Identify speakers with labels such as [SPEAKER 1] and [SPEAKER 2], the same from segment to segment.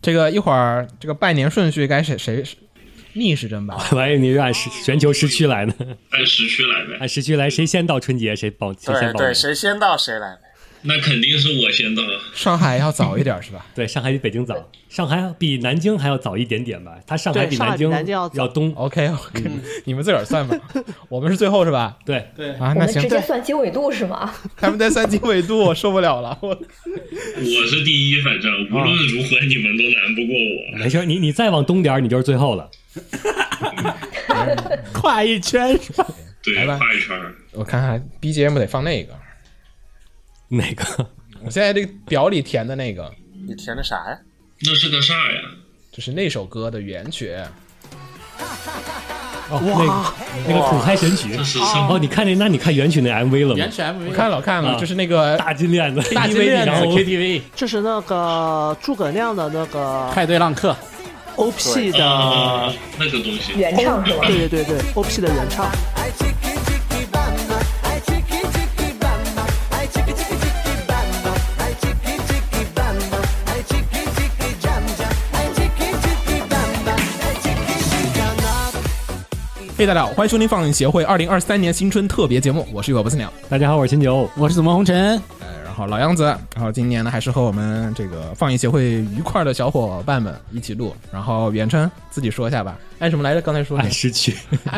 [SPEAKER 1] 这个一会儿这个拜年顺序该谁谁逆时针吧？
[SPEAKER 2] 哦
[SPEAKER 3] 万一你是按时全球时区来呢？
[SPEAKER 4] 按时区来呗，
[SPEAKER 3] 按时区来，谁先到春节谁报，谁
[SPEAKER 5] 对
[SPEAKER 3] 先报名
[SPEAKER 5] 对，。谁先到谁来呗。
[SPEAKER 4] 那肯定是我先到。
[SPEAKER 1] 上海要早一点 是吧？
[SPEAKER 3] 对，上海比北京早，上海比南京还要早一点点吧？它上海
[SPEAKER 6] 对
[SPEAKER 3] 比
[SPEAKER 6] 上海
[SPEAKER 3] 南京
[SPEAKER 6] 比南京要早
[SPEAKER 3] 要
[SPEAKER 7] 哦
[SPEAKER 3] 东。
[SPEAKER 1] OK OK，、你
[SPEAKER 2] 嗯
[SPEAKER 1] 们自个儿算吧， 我们是最后是吧？
[SPEAKER 3] 对，
[SPEAKER 1] 啊，
[SPEAKER 2] 我
[SPEAKER 1] 那
[SPEAKER 2] 们直
[SPEAKER 1] 行，
[SPEAKER 2] 接算经纬度是吗？
[SPEAKER 1] 他们在三级纬度，我受不了了，我
[SPEAKER 4] 我是第一，反正无论如何你们都难不过我。
[SPEAKER 3] 没事，你你再往东点儿，你就是最后了。
[SPEAKER 6] 跨一圈是吧？
[SPEAKER 4] 对，
[SPEAKER 1] 来吧
[SPEAKER 4] 画一圈儿，
[SPEAKER 1] 我看看 BGM 得放那个，
[SPEAKER 3] 哪个？
[SPEAKER 1] 我现在这个表里填的那个
[SPEAKER 5] 你填的啥呀？
[SPEAKER 4] 那是个啥呀？
[SPEAKER 1] 就是那首歌的原曲，
[SPEAKER 3] 哦，那个那个土嗨神曲
[SPEAKER 4] 这。是什么？
[SPEAKER 3] 哦，你看那那你看原曲那 MV 了
[SPEAKER 7] 原
[SPEAKER 3] 吗？
[SPEAKER 7] 曲 MV
[SPEAKER 1] 我看老看了，
[SPEAKER 3] 啊
[SPEAKER 1] 就是那个
[SPEAKER 3] 大金链子，
[SPEAKER 7] 大金链子
[SPEAKER 3] 然后
[SPEAKER 7] KTV
[SPEAKER 6] 就是那个诸葛亮的那个
[SPEAKER 7] 派对浪客，
[SPEAKER 6] OP 的
[SPEAKER 2] 哦
[SPEAKER 4] 啊，，那个东西。
[SPEAKER 2] 原唱是吗？
[SPEAKER 6] 对对对对，OP 的原唱。
[SPEAKER 1] 嘿，大家好，欢迎收听放映协会二零二三年新春特别节目，我是雨果啊不死鸟。
[SPEAKER 3] 大家好，我是秦九。
[SPEAKER 7] 我是紫梦红尘，
[SPEAKER 1] 呃，然后老样子，然后今年呢还是和我们这个放映协会一块儿的小伙伴们一起录。然后远琛自己说一下吧，按什么来着？刚才说
[SPEAKER 3] 按
[SPEAKER 1] 你
[SPEAKER 3] 时区，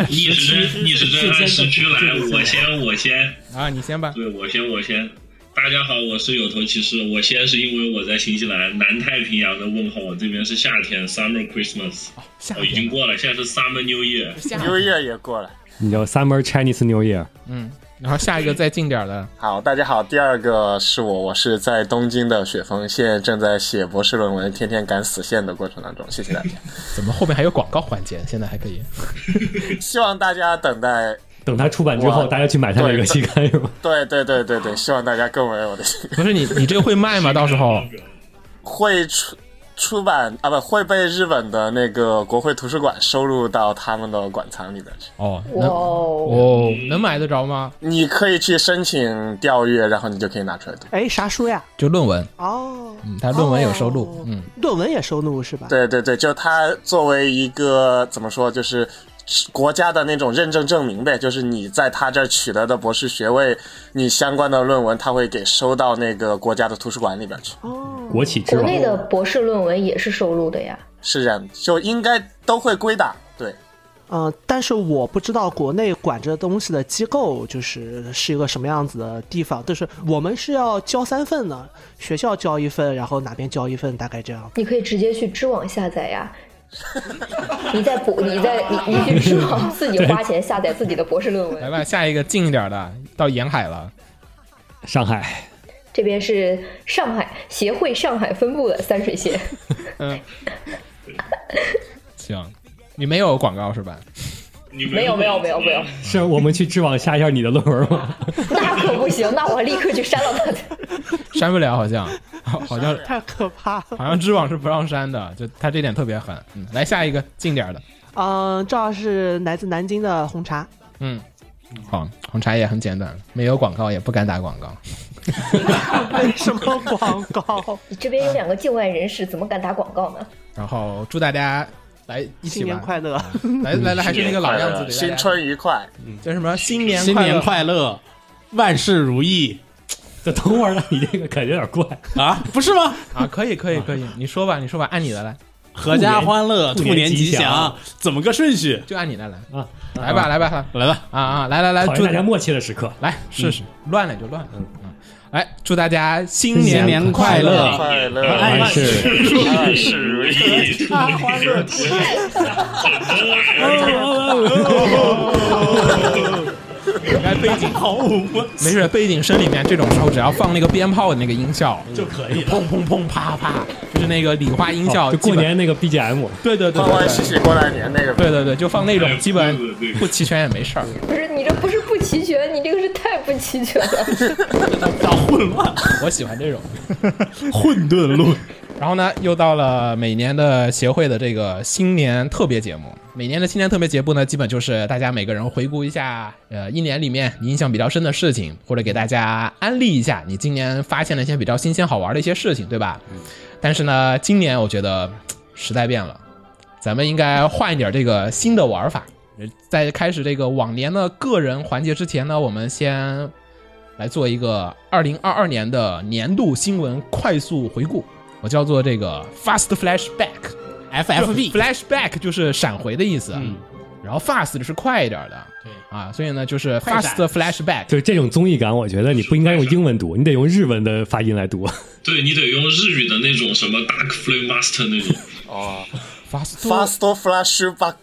[SPEAKER 4] 逆时针，逆时针按时区来，我先，我先，
[SPEAKER 1] 啊，你先吧。
[SPEAKER 4] 对我先，我先。大家好，我是有头骑士。我先是因为我在新西兰南太平洋的问号，我这边是夏天 （summer Christmas），
[SPEAKER 1] 夏
[SPEAKER 4] 哦，已
[SPEAKER 1] 天，
[SPEAKER 4] 经过了，现在是 summer New Year。
[SPEAKER 1] 夏
[SPEAKER 5] 牛月也过了。
[SPEAKER 3] 你叫 Summer Chinese New Year。
[SPEAKER 1] 嗯，然后下一个再近点儿的，
[SPEAKER 5] 好，大家好，第二个是我，我是在东京的雪峰，现在正在写博士论文，天天赶死线的过程当中，谢谢大家，
[SPEAKER 1] 怎么后面还有广告环节？现在还可以。
[SPEAKER 5] 希望大家等待，
[SPEAKER 3] 等它出版之后，
[SPEAKER 5] 哇
[SPEAKER 3] 大家去买它那个
[SPEAKER 5] 对
[SPEAKER 3] 期刊是吗？
[SPEAKER 5] 对对对对对，希望大家更为我的心
[SPEAKER 1] 不是你，你这个会卖吗？到时 候
[SPEAKER 5] 会出出版啊，不会被日本的那个国会图书馆收录到他们的馆藏里边去，
[SPEAKER 1] 哦，
[SPEAKER 2] 哇
[SPEAKER 1] 能
[SPEAKER 2] 哦，
[SPEAKER 1] 哦，能买得着吗？
[SPEAKER 5] 你可以去申请调阅，然后你就可以拿出来读。
[SPEAKER 6] 哎，啥书呀？
[SPEAKER 1] 就论文，
[SPEAKER 6] 哦，
[SPEAKER 1] 嗯，他论文有收录，嗯，
[SPEAKER 6] 论文也收录是吧？
[SPEAKER 5] 对对对，就它作为一个怎么说，就是国家的那种认证证明呗，就是你在他这儿取得的博士学位，你相关的论文，他会给收到那个国家的图书馆里边去。
[SPEAKER 3] 国企之
[SPEAKER 2] 国
[SPEAKER 3] 王。
[SPEAKER 2] 内的博士论文也是收录的呀。
[SPEAKER 5] 是这样，就应该都会归档。对，
[SPEAKER 6] 呃，但是我不知道国内管这东西的机构就是是一个什么样子的地方，就是我们是要交三份呢，学校交一份，然后哪边交一份，大概这样。
[SPEAKER 2] 你可以直接去知网下载呀。你在博，你在你你去知网自己花钱下载自己的博士论
[SPEAKER 1] 来
[SPEAKER 2] 文。
[SPEAKER 1] 吧，下一个近一点儿的，到沿海了，
[SPEAKER 3] 上海，
[SPEAKER 2] 这边是上海协会上海分部的三水县，
[SPEAKER 1] 行，你没有广告是吧？
[SPEAKER 4] 你
[SPEAKER 2] 没有没有没有没有，
[SPEAKER 3] 是我们去知网下一下你的论文吗？
[SPEAKER 2] 那可不行，那我立刻去删了他的。
[SPEAKER 1] 删不了，好像，好好像
[SPEAKER 6] 太可怕 了。
[SPEAKER 1] 好像知网是不让删的，就他这点特别狠。嗯，来下一个近点儿的，
[SPEAKER 6] 嗯、这儿是来自南京的红 茶，
[SPEAKER 1] 嗯，好，红茶也很简短，没有广告也不敢打广告。
[SPEAKER 6] 没什么广 告。
[SPEAKER 2] 你这边有两个境外人士，怎么敢打广告呢？
[SPEAKER 1] 然后祝大家来一起
[SPEAKER 6] 新年
[SPEAKER 1] 吧，
[SPEAKER 6] 快乐！
[SPEAKER 1] 来来来，还是那个老样子，给大
[SPEAKER 5] 新
[SPEAKER 1] 家
[SPEAKER 5] 春愉快。
[SPEAKER 1] 叫什么？新
[SPEAKER 4] 嗯
[SPEAKER 1] 年
[SPEAKER 7] 新
[SPEAKER 1] 快
[SPEAKER 7] 年
[SPEAKER 1] 乐，
[SPEAKER 7] 快乐，万事如意
[SPEAKER 3] 这等会儿呢，你这个感觉有点怪。
[SPEAKER 7] 啊，不是吗？
[SPEAKER 1] 啊！可以可以可以，你说吧，你说吧，按你的来，
[SPEAKER 7] 阖家欢乐，
[SPEAKER 3] 兔
[SPEAKER 7] 兔
[SPEAKER 3] 年
[SPEAKER 7] 年
[SPEAKER 3] 吉
[SPEAKER 7] 吉
[SPEAKER 3] 祥
[SPEAKER 7] 祥，怎么个顺序？
[SPEAKER 1] 就按你的来
[SPEAKER 3] 啊，
[SPEAKER 1] 来吧来吧
[SPEAKER 7] 来吧，
[SPEAKER 1] 啊啊！来来来，
[SPEAKER 3] 考验
[SPEAKER 1] 祝
[SPEAKER 3] 大家默契的时刻。
[SPEAKER 1] 来试试，乱了就乱了。嗯，来祝大家新
[SPEAKER 7] 新年快乐
[SPEAKER 5] 快乐
[SPEAKER 3] 万事
[SPEAKER 5] 万事如意。
[SPEAKER 3] 哎
[SPEAKER 1] 来背景
[SPEAKER 7] 毫无默
[SPEAKER 1] 没事，背景声里面这种时候只要放那个鞭炮的那个音效，
[SPEAKER 7] 就可以了。
[SPEAKER 1] 砰砰砰啪啪，就是那个礼花音效，
[SPEAKER 3] 哦就
[SPEAKER 1] 基
[SPEAKER 3] 过
[SPEAKER 1] 本
[SPEAKER 3] 年那个 BGM，
[SPEAKER 1] 对对对
[SPEAKER 5] 欢
[SPEAKER 1] 对
[SPEAKER 5] 欢喜
[SPEAKER 1] 对。
[SPEAKER 5] 喜过来年那个
[SPEAKER 1] 对对对，就放那种基本
[SPEAKER 4] 哎对对对
[SPEAKER 1] 不齐全也没事儿。
[SPEAKER 2] 不是你这不是不齐全，你这个是太不齐全了。
[SPEAKER 7] 比较混乱，
[SPEAKER 1] 我喜欢这种。
[SPEAKER 7] 混沌论。
[SPEAKER 1] 然后呢，又到了每年的协会的这个新年特别节目。每年的新年特别节目呢，基本就是大家每个人回顾一下，呃，一年里面你印象比较深的事情，或者给大家安利一下你今年发现了一些比较新鲜好玩的一些事情，对吧？但是呢，今年我觉得嗯时代变了，咱们应该换一点这个新的玩法。在开始这个往年的个人环节之前呢，我们先来做一个二零二二年的年度新闻快速回顾，我叫做这个 fast flashback。
[SPEAKER 7] FFB
[SPEAKER 1] flashback 就是闪回的意思，
[SPEAKER 7] 嗯
[SPEAKER 1] 然后 fast 是快一点的，
[SPEAKER 7] 对
[SPEAKER 1] 啊，所以呢就是
[SPEAKER 7] 快闪
[SPEAKER 1] fast flashback。
[SPEAKER 3] 就是这种综艺感，我觉得你不应该用英文读，你得用日文的发音来读。
[SPEAKER 4] 对你得用日语的那种什么 Dark Flame Master 那种，
[SPEAKER 5] 哦
[SPEAKER 1] fast
[SPEAKER 5] ，Fast Flashback，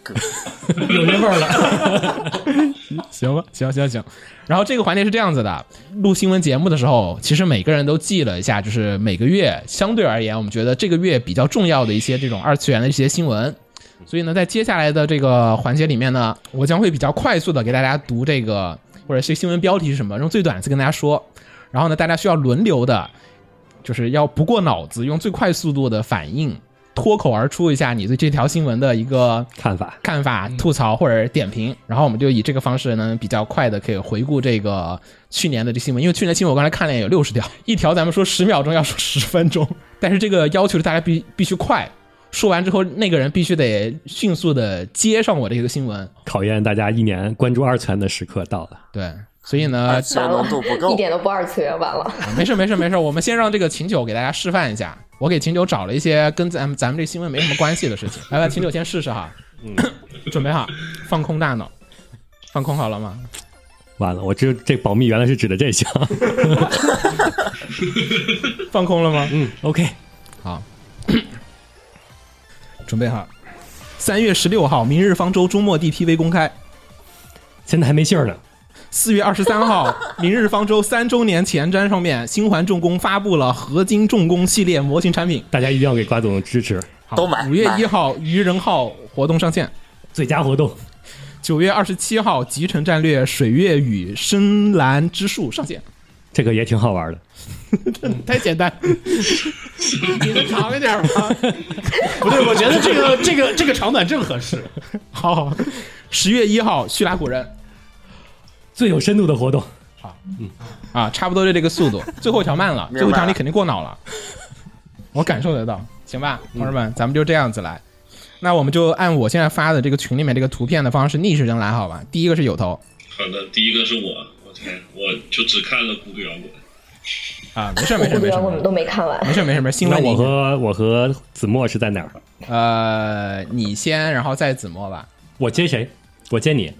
[SPEAKER 3] 有那味儿了。
[SPEAKER 1] 行吧，行行行。然后这个环节是这样子的，录新闻节目的时候，其实每个人都记了一下，就是每个月相对而言，我们觉得这个月比较重要的一些这种二次元的一些新闻。所以呢，在接下来的这个环节里面呢，我将会比较快速的给大家读这个或者是新闻标题是什么，用最短的词跟大家说。然后呢，大家需要轮流的，就是要不过脑子，用最快速度的反应脱口而出一下你对这条新闻的一个
[SPEAKER 3] 看法，
[SPEAKER 1] 看法、吐槽或者点评，然后我们就以这个方式呢，比较快的可以回顾这个去年的这新闻，因为去年新闻我刚才看了有六十条，一条咱们说十秒钟要说十分钟，但是这个要求是大家必必须快，说完之后那个人必须得迅速的接上我这个新闻，
[SPEAKER 3] 考验大家一年关注二次元的时刻到了。
[SPEAKER 1] 对，所以
[SPEAKER 5] 而
[SPEAKER 1] 呢，
[SPEAKER 5] 且
[SPEAKER 2] 完了
[SPEAKER 5] 浓度不，够
[SPEAKER 2] 一。点都不二次元，完了。
[SPEAKER 1] 没事没事没事，我们先让这个秦九给大家示范一下，我给秦九找了一些跟咱们咱们这新闻没什么关系的事 情，来吧，秦九先试试哈，准备好，放空大脑，放空好了吗？
[SPEAKER 3] 完了，我这这保密原来是指的这项。
[SPEAKER 1] 放空了吗？
[SPEAKER 3] 嗯，OK，
[SPEAKER 1] 好，准备好。三月十六号，明日方舟周末 DTV 公开；
[SPEAKER 3] 现在还没信儿呢。
[SPEAKER 1] 四月二十三 号，明日方舟三周年前瞻上面，星环重工发布了合金重工系列模型产品。
[SPEAKER 3] 大家一定要给瓜总支持，
[SPEAKER 1] 好
[SPEAKER 5] 都买
[SPEAKER 1] 五月
[SPEAKER 5] 买
[SPEAKER 1] 一号，愚人号活动上线；
[SPEAKER 3] 最佳活动
[SPEAKER 1] 九月二十七号，集成战略水月与深蓝之树上线。
[SPEAKER 3] 这个也挺好玩的。
[SPEAKER 1] 太简单，你们长一点吧。
[SPEAKER 7] 不对，我觉得这个这个这个长短正合适。
[SPEAKER 1] 好好，十月一号，叙拉古人。
[SPEAKER 3] 最有深度的活动，
[SPEAKER 1] 啊，差不多就这个速 度。最后一条慢了，
[SPEAKER 5] 明白
[SPEAKER 1] 最后一条你肯定过脑了， 我感受得到，行吧，
[SPEAKER 5] 嗯
[SPEAKER 1] 同志们，咱们就这样子来。那我们就按我现在发的这个群里面这个图片的方式逆时针来，好吧？第一个是有头
[SPEAKER 4] 好的，第一个是我，我天，我就只看了谷歌摇滚，
[SPEAKER 1] 啊，没事
[SPEAKER 2] 我
[SPEAKER 1] 没 事
[SPEAKER 2] 不
[SPEAKER 1] 没
[SPEAKER 2] 知
[SPEAKER 1] 事
[SPEAKER 2] 道，我们都没看完。
[SPEAKER 1] 没事没事没事，新
[SPEAKER 3] 那
[SPEAKER 1] 闻
[SPEAKER 3] 我
[SPEAKER 1] 你
[SPEAKER 3] 和我和子墨是在哪儿？
[SPEAKER 1] 呃你先，然后再子墨吧。
[SPEAKER 3] 我接谁？我接你。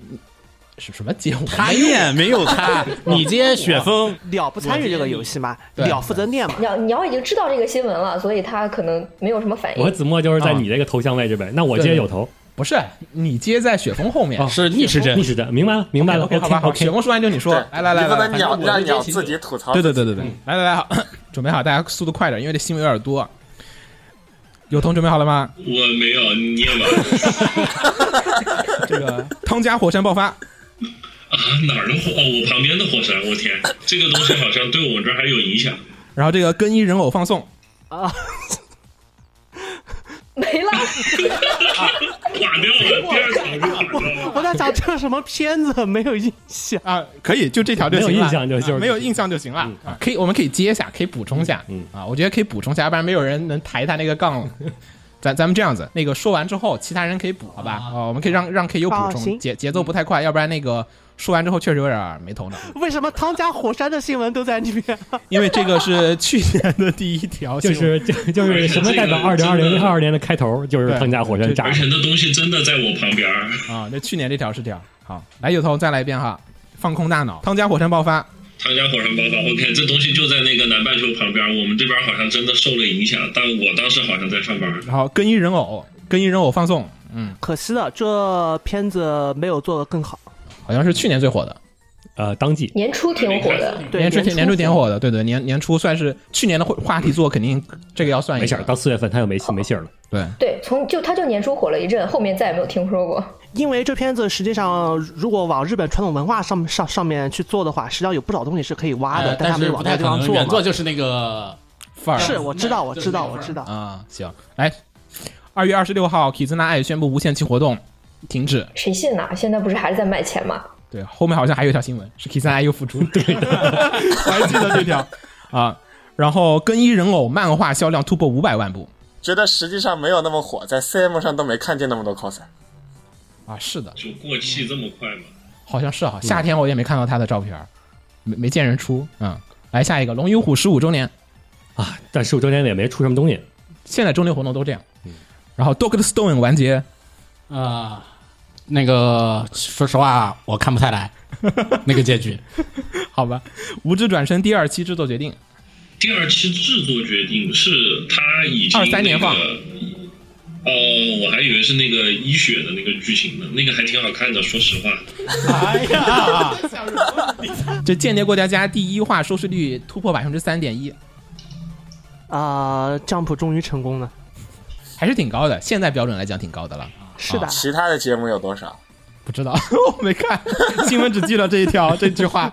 [SPEAKER 1] 什什么哎接我？
[SPEAKER 7] 他念没有他，你接雪峰，
[SPEAKER 6] 了不参与这个游戏嘛，
[SPEAKER 1] 对
[SPEAKER 6] 了负责念 嘛。
[SPEAKER 2] 鸟鸟已经知道这个新闻了，所以他可能没有什么反
[SPEAKER 3] 我和
[SPEAKER 2] 应。
[SPEAKER 3] 子墨就是在
[SPEAKER 1] 啊
[SPEAKER 3] 你这个头像位置呗。那我接有头，
[SPEAKER 1] 不是你接在雪峰后面。
[SPEAKER 4] 哦
[SPEAKER 7] 是逆时针
[SPEAKER 3] 逆。时针，明白了，明白了。
[SPEAKER 1] OK，好吧，好，雪
[SPEAKER 3] OK，
[SPEAKER 1] 峰说完就你说，来来来
[SPEAKER 5] 你不
[SPEAKER 1] 来，
[SPEAKER 5] 能
[SPEAKER 1] 反
[SPEAKER 5] 鸟
[SPEAKER 1] 正我
[SPEAKER 5] 让
[SPEAKER 1] 就
[SPEAKER 5] 鸟
[SPEAKER 1] 接秦
[SPEAKER 5] 自
[SPEAKER 1] 九
[SPEAKER 5] 己吐槽。
[SPEAKER 1] 对对对对对，
[SPEAKER 3] 嗯
[SPEAKER 1] 来来来，好， 准备好，大家速度快点，因为这新闻有点多。有同准备好了 吗？
[SPEAKER 4] 我没有，你念吧。
[SPEAKER 1] 这个汤加火山爆发，
[SPEAKER 4] 啊，哪儿的火？哦，我旁边的火山，我天，这个东西好像对我们这儿还有影响。
[SPEAKER 1] 然后这个更衣人偶放送，
[SPEAKER 2] 没了，
[SPEAKER 4] 垮掉了，第二条就垮掉了。
[SPEAKER 6] 我在想这是什么片子，没有印象。
[SPEAKER 1] 啊，可以，就这条就
[SPEAKER 3] 没有
[SPEAKER 1] 行了，
[SPEAKER 3] 印象就
[SPEAKER 1] 啊
[SPEAKER 3] 就是
[SPEAKER 1] 没有印象就行了。啊可以，我们可以接一下，可以补充一下。
[SPEAKER 3] 嗯
[SPEAKER 1] 啊，我觉得可以补充一下，要不然没有人能抬他那个杠 了。咱咱们这样子，那个说完之后，其他人可以补，好
[SPEAKER 3] 啊
[SPEAKER 1] 吧？哦，我们可以让让 K 有补
[SPEAKER 6] 啊
[SPEAKER 1] 充，
[SPEAKER 6] 行
[SPEAKER 1] 节节奏不太快，要不然那个说完之后确实有点没头脑，
[SPEAKER 6] 为什么汤加火山的新闻都在里面？
[SPEAKER 1] 因为这个是去年的第一条新
[SPEAKER 3] 就
[SPEAKER 1] 闻，
[SPEAKER 3] 是就就是什么代 表二零二零二二年的开头，就是
[SPEAKER 1] 对
[SPEAKER 3] 汤加火山炸
[SPEAKER 4] 而。且那东西真的在我旁边儿，
[SPEAKER 1] 啊，那去年这条是这样。好，来有头再来一遍哈，放空大脑，汤加火山爆发，
[SPEAKER 4] 汤加火山爆发。OK，这东西就在那个南半球旁边儿，我们这边儿好像真的受了影响，但我当时好像在上班儿。
[SPEAKER 1] 然后更衣人偶，更衣人偶放送，嗯，
[SPEAKER 6] 可惜了，这片子没有做得更好。
[SPEAKER 1] 好像是去年最火的。
[SPEAKER 3] 呃，当季
[SPEAKER 2] 年初挺火的，
[SPEAKER 6] 对，
[SPEAKER 1] 年初
[SPEAKER 6] 年
[SPEAKER 1] 年初点火的，对对，年年初算是去年的话话题做，肯定这个要算一
[SPEAKER 3] 没事
[SPEAKER 1] 下
[SPEAKER 3] 儿，。到四月份他又没没信儿了。
[SPEAKER 1] 对，
[SPEAKER 2] 对，从就他就年初火了一阵，后面再也没有听说过。
[SPEAKER 6] 因为这片子实际上，如果往日本传统文化上上上面去做的话，实际上有不少东西是可以挖的，
[SPEAKER 7] 呃但
[SPEAKER 6] 他没
[SPEAKER 7] 是
[SPEAKER 6] 有
[SPEAKER 7] 不
[SPEAKER 6] 往
[SPEAKER 7] 太
[SPEAKER 6] 那地
[SPEAKER 7] 可
[SPEAKER 6] 方
[SPEAKER 7] 能，原
[SPEAKER 6] 做
[SPEAKER 7] 作
[SPEAKER 6] 嘛。
[SPEAKER 7] 嗯就是那个
[SPEAKER 1] 范儿
[SPEAKER 6] 是我知道，我知道，我知道。
[SPEAKER 1] 啊、行，来，二月二十六号，Kizuna 爱宣布无限期活动停止。
[SPEAKER 2] 谁信呐、现在不是还是在卖钱吗？
[SPEAKER 1] 对，后面好像还有一条新闻是 Kizuna 又复出，对， 我还记得这条啊。然后更衣人偶漫画销量突破五百万部
[SPEAKER 5] 觉得实际上没有那么火，在 CM 上都没看见那么多 coser。
[SPEAKER 1] 啊，是的，
[SPEAKER 4] 就过气这么快吗？
[SPEAKER 1] 好像是
[SPEAKER 3] 嗯
[SPEAKER 1] 哈、夏天我也没看到他的照片儿，没没见人出。嗯，来下一个，龙与虎十五周年，
[SPEAKER 3] 啊，但十五周年也没出什么东西，
[SPEAKER 1] 现在周年活动都这样。
[SPEAKER 3] 嗯
[SPEAKER 1] 然后 Doctor Stone 完结，
[SPEAKER 7] 啊，那个说实话我看不太来那个结局，
[SPEAKER 1] 好吧，无知转身第二期制作决定，
[SPEAKER 4] 第二期制作决定是他已经、那个、
[SPEAKER 1] 23年放
[SPEAKER 4] 哦，我还以为是那个医学的那个剧情呢，那个还挺好看的。说实话，
[SPEAKER 7] 哎呀，
[SPEAKER 1] 这《间谍过家家》第一话收视率突破百分之三点一，
[SPEAKER 6] 啊，Jump 终于成功了。
[SPEAKER 1] 还是挺高的，现在标准来讲挺高的了。
[SPEAKER 6] 是
[SPEAKER 7] 啊
[SPEAKER 6] 的，
[SPEAKER 5] 其他的节目有多少？
[SPEAKER 1] 不知道， 我没看新闻，只记了这一条 这句话。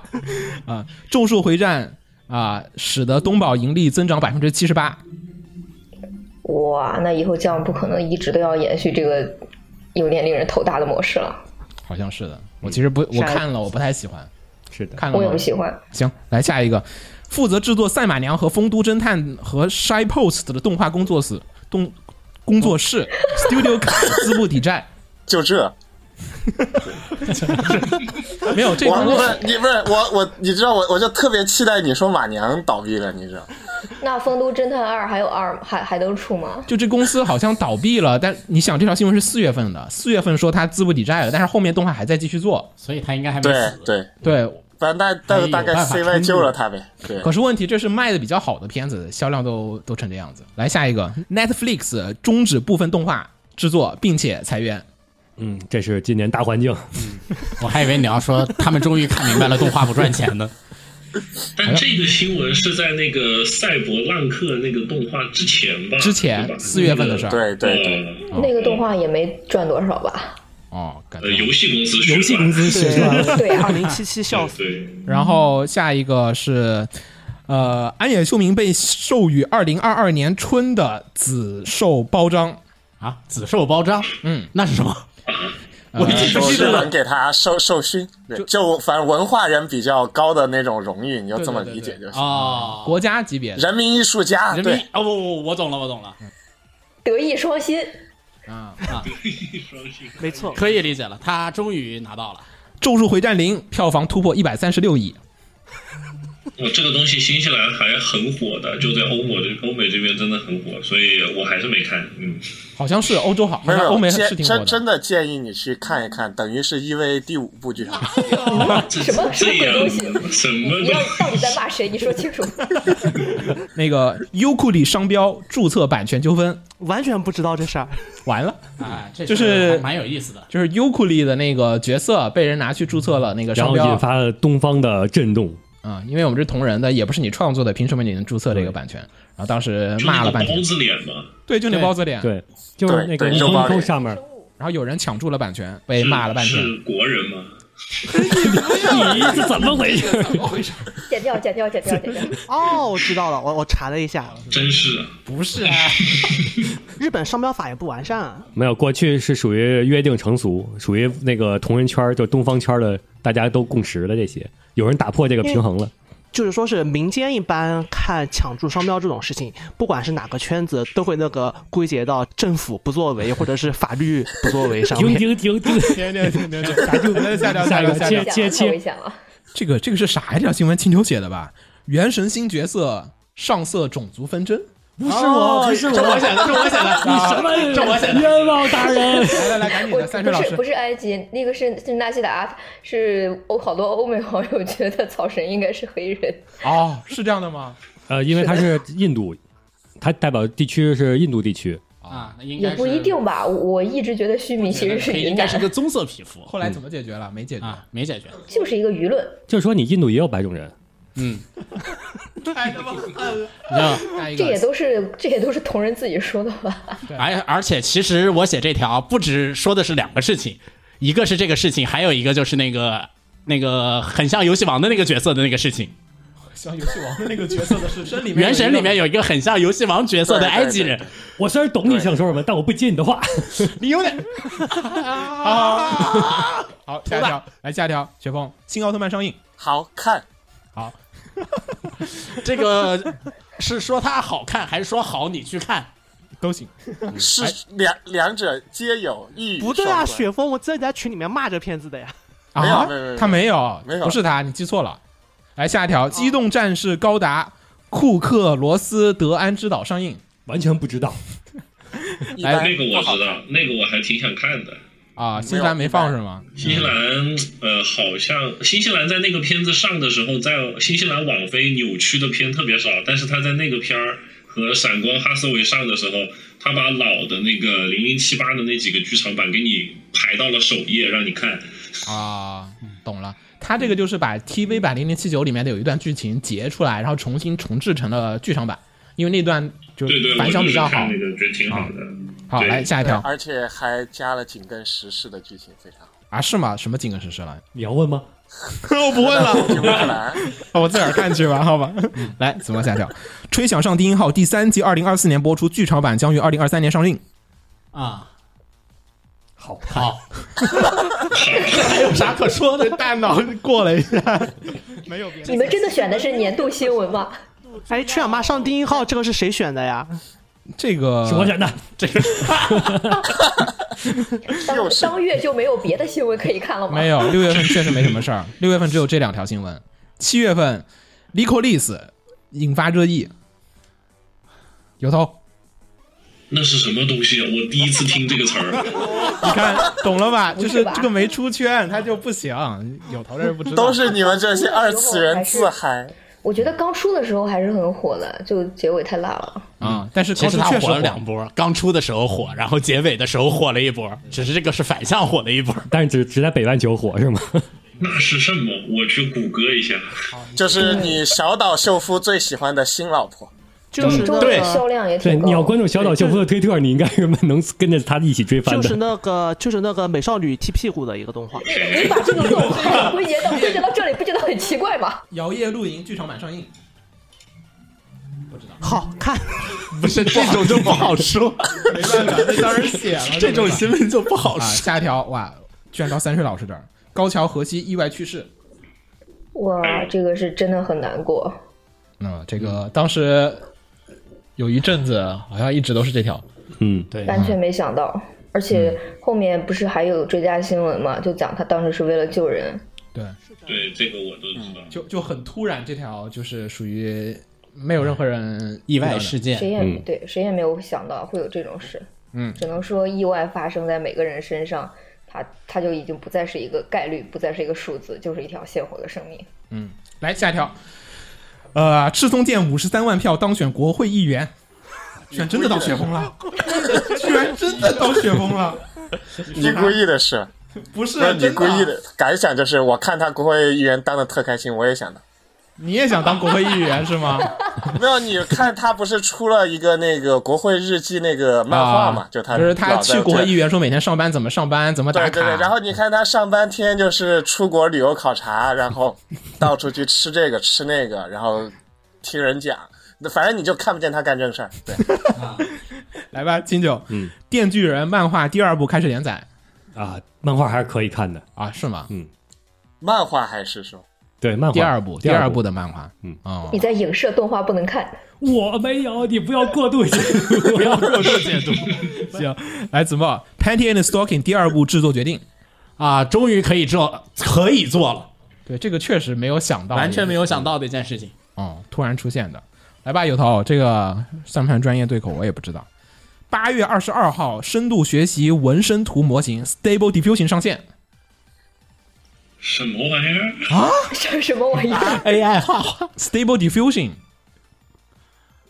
[SPEAKER 1] 啊、咒术回战啊、使得东宝盈利增长百分之七十八。
[SPEAKER 2] 哇，那以后这样不可能一直都要延续这个有点令人头大的模式了，
[SPEAKER 1] 好像是的。我其实不，我
[SPEAKER 2] 啥
[SPEAKER 1] 看了，我不太喜欢。
[SPEAKER 3] 是的，
[SPEAKER 1] 看
[SPEAKER 4] 嗯
[SPEAKER 1] 了
[SPEAKER 2] 我也
[SPEAKER 1] 吗
[SPEAKER 2] 不喜欢。
[SPEAKER 1] 行，来下一个，负责制作《赛马娘》和《丰都侦探》和《Shy Post》的动画工作室动工作室 Studio 卡 资不抵债。
[SPEAKER 5] 就这，
[SPEAKER 1] 没有这
[SPEAKER 5] 我
[SPEAKER 1] 工
[SPEAKER 5] 不
[SPEAKER 1] 作
[SPEAKER 5] 是你不是我我，你知道我我就特别期待你说马娘倒闭了，你知道？
[SPEAKER 2] 那《丰都侦探二》还有二还还能出吗？
[SPEAKER 1] 就这公司好像倒闭了，但你想这条新闻是四月份的，四月份说他资不抵债了，但是后面动画还在继续做。
[SPEAKER 7] 所以他应该还没
[SPEAKER 5] 对
[SPEAKER 7] 死。
[SPEAKER 5] 对，
[SPEAKER 1] 对，
[SPEAKER 5] 反正大但是大概
[SPEAKER 7] 还有办法
[SPEAKER 5] CY
[SPEAKER 7] 撑住
[SPEAKER 5] 救了他呗。对，
[SPEAKER 1] 可是问题这是卖的比较好的片子，销量都都成这样子。来下一个，Netflix 终止部分动画制作，并且裁员。
[SPEAKER 3] 嗯，这是今年大环境，
[SPEAKER 7] 我还以为你要说他们终于看明白了动画不赚钱呢。
[SPEAKER 4] 但这个新闻是在那个赛博浪客那个动画之前吧？
[SPEAKER 1] 之前
[SPEAKER 4] 对吧
[SPEAKER 1] 四月份的事儿
[SPEAKER 5] 对对对，
[SPEAKER 4] 呃
[SPEAKER 2] 那个动画也没赚多少吧？
[SPEAKER 1] 哦，感觉
[SPEAKER 4] 呃，游戏公司宣传，
[SPEAKER 3] 游戏公司
[SPEAKER 6] 对
[SPEAKER 3] 是吧？
[SPEAKER 2] 对啊
[SPEAKER 6] 二零七七笑死。
[SPEAKER 4] 对，
[SPEAKER 1] 然后下一个是，呃，安野秀明被授予二零二二年春的紫绶包章。
[SPEAKER 7] 啊，紫绶包章，嗯，那是什么？我一直
[SPEAKER 5] 就
[SPEAKER 7] 不记
[SPEAKER 5] 日
[SPEAKER 7] 得
[SPEAKER 5] 本
[SPEAKER 7] 了。
[SPEAKER 5] 给他授授勋，对，就反正文化人比较高的那种荣誉，你就这么理解
[SPEAKER 1] 对对
[SPEAKER 5] 就行。
[SPEAKER 7] 哦，
[SPEAKER 1] 国家级别的
[SPEAKER 5] 人民艺术家，
[SPEAKER 6] 啊
[SPEAKER 7] 人民
[SPEAKER 5] 对，
[SPEAKER 7] 哦，我我我懂了，我懂了，
[SPEAKER 2] 德艺双馨，
[SPEAKER 1] 啊，
[SPEAKER 6] 没错，
[SPEAKER 7] 可以理解了，他终于拿到了。
[SPEAKER 1] 《咒术回战零》票房突破一百三十六亿，
[SPEAKER 4] 我呃这个东西新西兰还很火的，就在欧美这欧美这边真的很火，所以我还是没看。嗯，
[SPEAKER 1] 好像是欧洲好，
[SPEAKER 5] 没
[SPEAKER 1] 好像
[SPEAKER 5] 有
[SPEAKER 1] 欧美
[SPEAKER 5] 建
[SPEAKER 1] 是挺火
[SPEAKER 5] 真
[SPEAKER 1] 的。
[SPEAKER 5] 真的建议你去看一看，等于是 EVA 第五部剧场。
[SPEAKER 4] 这
[SPEAKER 2] 什么
[SPEAKER 4] 这
[SPEAKER 2] 什么鬼
[SPEAKER 4] 样
[SPEAKER 2] 东西？
[SPEAKER 4] 什么
[SPEAKER 2] 你
[SPEAKER 4] 的
[SPEAKER 2] 要到底在骂谁？你说清楚。
[SPEAKER 1] 那个优酷里商标注册版权纠纷
[SPEAKER 6] 完全不知道这事儿。
[SPEAKER 1] 完了，
[SPEAKER 7] 啊，这
[SPEAKER 1] 就是
[SPEAKER 7] 事儿还蛮有意思的。
[SPEAKER 1] 就是优酷里的那个角色被人拿去注册了那个
[SPEAKER 3] 然
[SPEAKER 1] 商
[SPEAKER 3] 后
[SPEAKER 1] 标
[SPEAKER 3] 引发了东方的震动。
[SPEAKER 1] 啊、因为我们是同人的，也不是你创作的，凭什么你能注册这个版权？然后当时
[SPEAKER 4] 就
[SPEAKER 1] 骂
[SPEAKER 4] 那
[SPEAKER 1] 了
[SPEAKER 4] 个
[SPEAKER 1] 半天
[SPEAKER 4] 包，子脸嘛，
[SPEAKER 1] 对，就那
[SPEAKER 7] 对
[SPEAKER 1] 包子脸，
[SPEAKER 3] 对，就是那个
[SPEAKER 5] 对对
[SPEAKER 3] 悟
[SPEAKER 5] 肉包
[SPEAKER 3] 空
[SPEAKER 5] 脸
[SPEAKER 3] 上面，
[SPEAKER 1] 然后有人抢注了版权，被骂了半天。
[SPEAKER 4] 是国人吗？
[SPEAKER 3] 咦，这怎么回事？
[SPEAKER 2] 剪掉，剪掉，剪掉，剪掉。
[SPEAKER 6] 哦，我知道了，我我查了一下，
[SPEAKER 4] 真是啊
[SPEAKER 1] 不是啊，
[SPEAKER 6] 日本商标法也不完善啊。
[SPEAKER 3] 没有，过去是属于约定成俗，属于那个同人圈儿，就东方圈儿的，大家都共识了这些。有人打破这个平 衡了，
[SPEAKER 6] 就是说是民间一般看抢注商标这种事情，不管是哪个圈子，都会那个归结到政府不作为或者是法律不作为上
[SPEAKER 3] 停
[SPEAKER 6] 面。
[SPEAKER 3] 停停停，
[SPEAKER 1] 停停停停停，打住，下聊
[SPEAKER 3] 下一
[SPEAKER 1] 聊
[SPEAKER 3] 个
[SPEAKER 1] 下
[SPEAKER 3] 接
[SPEAKER 1] 聊。
[SPEAKER 3] 切
[SPEAKER 2] 太
[SPEAKER 3] 切
[SPEAKER 2] 危险 了。
[SPEAKER 1] 这个这个是啥呀？这条新闻青牛写的吧？原神新角色上色种族纷争。
[SPEAKER 7] 不是我，不是我，这我写的，这我写的，你什么？这我写的。
[SPEAKER 3] 冤枉大人！
[SPEAKER 1] 来来来，赶紧
[SPEAKER 2] 我
[SPEAKER 1] 的，三水老
[SPEAKER 2] 不是
[SPEAKER 1] 师
[SPEAKER 2] 不。是埃及，那个是是纳西达，是欧好多欧美网友觉得草神应该是黑人。
[SPEAKER 1] 哦，是这样的吗？
[SPEAKER 3] 呃，因为他是印度，他代表地区是印度地区，
[SPEAKER 7] 啊，那应
[SPEAKER 2] 也
[SPEAKER 7] 该是
[SPEAKER 2] 不一定吧，我一直觉得须弥其实是云
[SPEAKER 7] 应该
[SPEAKER 2] 南
[SPEAKER 7] 是，个棕色皮肤
[SPEAKER 1] 后来怎么解决了？没解决。
[SPEAKER 7] 啊，没解决。
[SPEAKER 2] 就是一个舆论，
[SPEAKER 3] 就是说你印度也有白种人，
[SPEAKER 7] 嗯，
[SPEAKER 1] 太他妈狠了！
[SPEAKER 7] 你知道吧
[SPEAKER 1] 下一
[SPEAKER 2] 这也
[SPEAKER 1] 个，
[SPEAKER 2] 都是这也都是同人自己说的 吧？
[SPEAKER 7] 而而且其实我写这条不只说的是两个事情，一个是这个事情，还有一个就是那个那个很像游戏王的那个角色的那个事情。
[SPEAKER 1] 像游戏王的那个角色的是真里面有一个，
[SPEAKER 7] 原神里面有一个很像游戏王角色的埃及人，
[SPEAKER 3] 我虽然懂你想说什么，但我不接你的话。
[SPEAKER 7] 你有点
[SPEAKER 1] 啊，好，下一条，来下一条，雪峰，新奥特曼上映，
[SPEAKER 5] 好看，
[SPEAKER 1] 好，
[SPEAKER 7] 这个是说它好看，还是说好你去看？
[SPEAKER 1] 都行，
[SPEAKER 5] 是
[SPEAKER 1] 哎
[SPEAKER 5] 两两者皆有一语
[SPEAKER 6] 不对啊，
[SPEAKER 5] 双关
[SPEAKER 6] 雪峰，我真的在群里面骂这片子的呀。
[SPEAKER 5] 没有
[SPEAKER 1] 啊
[SPEAKER 5] 没有没有
[SPEAKER 1] 他没有，
[SPEAKER 5] 没有
[SPEAKER 1] 不是他，你记错了。来下一条，《机动战士高达》库克罗斯德安之岛上映
[SPEAKER 3] 完全不知道，
[SPEAKER 5] 一
[SPEAKER 1] 哎
[SPEAKER 5] 般
[SPEAKER 4] 那个
[SPEAKER 5] 不
[SPEAKER 4] 我
[SPEAKER 5] 好
[SPEAKER 4] 知
[SPEAKER 5] 看。
[SPEAKER 4] 道，那个我还挺想看的。嗯
[SPEAKER 1] 啊，新西兰没放是吗？
[SPEAKER 4] 新西兰，呃，好像新西兰在那个片子上的时候，在新西兰网飞扭曲的片特别少，但是他在那个片儿和《闪光哈斯维》上的时候，他把老的那个零零七八的那几个剧场版给你排到了首页让你看。
[SPEAKER 1] 啊，懂了。他这个就是把 TV 版《零零七九》里面的有一段剧情截出来，然后重新重制成了剧场版，因为那段就
[SPEAKER 4] 对对，
[SPEAKER 1] 反响比较
[SPEAKER 4] 我就是
[SPEAKER 1] 好啊
[SPEAKER 4] 看。那个觉得挺好的。
[SPEAKER 1] 好，
[SPEAKER 4] 对
[SPEAKER 1] 来下一条
[SPEAKER 5] 而且还加了紧跟时事的剧情，非常好。
[SPEAKER 1] 啊，是吗？什么紧跟时事了？
[SPEAKER 3] 你要问吗？
[SPEAKER 1] 我不问了，
[SPEAKER 5] 乌克兰，
[SPEAKER 1] 哦我自个儿看去吧，好吧。嗯来，怎么下一条？《吹响上低音号》第三季，二零二四年播出，剧场版将于二零二三年上映。
[SPEAKER 7] 啊，
[SPEAKER 3] 好看，
[SPEAKER 7] 好，还有啥可说的？
[SPEAKER 1] 大脑过了一下，没有别
[SPEAKER 2] 你们真的选的是年度新闻吗？
[SPEAKER 6] 哎，去俺妈上第一号，这个是谁选的呀？
[SPEAKER 1] 这个
[SPEAKER 3] 是我选的。这个
[SPEAKER 5] 又
[SPEAKER 2] 当
[SPEAKER 5] 是
[SPEAKER 2] 当月就没有别的新闻可以看了吗？
[SPEAKER 1] 没有，六月份确实没什么事儿。六月份只有这两条新闻。七月份 l i c o l i s 引发热议，有头，
[SPEAKER 4] 那是什么东西啊？我第一次听这个词儿，
[SPEAKER 1] 你看懂了吧？就
[SPEAKER 2] 不
[SPEAKER 1] 是
[SPEAKER 2] 是吧
[SPEAKER 1] 这个没出圈，它就不行。有头这是不知道，
[SPEAKER 5] 都是你们这些二次元自嗨。
[SPEAKER 2] 我觉得刚出的时候还是很火的，就结尾太烂了。
[SPEAKER 1] 啊、但是
[SPEAKER 7] 其
[SPEAKER 1] 高
[SPEAKER 7] 哦实嗯
[SPEAKER 1] 出
[SPEAKER 7] 它
[SPEAKER 1] 确实
[SPEAKER 7] 火了两波，刚出的时候火，然后结尾的时候火了一波，只是这个是反向火的一波。
[SPEAKER 3] 但是只只在北半球火是吗？
[SPEAKER 4] 那是什么？我去谷歌一下。
[SPEAKER 5] 就是你小岛秀夫最喜欢的新老婆，
[SPEAKER 6] 就是那
[SPEAKER 2] 中文
[SPEAKER 6] 个，
[SPEAKER 7] 嗯
[SPEAKER 2] 销量也
[SPEAKER 3] 对，
[SPEAKER 2] 挺高。
[SPEAKER 3] 你要关注小岛秀夫的推特，你应该是能跟着他一起追番
[SPEAKER 6] 就是
[SPEAKER 3] 的。
[SPEAKER 6] 那个，就是那个美少女踢屁股的一个动画。
[SPEAKER 2] 你把这个动画归结到归结到这里，不觉得很奇怪吗？
[SPEAKER 1] 摇曳露营剧场版上 映，不知道，
[SPEAKER 6] 好看，
[SPEAKER 7] 不是这种就不好 说，
[SPEAKER 1] 没办法，那当然写了
[SPEAKER 7] 啊这种新闻就不好
[SPEAKER 1] 啊。
[SPEAKER 7] 说。
[SPEAKER 1] 下一条哇，居然到三水老师这儿，高桥和希意外去世。
[SPEAKER 2] 哇，这个是真的很难过。
[SPEAKER 1] 嗯，这个当时有一阵子好像一直都是这条，
[SPEAKER 3] 嗯，
[SPEAKER 7] 对
[SPEAKER 2] 完全没想到。而
[SPEAKER 1] 嗯
[SPEAKER 2] 且后面不是还有追加新闻嘛，就讲他当时是为了救人。
[SPEAKER 1] 对，
[SPEAKER 4] 对，这个我都知道。
[SPEAKER 1] 就就很突然，这条就是属于没有任何人
[SPEAKER 7] 意外
[SPEAKER 1] 事。
[SPEAKER 7] 事件
[SPEAKER 2] 谁 也、对谁也没有想到会有这种事，
[SPEAKER 1] 嗯
[SPEAKER 2] 只能说意外发生在每个人身上，它它就已经不再是一个概率，不再是一个数字，就是一条鲜活的生命。
[SPEAKER 1] 来下一条，呃，赤松健五十三万票当选国会议 员，居然真的当雪峰了，居然真的当雪峰了，
[SPEAKER 5] 你故意的是？
[SPEAKER 1] 不嗯是啊
[SPEAKER 5] 不是你
[SPEAKER 1] 真
[SPEAKER 5] 故意，的？感想就是，我看他国会议员当的特开心，我也想当。
[SPEAKER 1] 你也想当国会议员是吗？
[SPEAKER 5] 没有，你看他不是出了一个那个国会日记那个 漫画嘛？
[SPEAKER 1] 啊
[SPEAKER 5] 就他
[SPEAKER 1] 就是
[SPEAKER 5] 老
[SPEAKER 1] 他
[SPEAKER 5] 在
[SPEAKER 1] 去国会议员说每天上班怎么上班怎么打
[SPEAKER 5] 对
[SPEAKER 1] 卡，
[SPEAKER 5] 对对，然后你看他上半天就是出国旅游考察，然后到处去吃这个吃那个，然后听人讲，那反正你就看不见他干正事儿。对，
[SPEAKER 1] 来吧，金九，嗯，电锯人漫画第二部开始连载
[SPEAKER 3] 啊，漫画还是可以看的。
[SPEAKER 1] 啊，是吗？
[SPEAKER 5] 嗯漫画还是说
[SPEAKER 3] 对，漫画
[SPEAKER 1] 第二部，
[SPEAKER 3] 第
[SPEAKER 1] 二
[SPEAKER 3] 部
[SPEAKER 1] 部的漫画，嗯哦
[SPEAKER 2] 你在影射动画不能看，
[SPEAKER 3] 我没有，你不要过度解读， 不要过度解读。
[SPEAKER 1] 行，来子墨，《Panty and Stocking》第二部制作决定，
[SPEAKER 7] 啊，终于可以做，可以做了，
[SPEAKER 1] 对这个确实没有想到，
[SPEAKER 7] 完全没有想到的一件 事情。
[SPEAKER 1] 哦，突然出现的。来吧，有头，这个算不算专业对口？我也不知道。八月二十二号，深度学习纹身图模型 Stable Diffusion 上线。
[SPEAKER 4] 什么玩意儿？
[SPEAKER 2] 这是什么玩意儿？
[SPEAKER 7] AI 画画
[SPEAKER 1] Stable Diffusion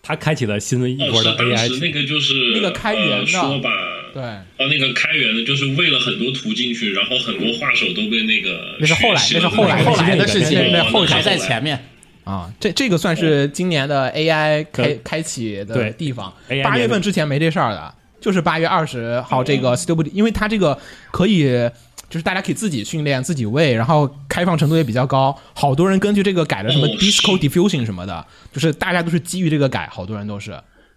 [SPEAKER 3] 他开启了新的一
[SPEAKER 4] 哦，
[SPEAKER 3] 波
[SPEAKER 4] 是
[SPEAKER 3] 的
[SPEAKER 4] 当时
[SPEAKER 3] AI，
[SPEAKER 4] 那个就是
[SPEAKER 1] 那个开源的
[SPEAKER 4] 呃、说吧，
[SPEAKER 1] 对，
[SPEAKER 4] 哦，那个开源的，就是喂了很多图进去，然后很多画手都被那个
[SPEAKER 1] 那是后来
[SPEAKER 4] 学习了
[SPEAKER 1] 那是后来
[SPEAKER 7] 后来的事情
[SPEAKER 1] 对对对后来
[SPEAKER 7] 还在前面。
[SPEAKER 1] 啊，这这个算是今年的 AI 开
[SPEAKER 3] 对
[SPEAKER 1] 开启的
[SPEAKER 3] 对
[SPEAKER 1] 地方
[SPEAKER 3] AI。
[SPEAKER 1] 八月份
[SPEAKER 4] 哦
[SPEAKER 1] 之前没这事儿的，就是八月二十号这个 Stable，因为它这个可以。就是大家可以自己训练、自己喂，然后开放程度也比较高。好多人根据这个改了什么
[SPEAKER 4] 哦
[SPEAKER 1] Disco
[SPEAKER 4] 是
[SPEAKER 1] Diffusion 什么的，就是大家都是基于这个改，好多人都是。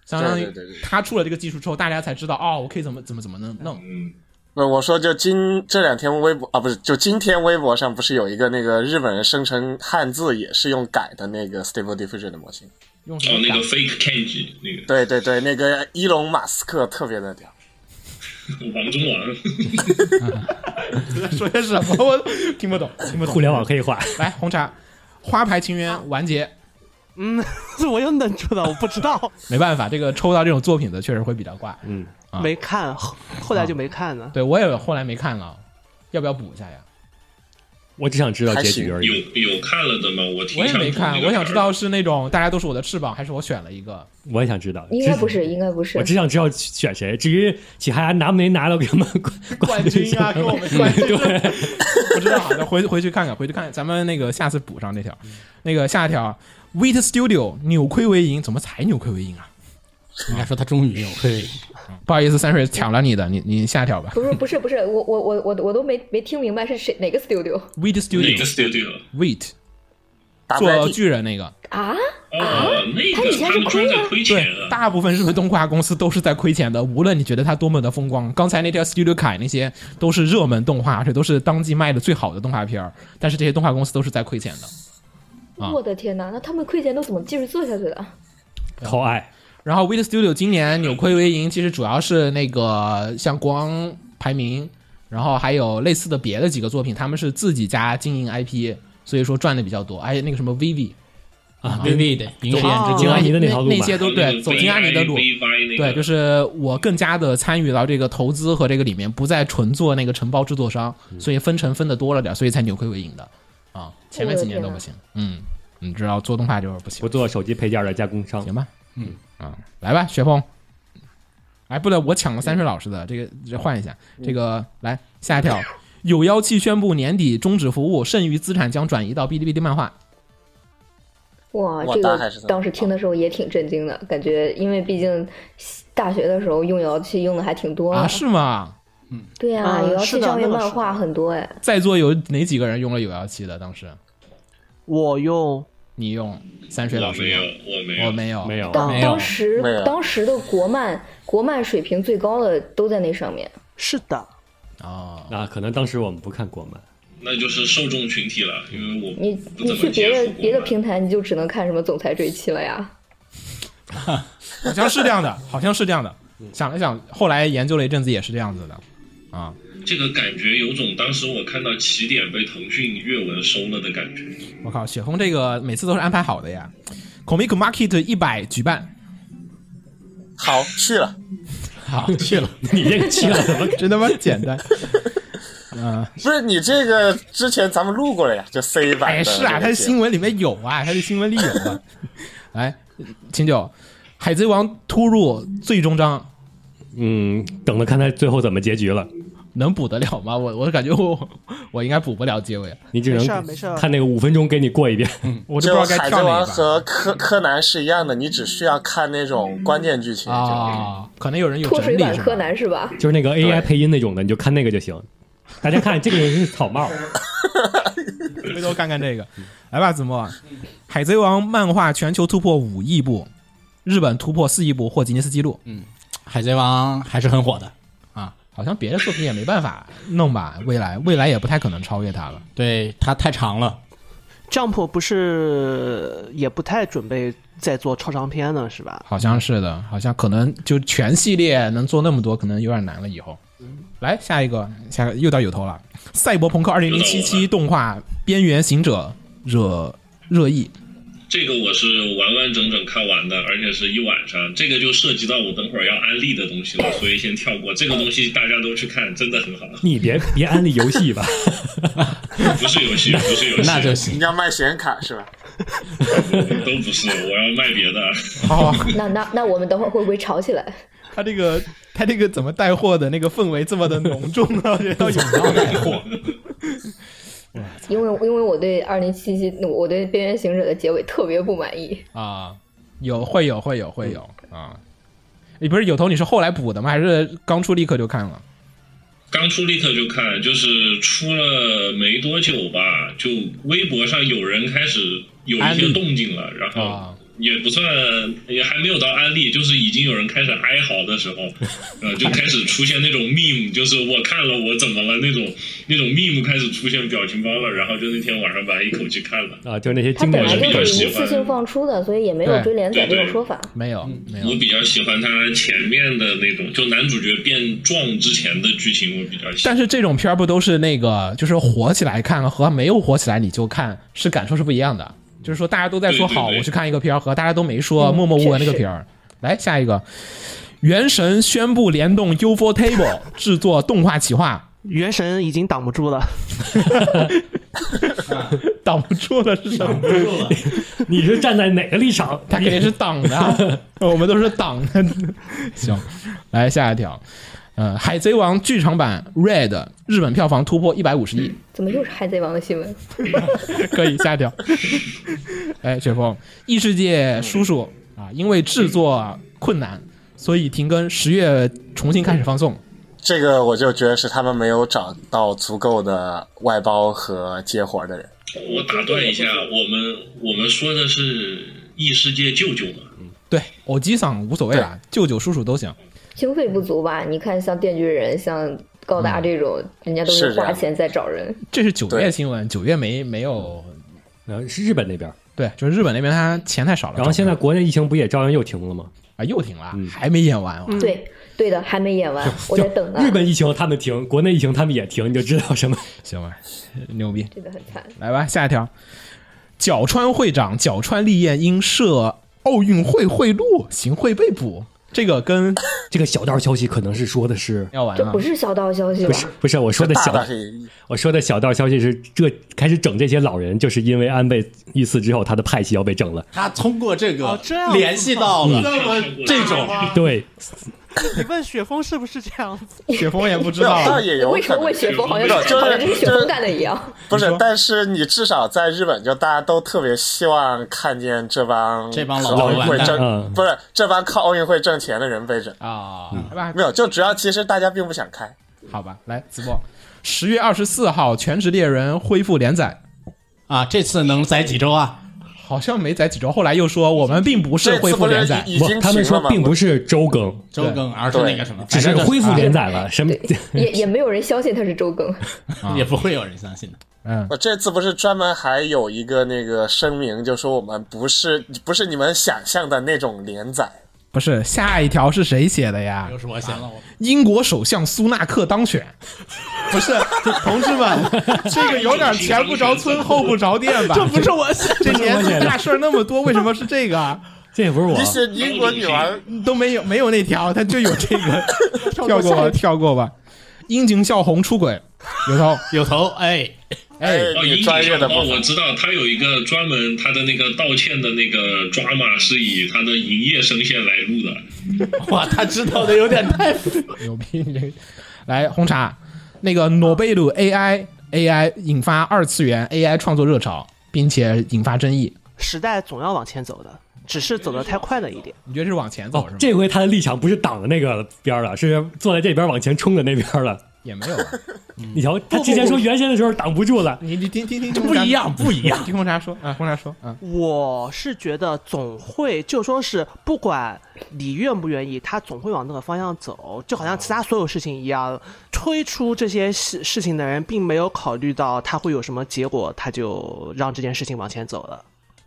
[SPEAKER 1] 相当于
[SPEAKER 5] 对对对对
[SPEAKER 1] 他出了这个技术之后，大家才知道哦，我可以怎么怎么怎么弄弄。
[SPEAKER 5] 嗯不，我说就今这两天微博啊，不是，就今天微博上不是有一个那个日本人生成汉字也是用改的那个 Stable Diffusion 的模型。
[SPEAKER 1] 用什
[SPEAKER 4] 哦
[SPEAKER 1] 么，
[SPEAKER 4] 那
[SPEAKER 1] 改
[SPEAKER 4] 个 fake kanji 那个
[SPEAKER 5] 对对对，那个伊隆马斯克特别的屌。
[SPEAKER 4] 王中王，
[SPEAKER 1] 说些什么？我听不懂，听不 懂。
[SPEAKER 3] 互联网黑化，
[SPEAKER 1] 来红茶，花牌情缘完结，
[SPEAKER 6] 嗯，这我又愣住了，我不知道，
[SPEAKER 1] 没办法，这个抽到这种作品的确实会比较怪。
[SPEAKER 7] 嗯
[SPEAKER 1] 啊
[SPEAKER 6] 没看，后后来就没看
[SPEAKER 7] 啊
[SPEAKER 6] 了。
[SPEAKER 1] 对我也后来没看了，要不要补一下呀？
[SPEAKER 3] 我只想知道结局
[SPEAKER 5] 还行
[SPEAKER 3] 而
[SPEAKER 4] 有
[SPEAKER 3] 已。
[SPEAKER 4] 有看了的吗？我挺
[SPEAKER 1] 我也
[SPEAKER 4] 想
[SPEAKER 1] 没
[SPEAKER 4] 补
[SPEAKER 1] 看
[SPEAKER 4] 那，个
[SPEAKER 1] 我想知
[SPEAKER 4] 片儿
[SPEAKER 1] 道是那种大家都是我的翅膀，还是我选了一个？
[SPEAKER 3] 我也想知道，
[SPEAKER 2] 应该不是，应该不是
[SPEAKER 3] 我。只想知道选谁。至于其他拿没拿到什么
[SPEAKER 1] 冠军啊，跟我们冠 军。不知道，好的，回回去看看，回去看看，咱们那个下次补上这条。
[SPEAKER 4] 嗯
[SPEAKER 1] 那个下一条，Wait Studio 扭亏为盈，怎么才扭亏为盈啊？
[SPEAKER 7] 应该说他终于有嗯会
[SPEAKER 1] 不好意思，三水抢了你的，你你下一条吧。
[SPEAKER 2] 不是不是不是，我我我我我都没没听明白是谁哪个 studio
[SPEAKER 1] Wait
[SPEAKER 4] 哪个
[SPEAKER 1] Studio
[SPEAKER 4] studio？
[SPEAKER 1] Wait 做
[SPEAKER 5] WIT
[SPEAKER 1] 巨人那个，
[SPEAKER 2] 啊？
[SPEAKER 4] 哦，那
[SPEAKER 2] 他以
[SPEAKER 4] 个
[SPEAKER 2] 前
[SPEAKER 4] 他
[SPEAKER 2] 是
[SPEAKER 4] 们居然
[SPEAKER 2] 亏
[SPEAKER 4] 在
[SPEAKER 2] 啊
[SPEAKER 4] 亏
[SPEAKER 1] 对
[SPEAKER 4] 钱，啊！
[SPEAKER 1] 大部分日本动画公司都是在亏钱的，无论你觉得它多么的风光。刚才那条 Studio 凯那些都是热门动画，而且都是当季卖的最好的动画片儿，但是这些动画公司都是在亏钱的。啊
[SPEAKER 2] 我的天哪，那他们亏钱都怎么继续做下去的？
[SPEAKER 3] 好爱，
[SPEAKER 1] 然后 Wit Studio 今年扭亏为盈，其实主要是那个像国王排名，然后还有类似的别的几个作品，他们是自己家经营 IP，所以说赚的比较多。哎，那个什么 Vivi，
[SPEAKER 7] 啊，微微的影视
[SPEAKER 6] 啊
[SPEAKER 7] 眼之
[SPEAKER 3] 金阿
[SPEAKER 7] 间
[SPEAKER 3] 尼的那条路吧
[SPEAKER 1] 那些都
[SPEAKER 4] 嗯
[SPEAKER 1] 对，走金阿尼的路。对，就是是我更加的参与到这个投资和这个里面，不再纯做那个承包制作商，所以分成分的多了点，所以才扭亏为盈的啊。前面几年都不行，嗯，你知道做动画就是不行
[SPEAKER 3] 不，做手机配件的加工商
[SPEAKER 1] 行。吧，嗯啊，来吧，雪峰。哎，不对，我抢了三水老师的这个，这换一下，这个来下一条，有妖气宣布年底终止服务，剩余资产将转移到哔哩哔哩漫画。
[SPEAKER 2] 哇，
[SPEAKER 5] 我
[SPEAKER 2] 这
[SPEAKER 5] 大概是这么
[SPEAKER 2] 个当时听的时候也挺震惊的，感觉因为毕竟大学的时候用遥器用的还挺多
[SPEAKER 1] 啊，是吗？
[SPEAKER 2] 对啊，
[SPEAKER 6] 嗯
[SPEAKER 2] 遥
[SPEAKER 6] 是
[SPEAKER 2] 器
[SPEAKER 6] 的
[SPEAKER 2] 上面
[SPEAKER 6] 那个
[SPEAKER 2] 漫
[SPEAKER 6] 是
[SPEAKER 2] 画很多哎，
[SPEAKER 1] 在座有哪几个人用了有妖气的？当时
[SPEAKER 6] 我用
[SPEAKER 1] 你用三水
[SPEAKER 4] 我
[SPEAKER 1] 老师哦
[SPEAKER 4] 没有，我没
[SPEAKER 1] 用，我
[SPEAKER 4] 有，
[SPEAKER 1] 没有，
[SPEAKER 3] 没有，
[SPEAKER 2] 当
[SPEAKER 7] 没有
[SPEAKER 2] 当时
[SPEAKER 5] 没有
[SPEAKER 2] 当时的国漫国漫水平最高的都在那上面。
[SPEAKER 6] 是的，
[SPEAKER 1] 哦，
[SPEAKER 3] 那可能当时我们不看国漫，
[SPEAKER 4] 那就是受众群体了，因为我
[SPEAKER 2] 你
[SPEAKER 4] 不
[SPEAKER 2] 你
[SPEAKER 4] 怎
[SPEAKER 2] 去
[SPEAKER 4] 么
[SPEAKER 2] 别
[SPEAKER 4] 接
[SPEAKER 2] 的
[SPEAKER 4] 触
[SPEAKER 2] 别的
[SPEAKER 4] 过
[SPEAKER 2] 平台，你就只能看什么总裁追妻了呀。
[SPEAKER 1] 好像是这样的， 好像是这样的。想了想，后来研究了一阵子，也是这样子的。啊，
[SPEAKER 4] 这个感觉有种当时我看到起点被腾讯阅文收了的感觉。
[SPEAKER 1] 我靠，雪峰这个每次都是安排好的呀。Comic Market 一百举办，
[SPEAKER 5] 好去了，
[SPEAKER 7] 好 去了，
[SPEAKER 3] 你这个去了什么？
[SPEAKER 1] 真他妈简 单。
[SPEAKER 5] 不是你这个之前咱们录过了呀，就 C 版的
[SPEAKER 1] 哎，
[SPEAKER 5] 那个节
[SPEAKER 1] 是
[SPEAKER 5] 目。
[SPEAKER 1] 啊，他的新闻里面有啊，他的新闻里有啊。 来，秦九，《海贼王》突入最终章，
[SPEAKER 3] 嗯，等着看他最后怎么结局了。
[SPEAKER 1] 能补得了吗？我我感觉我我应该补不了结尾，
[SPEAKER 3] 你只
[SPEAKER 6] 没
[SPEAKER 3] 能
[SPEAKER 6] 事儿没事儿
[SPEAKER 3] 看那个五分钟给你过一遍。
[SPEAKER 1] 嗯我就
[SPEAKER 5] 就
[SPEAKER 1] 不知道该
[SPEAKER 5] 海贼
[SPEAKER 1] 跳哪
[SPEAKER 5] 王
[SPEAKER 1] 一把
[SPEAKER 5] 和柯柯南是一样的，你只需要看那种关键剧情就。
[SPEAKER 1] 啊。可能有人有
[SPEAKER 2] 脱
[SPEAKER 1] 整
[SPEAKER 2] 水
[SPEAKER 1] 理
[SPEAKER 2] 版
[SPEAKER 1] 是
[SPEAKER 2] 柯
[SPEAKER 1] 吧？
[SPEAKER 2] 南是吧？
[SPEAKER 3] 就是那个 AI 配音那种的，你就看那个就行。大家看这个人是草 帽，
[SPEAKER 1] 回头看看这个，来吧，子墨，《海贼王》漫画全球突破五亿部，日本突破四亿部，获吉尼斯纪录。
[SPEAKER 7] 海贼王还是很火的。
[SPEAKER 1] 啊，好像别的作品也没办法弄吧，未来未来也不太可能超越它了。
[SPEAKER 7] 对它太长了，
[SPEAKER 6] Jump 不是呃也不太准备再做超长篇了，是吧？
[SPEAKER 1] 好像是的，好像可能就全系列能做那么多，可能有点难了。以后，来下一个，下一个又到有头了，《赛博朋克2007
[SPEAKER 4] 又到我
[SPEAKER 1] 七动画《边缘行者》惹热议。
[SPEAKER 4] 这个我是完完整整看完的，而且是一晚上。这个就涉及到我等会儿要安利的东西了，所以先跳过。这个东西大家都去看，真的很好，
[SPEAKER 3] 你别别安利游戏吧。
[SPEAKER 4] 不是游戏，不 是游戏，
[SPEAKER 7] 那就
[SPEAKER 5] 你
[SPEAKER 7] 行。
[SPEAKER 5] 要卖显卡是吧？
[SPEAKER 4] 都不是。我要卖别的，
[SPEAKER 1] 好、
[SPEAKER 2] 那那那我们等会儿会不会吵起来？
[SPEAKER 1] 他这个他这个怎么带货的那个氛围这么的浓重啊？我觉得到有头带货。
[SPEAKER 2] 因为因为我对二零七七，我对《边缘行者》的结尾特别不满意。
[SPEAKER 1] 啊，有会有会有嗯会有啊！你不是有头，你是后来补的吗？还是刚出立刻就看了？
[SPEAKER 4] 刚出立刻就看，就是出了没多久吧，就微博上有人开始有一
[SPEAKER 7] 安
[SPEAKER 4] 些
[SPEAKER 7] 利
[SPEAKER 4] 动静了，然后
[SPEAKER 1] 啊
[SPEAKER 4] 也不算，也还没有到安利，就是已经有人开始哀嚎的时候，呃，就开始出现那种 meme，就是我看了我怎么了那种那种 meme 开始出现表情包了，然后就那天晚上把它一口气看了。
[SPEAKER 3] 啊，就是那些
[SPEAKER 2] 它
[SPEAKER 3] 经
[SPEAKER 2] 本
[SPEAKER 3] 典
[SPEAKER 2] 来
[SPEAKER 3] 的
[SPEAKER 4] 比较
[SPEAKER 2] 就是
[SPEAKER 4] 喜
[SPEAKER 2] 一
[SPEAKER 4] 欢
[SPEAKER 2] 次性放出的，所以也没有
[SPEAKER 1] 对
[SPEAKER 2] 追连载这
[SPEAKER 4] 对对
[SPEAKER 2] 种说法。
[SPEAKER 1] 没有没
[SPEAKER 4] 我
[SPEAKER 1] 有，
[SPEAKER 4] 比较喜欢他前面的那种，就男主角变壮之前的剧情，我比较喜欢。
[SPEAKER 1] 但是这种片儿不都是那个，就是火起来看和没有火起来你就看，是感受是不一样的。就是说大家都在说
[SPEAKER 4] 对对
[SPEAKER 1] 好，
[SPEAKER 4] 对
[SPEAKER 1] 我去看一个片儿，和大家都没说默默无闻那个片儿。来下一个，《原神》宣布联动 UFO Table 制作动画企划，
[SPEAKER 6] 原神已经挡不住了，
[SPEAKER 1] 挡不住了是什么？
[SPEAKER 3] 你是站在哪个立场？
[SPEAKER 1] 他肯定是挡的 啊，我们都是挡的。 行，来下一条，呃，《海贼王》剧场版 Red 日本票房突破一百五十亿，
[SPEAKER 2] 怎么又是海贼王的新闻？
[SPEAKER 1] 可以下一条。 哎，雪峰，异世界叔叔啊，因为制作困难，所以停更，十月重新开始放送。
[SPEAKER 5] 这个我就觉得是他们没有找到足够的外包和接活的人。
[SPEAKER 4] 我打断一下，我们我们说的是异世界舅舅嘛？
[SPEAKER 1] 对，偶机嗓无所谓啦，舅舅叔叔都行。
[SPEAKER 2] 经费不足吧？你看，像电锯人、像高达这种，人家都
[SPEAKER 5] 是
[SPEAKER 2] 是
[SPEAKER 5] 这样
[SPEAKER 2] 花钱在找人。
[SPEAKER 1] 这是九月
[SPEAKER 5] 对
[SPEAKER 1] 新闻，九月没没有。
[SPEAKER 3] 然后呃是日本那边，
[SPEAKER 5] 啊
[SPEAKER 1] 对，就是日本那边他钱太少了，
[SPEAKER 3] 然后现在国内疫情不也照样又停了吗？
[SPEAKER 1] 啊又停了，
[SPEAKER 3] 嗯
[SPEAKER 1] 还没演完、啊。
[SPEAKER 2] 对，对的，还没演完，我
[SPEAKER 3] 就
[SPEAKER 2] 在等啊呢。
[SPEAKER 3] 日本疫情他们停，国内疫情他们也停，你就知道什么。
[SPEAKER 1] 行吧，牛逼。
[SPEAKER 2] 真的很惨。
[SPEAKER 1] 来吧，下一条。角川会长角川丽彦因涉奥运会贿赂行贿被捕，这个跟。
[SPEAKER 3] 这个小道消息可能是说的是
[SPEAKER 1] 要完
[SPEAKER 2] 这
[SPEAKER 1] 了
[SPEAKER 2] 不。是小道消息
[SPEAKER 3] 不
[SPEAKER 2] 吧？
[SPEAKER 3] 是不是，我说的
[SPEAKER 5] 大
[SPEAKER 3] 小
[SPEAKER 5] 大是
[SPEAKER 3] 我说的小道消息是，这开始整这些老人，就是因为安倍遇刺之后，他的派系要被整了。
[SPEAKER 7] 他通过这个
[SPEAKER 6] 哦这样子
[SPEAKER 7] 联系到了这种，
[SPEAKER 3] 对，
[SPEAKER 6] 你问雪峰是不是这样子？
[SPEAKER 1] 雪峰也不知
[SPEAKER 5] 没有，
[SPEAKER 1] 道
[SPEAKER 5] 倒
[SPEAKER 1] 啊，
[SPEAKER 5] 也有
[SPEAKER 2] 为什
[SPEAKER 5] 可
[SPEAKER 2] 么
[SPEAKER 5] 能
[SPEAKER 2] 问。雪峰好像
[SPEAKER 5] 没有就是
[SPEAKER 2] 好像这是雪
[SPEAKER 5] 就是
[SPEAKER 2] 峰干的一样？
[SPEAKER 5] 不是
[SPEAKER 1] 说，
[SPEAKER 5] 但是你至少在日本，就大家都特别希望看见这帮
[SPEAKER 7] 这帮老
[SPEAKER 5] 靠奥运会
[SPEAKER 7] 老
[SPEAKER 5] 挣
[SPEAKER 3] 完蛋嗯，
[SPEAKER 5] 不是这帮靠奥运会挣钱的人被整。
[SPEAKER 1] 啊，来吧，
[SPEAKER 5] 没有，就主要其实大家并不想开。
[SPEAKER 1] 好吧，来直播。十月二十四号，《全职猎人》恢复连载，
[SPEAKER 7] 啊，这次能载几周啊？
[SPEAKER 1] 好像没载几周，后来又说我们并不是
[SPEAKER 5] 这
[SPEAKER 1] 恢
[SPEAKER 5] 次
[SPEAKER 1] 复
[SPEAKER 5] 不
[SPEAKER 1] 连
[SPEAKER 5] 是
[SPEAKER 1] 载，
[SPEAKER 5] 已已
[SPEAKER 3] 不
[SPEAKER 5] 经，
[SPEAKER 3] 他们
[SPEAKER 5] 停了
[SPEAKER 3] 说
[SPEAKER 5] 吗？
[SPEAKER 3] 并不是周更，
[SPEAKER 7] 周更，而是那个什么，
[SPEAKER 3] 只是
[SPEAKER 7] 反正就
[SPEAKER 3] 恢复连
[SPEAKER 7] 啊
[SPEAKER 3] 载了。什么
[SPEAKER 2] 对？，也也没有人相信他是周更。
[SPEAKER 7] 也不会有人相信的。
[SPEAKER 1] 嗯，
[SPEAKER 5] 我这次不是专门还有一个那个声明，就说我们不是不是你们想象的那种连载，
[SPEAKER 1] 不是。下一条是谁写的呀
[SPEAKER 7] 又？是我想了，我
[SPEAKER 1] 英国首相苏纳克当选， 不是，同志们， 这个有点前不着村后不着店吧？
[SPEAKER 6] 这不 是我想
[SPEAKER 1] 这年头大事儿那么多，为什么是这个 啊？
[SPEAKER 3] 这也不是我
[SPEAKER 5] 你，写英国女王
[SPEAKER 1] 都没有没有那条，他就有这个， 跳过吧，跳过吧。樱井孝宏出轨，有头，
[SPEAKER 7] 有头哎，
[SPEAKER 1] 哎，
[SPEAKER 5] 哎
[SPEAKER 4] 哦，
[SPEAKER 5] 你专业的部
[SPEAKER 4] 哦，
[SPEAKER 5] 分
[SPEAKER 4] 我知道他有一个专门他的那个道歉的那个 drama 是以他的营业声线来录的。
[SPEAKER 7] 哇，他知道的有点太
[SPEAKER 1] 牛逼！你这个来红茶，那个诺贝鲁 AI AI 引发二次元 AI 创作热潮，并且引发争议。
[SPEAKER 6] 时代总要往前走的，只是走得太快了一点。
[SPEAKER 1] 你觉得这是往前走
[SPEAKER 3] 哦
[SPEAKER 1] 是，吗？
[SPEAKER 3] 这回他的立场不是挡的那个边儿了，是坐在这边往前冲的那边儿了。
[SPEAKER 1] 也没有啊，
[SPEAKER 3] 你瞧，他之前说原先的时候挡不住了，
[SPEAKER 1] 你你听听听，
[SPEAKER 3] 这不一样，不一样。
[SPEAKER 1] 听红茶说啊，红茶说啊，
[SPEAKER 6] 我是觉得总会就说是不管你愿不愿意，他总会往那个方向走，就好像其他所有事情一样，推出这些事事情的人并没有考虑到他会有什么结果，他就让这件事情往前走了。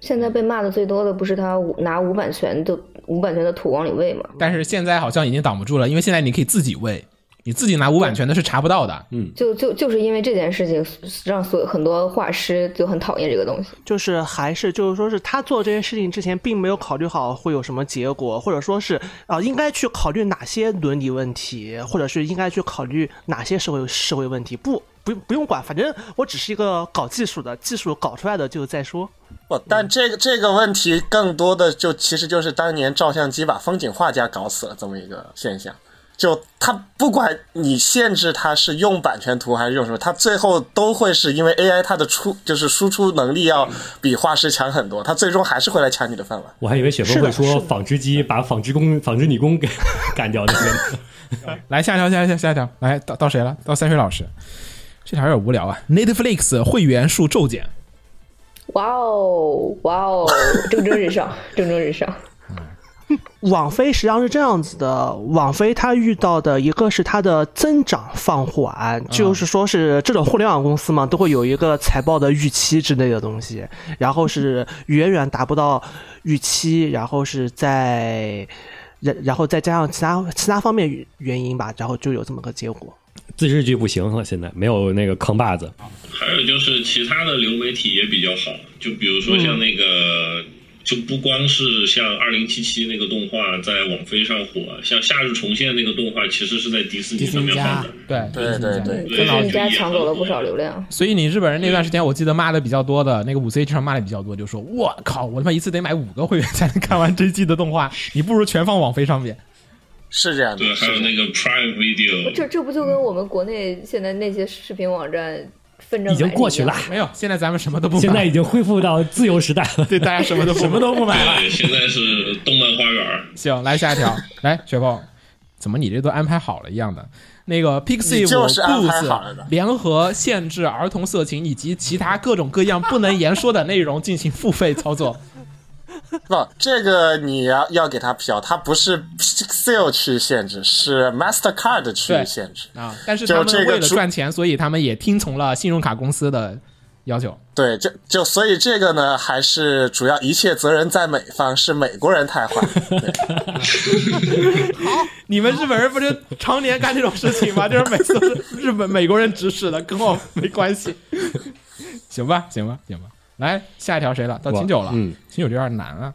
[SPEAKER 2] 现在被骂的最多的不是他拿无版权的无版权的土往里喂吗？
[SPEAKER 1] 但是现在好像已经挡不住了，因为现在你可以自己喂，你自己拿无版权的是查不到的。
[SPEAKER 2] 就就就是因为这件事情，让所有很多画师就很讨厌这个东西。
[SPEAKER 6] 就是还是就是说是他做这件事情之前，并没有考虑好会有什么结果，或者说是啊、呃应该去考虑哪些伦理问题，或者是应该去考虑哪些社会社会问题。不，不用不用管，反正我只是一个搞技术的，技术搞出来的就再说。
[SPEAKER 5] 不，但这个这个问题更多的就其实就是当年照相机把风景画家搞死了这么一个现象。就它不管你限制它是用版权图还是用什么，它最后都会是因为 AI 它的出就是输出能力要比画师强很多，它最终还是会来抢你的饭碗。
[SPEAKER 3] 我还以为雪峰会
[SPEAKER 6] 是的
[SPEAKER 3] 说
[SPEAKER 6] 是的
[SPEAKER 3] 纺织机把纺织工、纺织女 工给干掉的呢。
[SPEAKER 1] 来下一条，下一条，下一条，来到到谁了？到三水老师，这条有点无聊啊。Netflix 会员数骤减，
[SPEAKER 2] 哇哦哇哦，蒸蒸日上，蒸蒸日上。
[SPEAKER 6] 网飞实际上是这样子的，网飞它遇到的一个是它的增长放缓，就是说是这种互联网公司嘛，都会有一个财报的预期之类的东西，然后是远远达不到预期，然后是在，然然后再加上其他其他方面原因吧，然后就有这么个结果。
[SPEAKER 3] 自治剧不行了，现在没有那个扛把子。
[SPEAKER 4] 还有就是其他的流媒体也比较好，就比如说
[SPEAKER 5] 嗯
[SPEAKER 4] 像那个，就不光是像二零七七那个动画在网飞上火，啊像夏日重现那个动画其实是在迪士尼
[SPEAKER 7] 迪士
[SPEAKER 4] 上
[SPEAKER 7] 尼
[SPEAKER 4] 面放
[SPEAKER 7] 家
[SPEAKER 4] 的。
[SPEAKER 1] 对
[SPEAKER 5] 对对对，
[SPEAKER 2] 迪士尼家抢走了不少流量，
[SPEAKER 1] 所以你日本人那段时间，我记得骂的比较多的那个五 C 上骂的比较多，就说我靠，我他妈一次得买五个会员才能看完这一季的动画，你不如全放网飞上面。
[SPEAKER 5] 是这样的
[SPEAKER 4] 对，。还
[SPEAKER 5] 是
[SPEAKER 4] 有
[SPEAKER 5] 这
[SPEAKER 4] 那
[SPEAKER 5] 样
[SPEAKER 4] 个 Prime
[SPEAKER 1] 嗯
[SPEAKER 4] Video，
[SPEAKER 2] 这这不就跟我们国内现在那些视频网站纷争
[SPEAKER 3] 已经过去了
[SPEAKER 2] 买的一样
[SPEAKER 1] 没有，现在咱们什么都不买，
[SPEAKER 3] 现在已经恢复到自由时代了。
[SPEAKER 1] 对大家什么都什么都不买了。
[SPEAKER 4] 对，现在是动漫花园。
[SPEAKER 1] 行，来下一条，来雪峰，怎么你这都安排好了一样的？那个 Pixie
[SPEAKER 5] 你就是安排好了
[SPEAKER 1] Booth
[SPEAKER 5] 的
[SPEAKER 1] 联合限制儿童色情以及其他各种各样不能言说的内容进行付费操作。
[SPEAKER 5] 不，这个你要要给他嫖，它不是 Pixel 去限制，是 Mastercard 去
[SPEAKER 1] 对
[SPEAKER 5] 限制。
[SPEAKER 1] 啊，但是他
[SPEAKER 5] 就这
[SPEAKER 1] 们
[SPEAKER 5] 个
[SPEAKER 1] 为了
[SPEAKER 5] 出
[SPEAKER 1] 赚钱，所以他们也听从了信用卡公司的要求。
[SPEAKER 5] 对，就就所以这个呢，还是主要一切责任在美方，是美国 人太坏。对
[SPEAKER 1] 你们日本人不是常年干这种事 情吗？就是每次都是日本美国人指使的，跟我没关系。 行吧，行吧，行吧。来下一条谁了？到秦九了。
[SPEAKER 3] 嗯，
[SPEAKER 1] 秦九这有点难啊。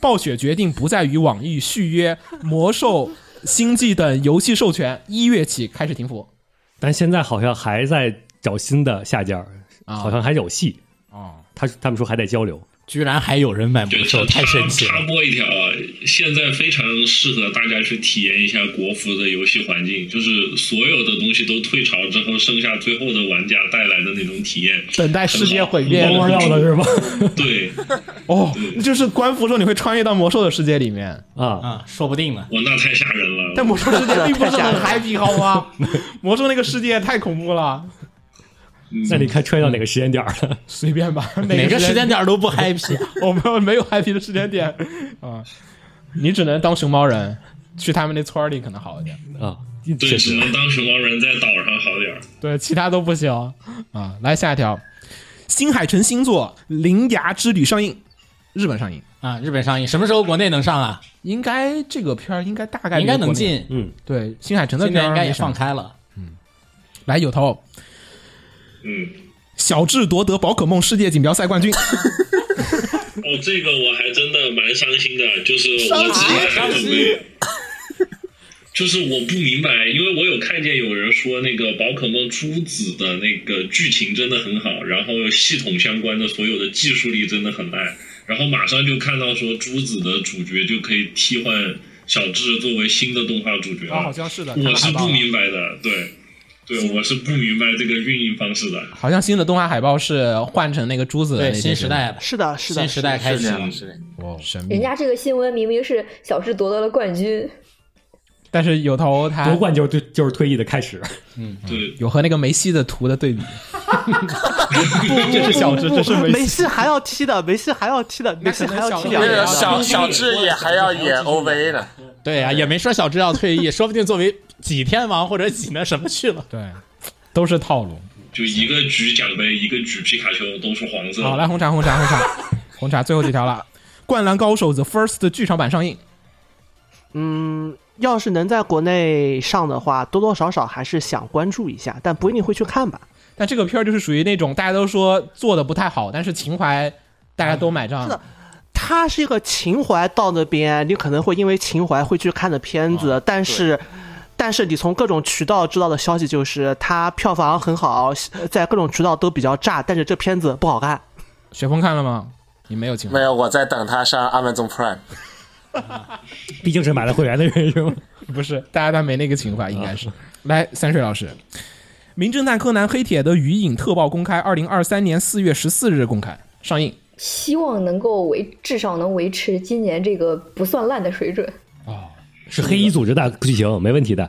[SPEAKER 1] 暴雪决定不再与网易续约《魔兽》《星际》等游戏授权，一月起开始停服。
[SPEAKER 3] 但现在好像还在找新的下家，
[SPEAKER 1] 啊
[SPEAKER 3] 好像还有戏。
[SPEAKER 1] 哦，
[SPEAKER 3] 他他们说还在交流。
[SPEAKER 7] 居然还有人买魔
[SPEAKER 4] 对，
[SPEAKER 7] 兽，太神奇
[SPEAKER 4] 插
[SPEAKER 7] 了！
[SPEAKER 4] 播一条啊，现在非常适合大家去体验一下国服的游戏环境，就是所有的东西都退潮之后，剩下最后的玩家带来的那种体验。
[SPEAKER 1] 等待世界毁灭
[SPEAKER 4] 很好
[SPEAKER 3] 料了是吗？
[SPEAKER 4] 对
[SPEAKER 1] 哦，就是官服说你会穿越到魔兽的世界里面，
[SPEAKER 3] 啊，
[SPEAKER 7] 啊，说不定呢。
[SPEAKER 4] 我那太吓人了。
[SPEAKER 1] 但魔兽世界并不是
[SPEAKER 6] 太吓人
[SPEAKER 1] 很
[SPEAKER 6] 了
[SPEAKER 1] happy 好吗？魔兽那个世界太恐怖了，
[SPEAKER 3] 那你看穿越到哪个时间点儿了？
[SPEAKER 1] 随便吧，
[SPEAKER 7] 哪
[SPEAKER 1] 哪
[SPEAKER 7] 个时
[SPEAKER 1] 间
[SPEAKER 7] 间点都不 happy，
[SPEAKER 1] 我们没有 happy 的时间点啊，你只能当熊猫人，去他们那村儿里可能好一点。
[SPEAKER 3] 啊，
[SPEAKER 4] 对，
[SPEAKER 3] 确
[SPEAKER 4] 只
[SPEAKER 3] 实
[SPEAKER 4] 能当熊猫人在岛上好点儿。
[SPEAKER 1] 对，其他都不行啊。来下一条，新海诚新作《铃芽之旅》上映，日本上映，
[SPEAKER 7] 啊！日本上映，什么时候国内能上啊？
[SPEAKER 1] 应该这个片儿应该大概率
[SPEAKER 7] 应该能
[SPEAKER 1] 国内。
[SPEAKER 7] 进，
[SPEAKER 1] 对，新海诚的
[SPEAKER 7] 今
[SPEAKER 1] 片
[SPEAKER 7] 年
[SPEAKER 1] 儿
[SPEAKER 7] 应该也
[SPEAKER 1] 没上
[SPEAKER 7] 放开了。
[SPEAKER 1] 来有头，
[SPEAKER 4] 嗯，
[SPEAKER 1] 小智夺得宝可梦世界锦标赛冠军。
[SPEAKER 4] 哦，这个我还真的蛮伤心的，就是我之前还
[SPEAKER 7] 伤
[SPEAKER 4] 准
[SPEAKER 7] 心
[SPEAKER 4] 备，就是我不明白，因为我有看见有人说那个宝可梦朱子的那个剧情真的很好，然后系统相关的所有的技术力真的很烂，然后马上就看到说朱子的主角就可以替换小智作为新的动画主角了，
[SPEAKER 1] 啊，好像是的，看
[SPEAKER 4] 我
[SPEAKER 1] 了
[SPEAKER 4] 嗯是
[SPEAKER 1] 海报
[SPEAKER 4] 不
[SPEAKER 1] 了
[SPEAKER 4] 明白的，对，对，我是不明白这个运营方式的。
[SPEAKER 1] 好像新的动画海报是换成那个珠子的
[SPEAKER 7] 对，
[SPEAKER 1] 那些
[SPEAKER 7] 新时代的，
[SPEAKER 6] 是的，是的，
[SPEAKER 7] 新时代开
[SPEAKER 5] 是这
[SPEAKER 7] 启。
[SPEAKER 5] 样的，是这样的。
[SPEAKER 1] 哦，神
[SPEAKER 2] 人
[SPEAKER 1] 秘。
[SPEAKER 2] 家这个新闻明明是小智夺得了冠军，
[SPEAKER 1] 但是有头他
[SPEAKER 3] 夺冠就是对就是退役的开 始。
[SPEAKER 4] 对，
[SPEAKER 1] 有和那个梅西的图的对比。这是小智，这是
[SPEAKER 6] 梅
[SPEAKER 1] 梅西。
[SPEAKER 6] 西还要踢的，梅西还要踢的，梅西还要踢两
[SPEAKER 1] 那
[SPEAKER 5] 那
[SPEAKER 6] 年
[SPEAKER 5] 个
[SPEAKER 1] 可能
[SPEAKER 6] 的。
[SPEAKER 5] 小小智也还要演 OVA 呢，
[SPEAKER 7] 对呀、也没说小智要退役，说不定作为几天王或者几那什么去了。
[SPEAKER 1] 对，都是套路。
[SPEAKER 4] 就一个举奖杯，一个举皮卡丘，都是黄色的。
[SPEAKER 1] 好，来红茶，红茶，红茶，红茶，最后几条了。《灌篮高手》The First 剧场版上映，
[SPEAKER 6] 嗯，要是能在国内上的话，多多少少还是想关注一下，但不一定会去看吧。
[SPEAKER 1] 但这个片儿就是属于那种大家都说做的不太好，但是情怀大家都买账。
[SPEAKER 6] 是的它是一个情怀到那边，你可能会因为情怀会去看的片
[SPEAKER 3] 啊
[SPEAKER 6] 子，但是。但是你从各种渠道知道的消息就是，它票房很好，在各种渠道都比较炸，但是这片子不好看。
[SPEAKER 1] 雪峰看了吗？你没有情怀
[SPEAKER 5] 没有，我在等他上 Amazon Prime。
[SPEAKER 3] 毕竟是买了会员的人是吗？
[SPEAKER 1] 不是，大家他没那个情怀，应该是。来，三水老师，《名侦探柯南：黑铁的余影》特报公开，二零二三年四月十四日公开上映。
[SPEAKER 2] 希望能够维，至少能维持今年这个不算烂的水准。
[SPEAKER 3] 是黑衣组织的剧情，没问题的，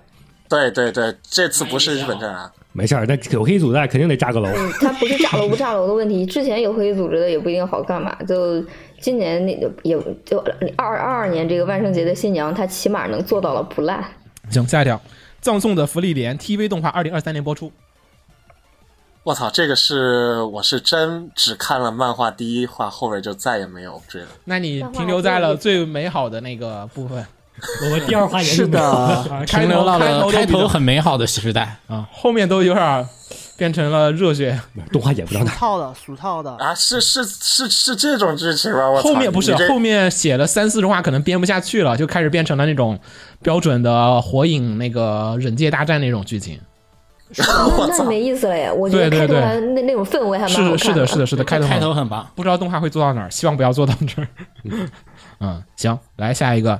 [SPEAKER 5] 对对对，这次不是日本站啊，
[SPEAKER 3] 没事儿。那有黑衣组织的肯定得炸个楼，
[SPEAKER 2] 嗯，它不是炸楼不炸楼的问题，之前有黑组织的也不一定好干嘛。就今年那个也就二二二年这个万圣节的新娘，她起码能做到了不 烂。
[SPEAKER 1] 行，下一条，《葬送的福利莲》TV 动画二零二三年播出。
[SPEAKER 5] 我操，这个是我是真只看了漫画第一话，后面就再也没有追了。
[SPEAKER 1] 那你停留在了最美好的那个部分，
[SPEAKER 3] 我们第二话也
[SPEAKER 6] 是的，
[SPEAKER 1] 啊
[SPEAKER 7] 停留到了
[SPEAKER 1] 开 头都
[SPEAKER 7] 开
[SPEAKER 1] 比
[SPEAKER 7] 头
[SPEAKER 1] 较
[SPEAKER 7] 很美好的时代啊，
[SPEAKER 1] 后面都有点儿变成了热血。
[SPEAKER 3] 动画也不让
[SPEAKER 6] 俗
[SPEAKER 3] 看。
[SPEAKER 6] 套的，俗套的。
[SPEAKER 5] 啊，是是是是这种剧情吗？我操
[SPEAKER 1] 后面不是
[SPEAKER 5] 你这
[SPEAKER 1] 后面写了三四十话，可能编不下去了，就开始变成了那种标准的火影那个忍界大战那种剧情。
[SPEAKER 2] 那那没意思了呀！我觉得
[SPEAKER 1] 对
[SPEAKER 2] 开
[SPEAKER 1] 对
[SPEAKER 2] 头
[SPEAKER 1] 对
[SPEAKER 2] 来那那种氛围还蛮好
[SPEAKER 1] 是
[SPEAKER 2] 看
[SPEAKER 1] 是的，是的，是的，开头
[SPEAKER 7] 开头很棒。
[SPEAKER 1] 不知道动画会做到哪儿，希望不要做到这儿。 嗯，行，来下一个，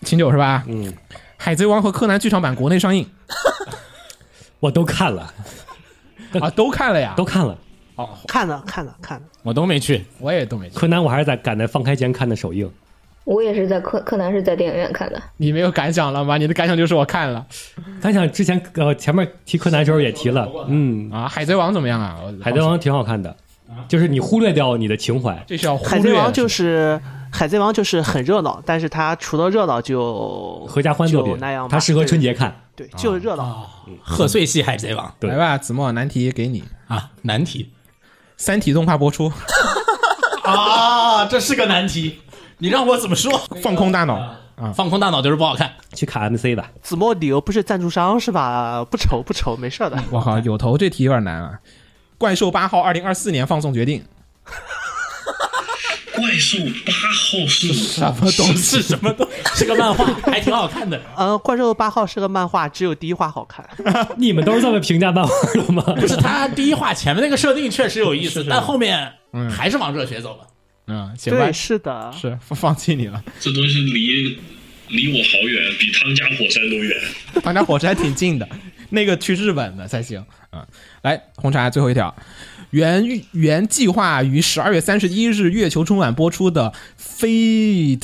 [SPEAKER 1] 秦九是吧？嗯，《海贼王》和《柯南》剧场版国内上映
[SPEAKER 3] 我都看了，
[SPEAKER 1] 啊，都看了呀
[SPEAKER 3] 都，看了。
[SPEAKER 6] 看了看了看了，
[SPEAKER 7] 我都没去，
[SPEAKER 1] 我也都没去，
[SPEAKER 3] 柯南我还是在赶在放开前看的首映，
[SPEAKER 2] 我也是在柯柯南是在电影院看的，
[SPEAKER 1] 你没有感想了吗？你的感想就是我看了
[SPEAKER 3] 咱想之前呃前面提柯南的时候也提了，嗯，
[SPEAKER 1] 啊，《海贼王》怎么样啊？我
[SPEAKER 3] 海贼王挺好看的，就是你忽略掉你的情怀，
[SPEAKER 1] 这是要忽略
[SPEAKER 6] 海贼王就是是海贼王就是很热闹，但是它除了热闹就
[SPEAKER 3] 合家欢作品
[SPEAKER 6] 就那样，吧
[SPEAKER 3] 它适合春节啊看。
[SPEAKER 6] 对，对就是热闹。
[SPEAKER 7] 贺岁系海贼王
[SPEAKER 3] 对
[SPEAKER 1] 来吧，子墨难题给你，《
[SPEAKER 7] 啊，难题
[SPEAKER 1] 三体》动画播出，
[SPEAKER 7] 啊，这是个难题，你让我怎么说？
[SPEAKER 1] 放空大脑。
[SPEAKER 7] 放空大脑就是不好看，
[SPEAKER 3] 去看 MC 的，
[SPEAKER 6] 子墨理由不是赞助商是吧？ 不愁不愁，没事儿的。
[SPEAKER 1] 我靠，有头这题有点难啊！《怪兽八号》二零二四年放送决定，
[SPEAKER 4] 怪兽八号是
[SPEAKER 1] 什么东西？
[SPEAKER 7] 是什么都是个漫画，还挺好 看的。
[SPEAKER 6] 呃，怪兽八号是个漫画，只有第一话 好看。
[SPEAKER 3] 你们都是这么评价漫画的 吗？
[SPEAKER 7] 不是他第一话前面那个设定确实有意思，但后面还是往热血走了。
[SPEAKER 1] 嗯，行吧
[SPEAKER 6] 对，，是的，
[SPEAKER 1] 是放放弃你了。
[SPEAKER 4] 这东西离离我好远，比汤加火山都远。
[SPEAKER 1] 唐家火车还挺近的， 那个去日本的才行啊、嗯来，红茶最后一条，原预原计划于十二月三十一日月球春晚播出的《Fate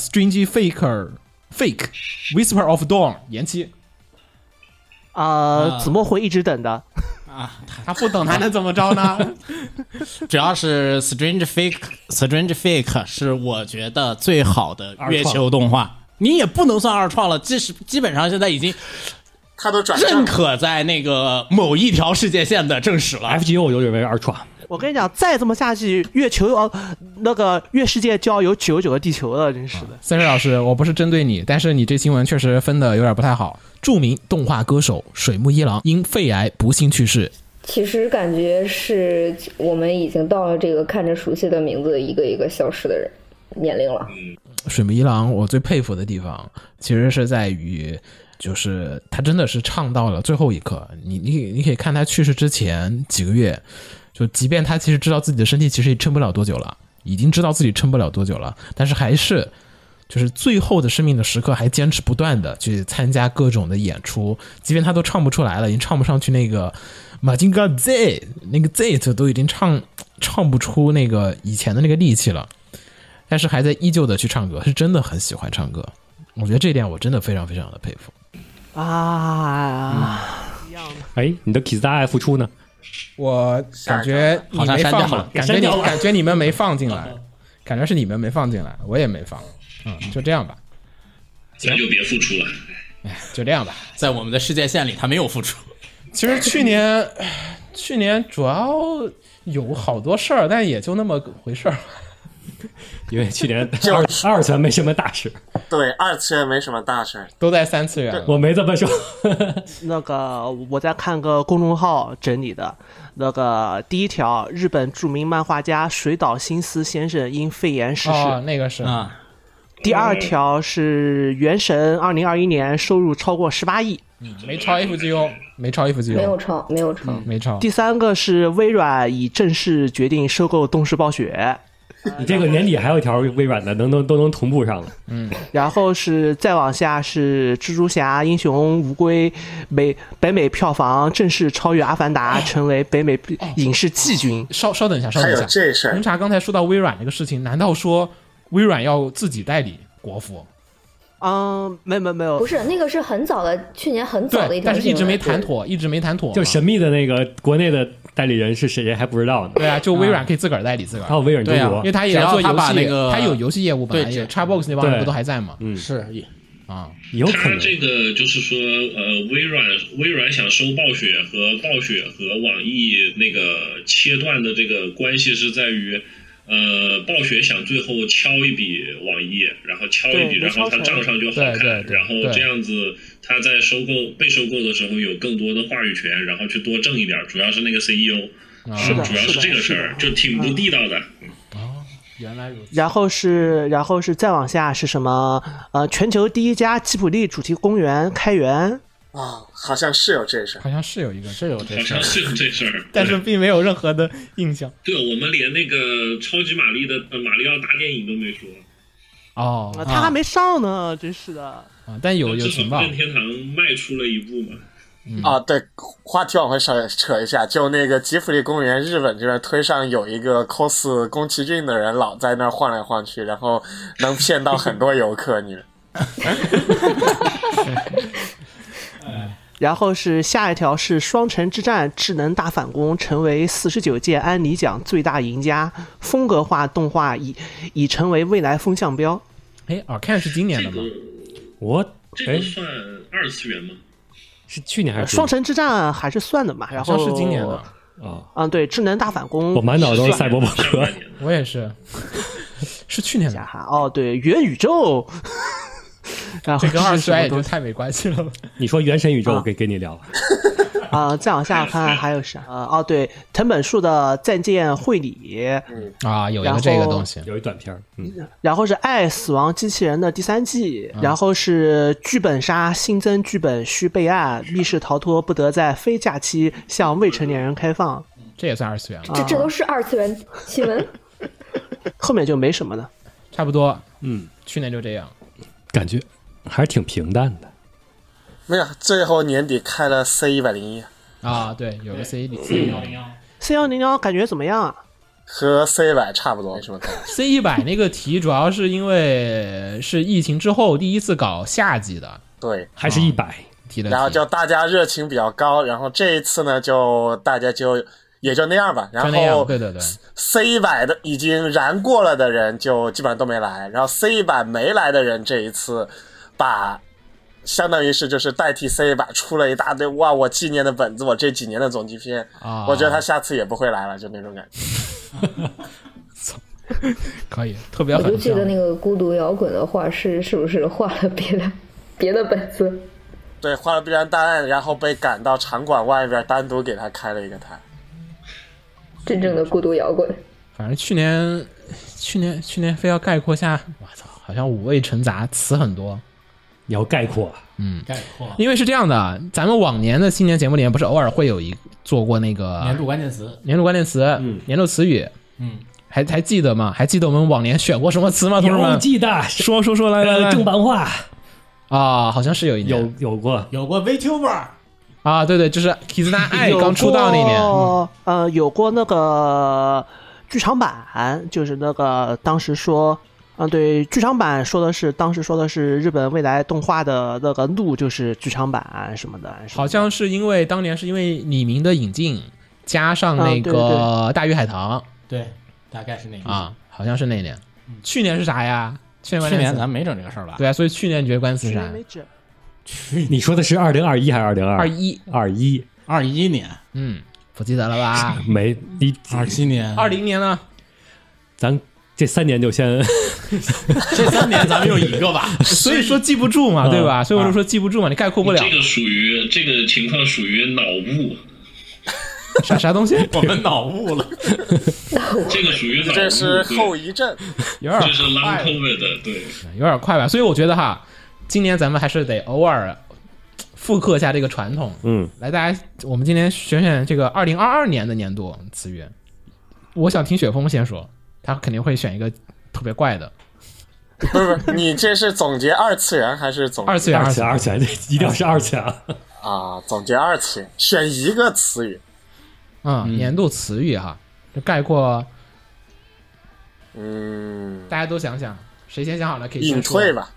[SPEAKER 1] Strange Faker Fake Whisper of Dawn》延期，
[SPEAKER 6] 呃，
[SPEAKER 1] 嗯
[SPEAKER 7] 啊
[SPEAKER 6] 子墨会一直等的。
[SPEAKER 1] 他不等 他能怎么着呢？
[SPEAKER 7] 主要是 Strange Fake Strange Fake 是我觉得最好的月球动画，你也不能算二创了，即使基本上现在已经
[SPEAKER 5] 他都转
[SPEAKER 7] 认
[SPEAKER 5] 正，
[SPEAKER 7] 可在那个某一条世界线的正史
[SPEAKER 1] 哎
[SPEAKER 7] 了。
[SPEAKER 3] FGO 我就认为是二创，
[SPEAKER 6] 我跟你讲，再这么下去，月球要那个月世界就要有九十九个地球了，真是的。
[SPEAKER 1] 三水老师，我不是针对你，但是你这新闻确实分的有点不太好。著名动画歌手水木一郎因肺癌不幸去世，
[SPEAKER 2] 其实感觉是我们已经到了这个看着熟悉的名字一个一个消失的人年龄了。
[SPEAKER 1] 水木一郎，我最佩服的地方其实是在于，就是他真的是唱到了最后一刻。你你你可以看他去世之前几个月，就即便他其实知道自己的身体其实也撑不了多久了，已经知道自己撑不了多久了，但是还是就是最后的生命的时刻还坚持不断的去参加各种的演出，即便他都唱不出来了，已经唱不上去那个马金嘎 Z 那个 Z 都已经唱唱不出那个以前的那个力气了。但是还在依旧的去唱歌，是真的很喜欢唱歌。我觉得这一点我真的非常非常的佩服。嗯
[SPEAKER 6] 啊，
[SPEAKER 3] 哎，你的 Kiss 大爱复出呢？
[SPEAKER 1] 我感觉你没
[SPEAKER 7] 好像删
[SPEAKER 1] 放
[SPEAKER 7] 掉了
[SPEAKER 1] 感觉
[SPEAKER 3] 删掉
[SPEAKER 1] 你
[SPEAKER 3] 了
[SPEAKER 1] 感觉你们没放进来，感觉是你们没放进来，我也没放。嗯，就这样吧，
[SPEAKER 4] 那就别付出了。
[SPEAKER 1] 就这样吧。
[SPEAKER 7] 在我们的世界线里，他没有付出。
[SPEAKER 1] 其实去年，唉 去年主要有好多事儿，但也就那么回事儿。
[SPEAKER 3] 因为去年二二次元没什么大事，
[SPEAKER 5] 对，二次元没什么大事儿。
[SPEAKER 1] 都在三次元了。
[SPEAKER 3] 我没这么说。
[SPEAKER 6] 那个我在看个公众号整理的，那个第一条，日本著名漫画家水岛新司先生因肺炎逝世。
[SPEAKER 1] 哦，那个是
[SPEAKER 7] 啊，
[SPEAKER 6] 第二条是《原神》二零二一年收入超过十八亿。
[SPEAKER 1] 没超 FGO，没超
[SPEAKER 2] 没有
[SPEAKER 1] FGO，
[SPEAKER 2] 成，没
[SPEAKER 1] 嗯
[SPEAKER 2] 有成。
[SPEAKER 1] 没超。
[SPEAKER 6] 第三个是微软已正式决定收购动视暴雪。
[SPEAKER 3] 你这个年底还有一条微软的，能能都能同步上了。
[SPEAKER 6] 然后是再往下是蜘蛛侠、英雄、无归，美北美票房正式超越《阿凡达》，成为北美影视季军。
[SPEAKER 1] 稍稍等一下，嗯稍
[SPEAKER 5] 还
[SPEAKER 1] 等一
[SPEAKER 5] 有
[SPEAKER 1] 下。
[SPEAKER 5] 这事儿
[SPEAKER 1] 红，茶刚才说到微软这个事情，难道说微软要自己代理国服？
[SPEAKER 6] 嗯，没有没有没
[SPEAKER 2] 不
[SPEAKER 6] 有，
[SPEAKER 2] 是那个是很早的，去年很早的
[SPEAKER 1] 对
[SPEAKER 2] 一，条
[SPEAKER 1] 但是
[SPEAKER 2] 新闻，
[SPEAKER 1] 一直没谈
[SPEAKER 2] 对。
[SPEAKER 1] 妥，一直没谈妥嘛。
[SPEAKER 3] 就神秘的那个国内的代理人是谁，还不知道呢。
[SPEAKER 1] 对啊，就微软可以自个儿代理自个
[SPEAKER 3] 还有
[SPEAKER 1] 儿，
[SPEAKER 3] 微软中
[SPEAKER 7] 对啊
[SPEAKER 3] 国
[SPEAKER 1] 因为他也要做
[SPEAKER 7] 只要
[SPEAKER 1] 游
[SPEAKER 7] 他把
[SPEAKER 1] 戏，
[SPEAKER 7] 那个
[SPEAKER 1] 他有游戏业务本来
[SPEAKER 7] 对嗯
[SPEAKER 1] 也
[SPEAKER 7] 这
[SPEAKER 1] ，Xbox 那帮人
[SPEAKER 3] 对
[SPEAKER 1] 不都还在吗？
[SPEAKER 7] 是也
[SPEAKER 1] 啊，
[SPEAKER 3] 有可
[SPEAKER 4] 他
[SPEAKER 3] 能。
[SPEAKER 4] 这个就是说，呃，微软微软想收暴雪和暴雪和网易那个切断的这个关系是在于，呃，暴雪想最后敲一笔网易，然后敲一笔，
[SPEAKER 6] 对
[SPEAKER 4] 然后
[SPEAKER 6] 没敲
[SPEAKER 4] 它
[SPEAKER 6] 成
[SPEAKER 4] 账上就好看
[SPEAKER 1] 对对，对
[SPEAKER 4] 然后这样子他在收购被收购的时候有更多的话语权，然后去多挣一点，主要是那个 CEO，
[SPEAKER 1] 啊
[SPEAKER 6] 是的
[SPEAKER 4] 主要是这个事儿，
[SPEAKER 6] 是
[SPEAKER 4] 就
[SPEAKER 6] 的
[SPEAKER 4] 挺不地道的。
[SPEAKER 1] 原来如此。
[SPEAKER 6] 然后是然后是再往下是什么？呃，全球第一家吉卜力主题公园开园。
[SPEAKER 5] 啊，好像是有这事儿。
[SPEAKER 1] 好像是有一个，
[SPEAKER 7] 是有这
[SPEAKER 4] 好
[SPEAKER 7] 事
[SPEAKER 4] 像
[SPEAKER 7] 儿。
[SPEAKER 4] 是有这事儿，
[SPEAKER 1] 但是并没有任何的印象。
[SPEAKER 4] 对我们连那个超级玛丽的呃马里奥大电影都没说。
[SPEAKER 1] 哦
[SPEAKER 6] 啊，他还没上呢，真是的。
[SPEAKER 1] 啊，但有有
[SPEAKER 4] 至少
[SPEAKER 1] 情报，
[SPEAKER 4] 任天堂迈出了一步嘛。
[SPEAKER 1] 嗯
[SPEAKER 5] 啊，对，话题往回扯扯一下，就那个吉普力公园，日本这边推上有一个 cos 宫崎骏的人，老在那儿晃来晃去，然后能骗到很多游 客。你们
[SPEAKER 6] 然后是下一条是《双城之战》智能大反攻成为四十九届安妮奖最大赢家，风格化动画已已成为未来风向标。
[SPEAKER 1] 哎，Arcan 是今年
[SPEAKER 4] 这
[SPEAKER 1] 的吗？
[SPEAKER 4] 个
[SPEAKER 3] 我
[SPEAKER 4] 这
[SPEAKER 3] 哎
[SPEAKER 4] 个算二次元吗？
[SPEAKER 3] 是去年还是
[SPEAKER 6] 双城之战还是算的嘛，然后
[SPEAKER 1] 好像是今年的，
[SPEAKER 3] 啊？
[SPEAKER 6] 嗯，对，智能大反攻，
[SPEAKER 3] 我满脑子都是
[SPEAKER 4] 啊
[SPEAKER 3] 赛博朋
[SPEAKER 4] 上
[SPEAKER 3] 克
[SPEAKER 4] 半，年的
[SPEAKER 1] 我也是， 是去年
[SPEAKER 6] 加
[SPEAKER 1] 的，
[SPEAKER 6] 哈哦，对，元宇宙，然后
[SPEAKER 1] 这跟二
[SPEAKER 6] 是
[SPEAKER 1] 次
[SPEAKER 6] 什
[SPEAKER 1] 元
[SPEAKER 6] 么
[SPEAKER 1] 也
[SPEAKER 6] 东
[SPEAKER 1] 就
[SPEAKER 6] 西
[SPEAKER 1] 太没关系了。
[SPEAKER 3] 你说元神宇宙，
[SPEAKER 6] 啊
[SPEAKER 3] 我给给你聊。
[SPEAKER 6] 啊、再往下看还有啥？呃哦，对，藤本树的《再见惠理》，
[SPEAKER 1] 啊，有一
[SPEAKER 6] 然
[SPEAKER 1] 个
[SPEAKER 6] 后
[SPEAKER 1] 这个东西，
[SPEAKER 3] 有一短片儿，嗯，
[SPEAKER 6] 然后是《爱死亡机器人》的第三季，
[SPEAKER 1] 嗯
[SPEAKER 6] 然后是剧本杀新增剧本需备案，密室逃脱不得在非假期向未成年人开放。
[SPEAKER 1] 这也算二次元了，
[SPEAKER 2] 这这都是二次元新闻，
[SPEAKER 6] 后面就没什么了。
[SPEAKER 1] 差不多。
[SPEAKER 3] 嗯，
[SPEAKER 1] 去年就这样。
[SPEAKER 3] 感觉还是挺平淡的。
[SPEAKER 5] 没有，最后年底开了 C 一百零一
[SPEAKER 1] 啊，对，有个 C C
[SPEAKER 6] C 幺零幺感觉怎么样啊？
[SPEAKER 5] 和 C 一百差不多，没什么感觉。
[SPEAKER 1] C 一百那个题，主要是因为是疫情之后第一次搞夏季的
[SPEAKER 5] 对，
[SPEAKER 3] 还是一百，
[SPEAKER 1] 题的题，
[SPEAKER 5] 然后就大家热情比较高，然后这一次呢，就大家就也就那样吧。然
[SPEAKER 1] 就那样，
[SPEAKER 5] 后
[SPEAKER 1] 对对对，
[SPEAKER 5] C 一百的已经燃过了的人就基本上都没来，然后 C 一百没来的人这一次把相当于是就是代替 C 一百出了一大堆哇，我纪念的本子，我这几年的总集篇，
[SPEAKER 1] 啊
[SPEAKER 5] 我觉得他下次也不会来了，就那种感觉。
[SPEAKER 1] 可以，特别
[SPEAKER 2] 我
[SPEAKER 1] 狠
[SPEAKER 2] 就。记得那个孤独摇滚的画师是不是画了别的别的本子？
[SPEAKER 5] 对，画了《必然档案》，然后被赶到场馆外边，单独给他开了一个台。
[SPEAKER 2] 真正的孤独摇滚，
[SPEAKER 1] 反正去年，去年，去年非要概括下，我操，好像五味陈杂，词很多。
[SPEAKER 3] 你要概括啊，
[SPEAKER 7] 概括
[SPEAKER 1] 因为是这样的，咱们往年的新年节目里面不是偶尔会有一做过那个
[SPEAKER 7] 年度关键词，
[SPEAKER 1] 年度关键词、年度词语，
[SPEAKER 7] 嗯，
[SPEAKER 1] 还还记得吗？还记得我们往年选过什么词吗？同志
[SPEAKER 3] 有
[SPEAKER 1] 们，
[SPEAKER 3] 记得
[SPEAKER 1] 说说说来来
[SPEAKER 3] 呃
[SPEAKER 1] 来
[SPEAKER 3] 正版化
[SPEAKER 1] 啊，好像是有一
[SPEAKER 3] 有
[SPEAKER 1] 年
[SPEAKER 3] 有过，
[SPEAKER 7] 有过 VTuber，
[SPEAKER 1] 啊，对对，就是 Kizuna 爱
[SPEAKER 6] 有
[SPEAKER 1] 哎刚出道那年，
[SPEAKER 6] 过呃，有过那个剧场版，就是那个当时说。嗯，对，剧场版说的是当时说的是日本未来动画的那个路，就是剧场版什么的。什么
[SPEAKER 1] 好
[SPEAKER 6] 的
[SPEAKER 1] 像是因为当年是因为李明的引进，加上
[SPEAKER 6] 啊
[SPEAKER 1] 那
[SPEAKER 6] 对对
[SPEAKER 1] 个大鱼海棠
[SPEAKER 7] 对，大概是那个。
[SPEAKER 1] 啊，好像是那年。去年是啥呀？去年关
[SPEAKER 7] 去
[SPEAKER 1] 键
[SPEAKER 7] 年
[SPEAKER 1] 词
[SPEAKER 7] 咱们没整这个事儿吧？
[SPEAKER 1] 对啊，所以去年你觉得关键词
[SPEAKER 6] 去
[SPEAKER 1] 是
[SPEAKER 6] 年
[SPEAKER 1] 啥？
[SPEAKER 6] 为止，
[SPEAKER 3] 你说的是二零二一还是二零二
[SPEAKER 1] 二？一，
[SPEAKER 3] 二一？
[SPEAKER 7] 二一年、
[SPEAKER 1] 嗯，不记得了吧
[SPEAKER 3] 没你
[SPEAKER 7] 二七年、
[SPEAKER 1] 二零年呢？
[SPEAKER 3] 咱这三年就先
[SPEAKER 7] 这三年咱们就一个 吧。
[SPEAKER 1] 所以说记不住嘛，
[SPEAKER 3] 嗯
[SPEAKER 1] 对吧？所以我就说记不住嘛，你概括不 了
[SPEAKER 4] 这个属于这个情况属于脑雾，
[SPEAKER 1] 啥啥东西，
[SPEAKER 7] 我们脑雾了，
[SPEAKER 4] 这个属于脑雾，
[SPEAKER 5] 这是后
[SPEAKER 4] 对，
[SPEAKER 5] 遗症，
[SPEAKER 1] 有点
[SPEAKER 4] 这是 long
[SPEAKER 1] 快，
[SPEAKER 4] covid 的，对，
[SPEAKER 1] 有点快吧？所以我觉得哈，今年咱们还是得偶尔复刻一下这个传统，
[SPEAKER 3] 嗯，
[SPEAKER 1] 来，大家，我们今天选选这个二零二二年的年度词语。我想听雪峰先说，他肯定会选一个特别怪的
[SPEAKER 5] 不是不是，你这是总结二次元还是总
[SPEAKER 1] 二次元，
[SPEAKER 3] 二
[SPEAKER 1] 二
[SPEAKER 3] 次元，二次元，这一定要是二次元啊。
[SPEAKER 5] 啊？总结二次元，选一个词语。
[SPEAKER 1] 嗯，年度词语哈，就概括
[SPEAKER 5] 嗯，
[SPEAKER 1] 大家都想想，谁先想好了可以先
[SPEAKER 5] 隐
[SPEAKER 1] 说
[SPEAKER 5] 退吧，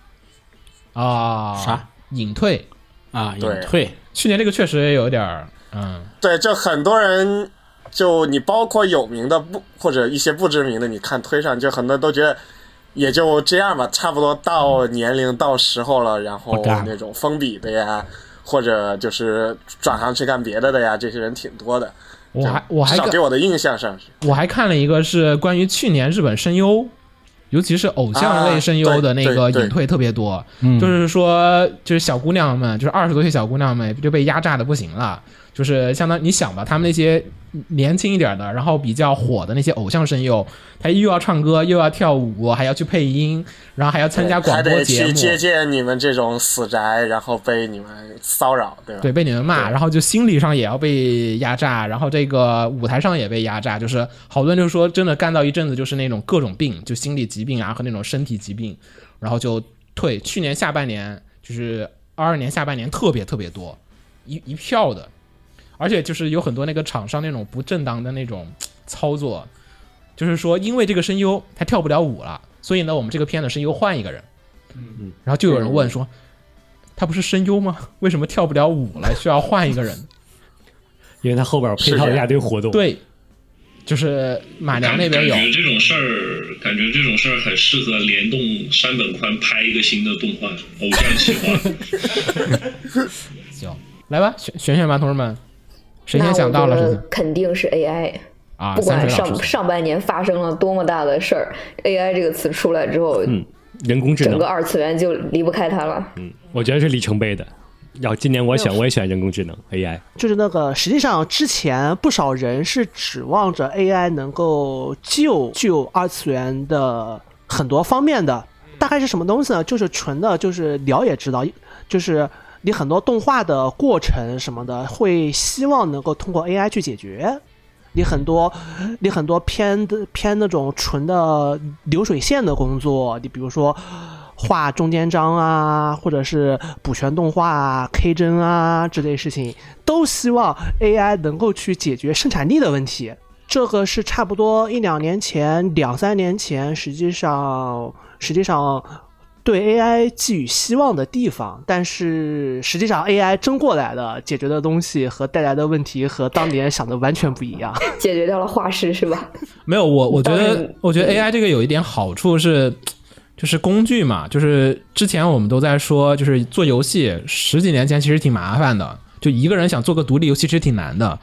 [SPEAKER 1] 啊？
[SPEAKER 7] 啥？
[SPEAKER 1] 隐退？
[SPEAKER 7] 啊，隐
[SPEAKER 5] 对
[SPEAKER 7] 退，
[SPEAKER 1] 去年这个确实也有点儿，嗯，
[SPEAKER 5] 对，就很多人，就你包括有名的不或者一些不知名的，你看推上，就很多人都觉得也就这样吧，差不多到年龄到时候了，然后
[SPEAKER 7] 不干了
[SPEAKER 5] 那种封笔的呀，或者就是转行去干别的的呀，这些人挺多的。
[SPEAKER 1] 我还我还
[SPEAKER 5] 至少
[SPEAKER 1] 看
[SPEAKER 5] 给我的印象上是，
[SPEAKER 1] 我还看了一个是关于去年日本声优，尤其是偶像类声优的那个
[SPEAKER 5] 啊对对
[SPEAKER 1] 隐退特别多，
[SPEAKER 7] 嗯
[SPEAKER 1] 就是说就是小姑娘们，就是二十多岁小姑娘们就被压榨的不行了，就是相当你想吧，他们那些年轻一点的，然后比较火的那些偶像声优，他又要唱歌又要跳舞，还要去配音，然后还要参加广
[SPEAKER 5] 还
[SPEAKER 1] 播
[SPEAKER 5] 得
[SPEAKER 1] 节
[SPEAKER 5] 去
[SPEAKER 1] 目，
[SPEAKER 5] 接见你们这种死宅，然后被你们骚扰，对吧？
[SPEAKER 1] 对，被你们骂，
[SPEAKER 5] 对
[SPEAKER 1] 然后就心理上也要被压榨，然后这个舞台上也被压榨，就是好多人就说，真的干到一阵子就是那种各种病，就心理疾病啊和那种身体疾病，然后就退。去年下半年就是二二年下半年特别特别多，一一票的，而且就是有很多那个厂商那种不正当的那种操作，就是说因为这个声优他跳不了舞了，所以呢我们这个片的声优换一个人，嗯，然后就有人问说。他不是声优吗？为什么跳不了舞了？需要换一个人？
[SPEAKER 3] 因为它后边配套一大堆活动，，
[SPEAKER 1] 对，就是马良
[SPEAKER 4] 感
[SPEAKER 1] 那边有
[SPEAKER 4] 感觉这种事儿，感觉这种事儿很适合联动山本宽拍一个新的动画《偶像企划》。
[SPEAKER 1] 行，来吧，选选选吧，同志们，谁
[SPEAKER 2] 那
[SPEAKER 1] 先想
[SPEAKER 2] 我觉
[SPEAKER 1] 到了
[SPEAKER 2] 得
[SPEAKER 1] 谁
[SPEAKER 2] 肯定是 AI。
[SPEAKER 1] 啊？
[SPEAKER 2] 不
[SPEAKER 1] 三
[SPEAKER 2] 管
[SPEAKER 1] 水老
[SPEAKER 2] 上
[SPEAKER 1] 师
[SPEAKER 2] 上半年发生了多么大的事儿，AI 这个词出来之后，
[SPEAKER 3] 嗯，人工智
[SPEAKER 2] 整
[SPEAKER 3] 能
[SPEAKER 2] 个，二次元就离不开它了。
[SPEAKER 3] 我觉得是里程碑的。要今年我选，我也选人工智能 AI，
[SPEAKER 6] 就是那个，实际上之前不少人是指望着 AI 能够救救二次元的很多方面的。大概是什么东西呢？就是纯的，就是聊也知道，就是你很多动画的过程什么的，会希望能够通过 AI 去解决。你很多，你很多偏的偏那种纯的流水线的工作，你比如说画中间章啊，或者是补全动画啊、K 帧啊之类事情，都希望 AI 能够去解决生产力的问题。这个是差不多一两年前、两三年前，实际上实际上对 AI 寄予希望的地方，但是实际上 AI 真过来的解决的东西和带来的问题和当年想的完全不一样。
[SPEAKER 2] 解决掉了画师是吧？
[SPEAKER 1] 没有我，我觉
[SPEAKER 2] 当
[SPEAKER 1] 得
[SPEAKER 2] 然，
[SPEAKER 1] 我觉得 AI 这个有一点好处是，就是工具嘛，就是之前我们都在说，就是做游戏十几年前其实挺麻烦的，就一个人想做个独立游戏其实挺难的。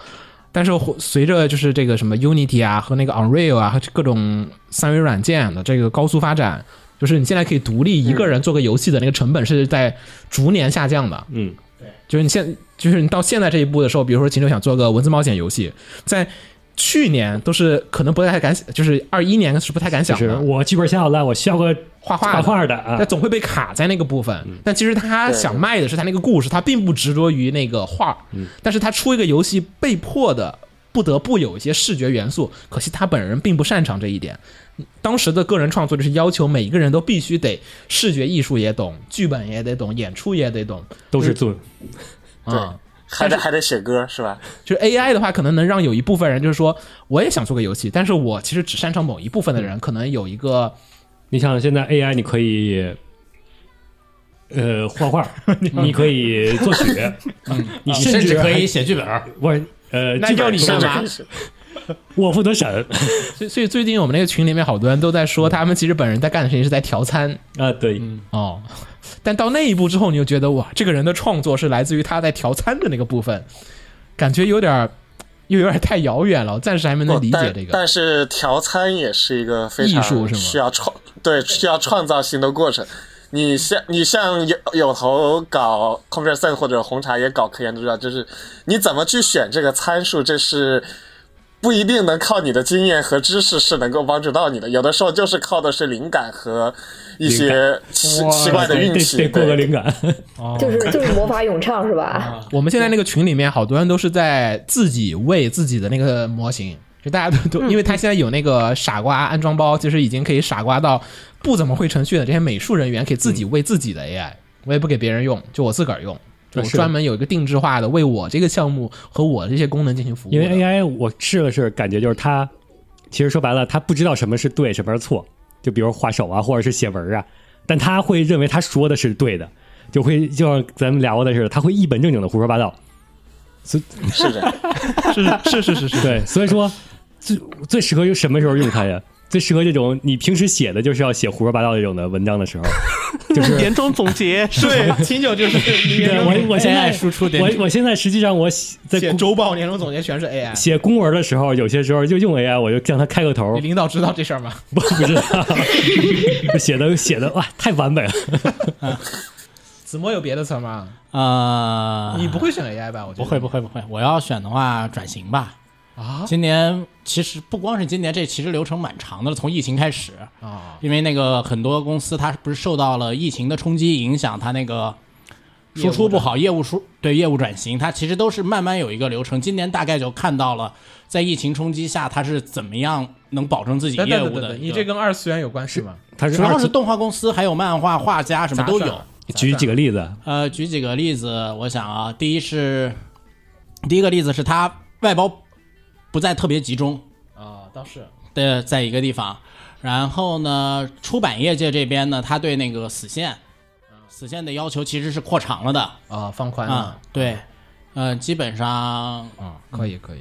[SPEAKER 1] 但是随着就是这个什么 Unity 啊和那个 Unreal 啊和各种三维软件的这个高速发展，就是你现在可以独立一个人做个游戏的那个成本是在逐年下降的。
[SPEAKER 3] 嗯，
[SPEAKER 1] 就是你现就是你到现在这一步的时候，比如说秦九想做个文字冒险游戏，在去年都是可能不太敢，就是二一年是不太敢
[SPEAKER 3] 就
[SPEAKER 1] 想
[SPEAKER 3] 是
[SPEAKER 1] 的，
[SPEAKER 3] 我剧本写好了，我需要个
[SPEAKER 1] 画画
[SPEAKER 3] 画嗯
[SPEAKER 1] 的
[SPEAKER 3] 画的啊
[SPEAKER 1] 但，总会被卡在那个部分。但其实他想卖的是他那个故事，他并不执着于那个画，
[SPEAKER 3] 嗯
[SPEAKER 1] 但是他出一个游戏被迫的。不得不有一些视觉元素，可惜他本人并不擅长这一点。当时的个人创作就是要求每一个人都必须得视觉艺术也懂，剧本也得懂，演出也得懂
[SPEAKER 3] 都是做
[SPEAKER 1] 啊。
[SPEAKER 5] 还得还得写歌是吧？
[SPEAKER 1] 就是 AI 的话，可能能让有一部分人就是说，我也想做个游戏，但是我其实只擅长某一部分的人，可能有一个
[SPEAKER 3] 你像现在 AI，你可以，呃，画画， 你可以 作曲，嗯你
[SPEAKER 7] 你甚
[SPEAKER 3] 甚
[SPEAKER 7] 至
[SPEAKER 3] 至
[SPEAKER 7] 可
[SPEAKER 3] 可
[SPEAKER 7] 以
[SPEAKER 3] 以
[SPEAKER 7] 写剧本儿。
[SPEAKER 3] 我呃，
[SPEAKER 1] 那
[SPEAKER 3] 剧本
[SPEAKER 1] 要你
[SPEAKER 3] 是
[SPEAKER 1] 干嘛
[SPEAKER 3] 我负责审
[SPEAKER 1] 所以所以最近我们那个群里面好多人都在说，他们其实本人在干的事情是在调餐
[SPEAKER 3] 啊，对，
[SPEAKER 1] 哦。但到那一步之后，你就觉得哇，这个人的创作是来自于他在调餐的那个部分，感觉有点儿又有点太遥远了，我暂时还没能理解这
[SPEAKER 5] 但
[SPEAKER 1] 个。
[SPEAKER 5] 但是调餐也是一个非
[SPEAKER 1] 艺术
[SPEAKER 5] 常
[SPEAKER 1] 是吗
[SPEAKER 5] 需要创对需要创造性的过程。你像你像有有头搞 c o m p r e s e n 或者红茶也搞科研都知道，就是你怎么去选这个参数，这是不一定能靠你的经验和知识是能够帮助到你的，有的时候就是靠的是灵感和一些奇奇怪的
[SPEAKER 3] 得
[SPEAKER 5] 运气。
[SPEAKER 3] 得得呃过个
[SPEAKER 5] 对
[SPEAKER 3] 灵感，
[SPEAKER 1] 哦
[SPEAKER 2] 就是就是魔法咏唱是吧？
[SPEAKER 1] 我们现在那个群里面好多人都是在自己喂自己的那个模型，就大家
[SPEAKER 7] 嗯
[SPEAKER 1] 都都，因为他现在有那个傻瓜安装包，其实已经可以傻瓜到不怎么会程序的这些美术人员可以自己为自己的 AI，、我也不给别人用，就我自个儿用，就我
[SPEAKER 3] 是的
[SPEAKER 1] 专门有一个定制化的，为我这个项目和我这些功能进行服务的。
[SPEAKER 3] 因为 AI 我试了试，感觉就是它，其实说白了，它不知道什么是对，什么是错。就比如画手啊，或者是写文啊，但他会认为他说的是对的，就会就像咱们聊的似的，他会一本正经的胡说八道。所以
[SPEAKER 5] 是这样。
[SPEAKER 1] 是是是是是，
[SPEAKER 3] 对，所以说最最适合用什么时候用它呀？最适合这种你平时写的就是要写胡说八道这种的文章的时候， 就是
[SPEAKER 6] 年终总结是
[SPEAKER 1] 对，秦九就是
[SPEAKER 3] 对我我现在
[SPEAKER 7] AI 输出点
[SPEAKER 3] 我我现在实际上我写在
[SPEAKER 1] 写周报、年终总结全是 AI。
[SPEAKER 3] 写公文的时候，有些时候就用 AI，我就让它开个头
[SPEAKER 1] 你，领导知道这事儿吗？
[SPEAKER 3] 我不 知道， 写的写的哇，太完美了。
[SPEAKER 1] 子墨有别的词儿吗？
[SPEAKER 7] 啊，
[SPEAKER 1] 你不会选 AI 吧？我觉得
[SPEAKER 7] 不会不会不会，我要选的话转型吧。
[SPEAKER 1] 啊
[SPEAKER 7] 今年其实不光是今年，这其实流程蛮长的了，从疫情开始，
[SPEAKER 1] 啊，
[SPEAKER 7] 因为那个很多公司它不是受到了疫情的冲击影响，它那个输出不好，业务输对业务转型，它其实都是慢慢有一个流程。今年大概就看到了，在疫情冲击下，它是怎么样能保证自己
[SPEAKER 1] 等
[SPEAKER 7] 业
[SPEAKER 1] 等
[SPEAKER 7] 务
[SPEAKER 1] 等
[SPEAKER 7] 的
[SPEAKER 1] 等，
[SPEAKER 7] 一个。
[SPEAKER 1] 你这跟二次元有关系吗？
[SPEAKER 3] 它
[SPEAKER 7] 主
[SPEAKER 3] 是
[SPEAKER 7] 要
[SPEAKER 3] 二
[SPEAKER 7] 是
[SPEAKER 3] 次，
[SPEAKER 7] 动画公司，还有漫画画家什么都
[SPEAKER 1] 杂
[SPEAKER 7] 有
[SPEAKER 1] 耍。
[SPEAKER 3] 举几个例子，
[SPEAKER 7] 呃，举几个例子，我想啊，第一是第一个例子是它外包不再特别集中，
[SPEAKER 1] 啊，倒是
[SPEAKER 7] 的在一个地方。然后呢，出版业界这边呢，他对那个死线，死线的要求其实是扩长了的
[SPEAKER 1] 啊，放宽
[SPEAKER 7] 啊、
[SPEAKER 1] 了，
[SPEAKER 7] 对，呃，基本上
[SPEAKER 1] 啊，可以可以。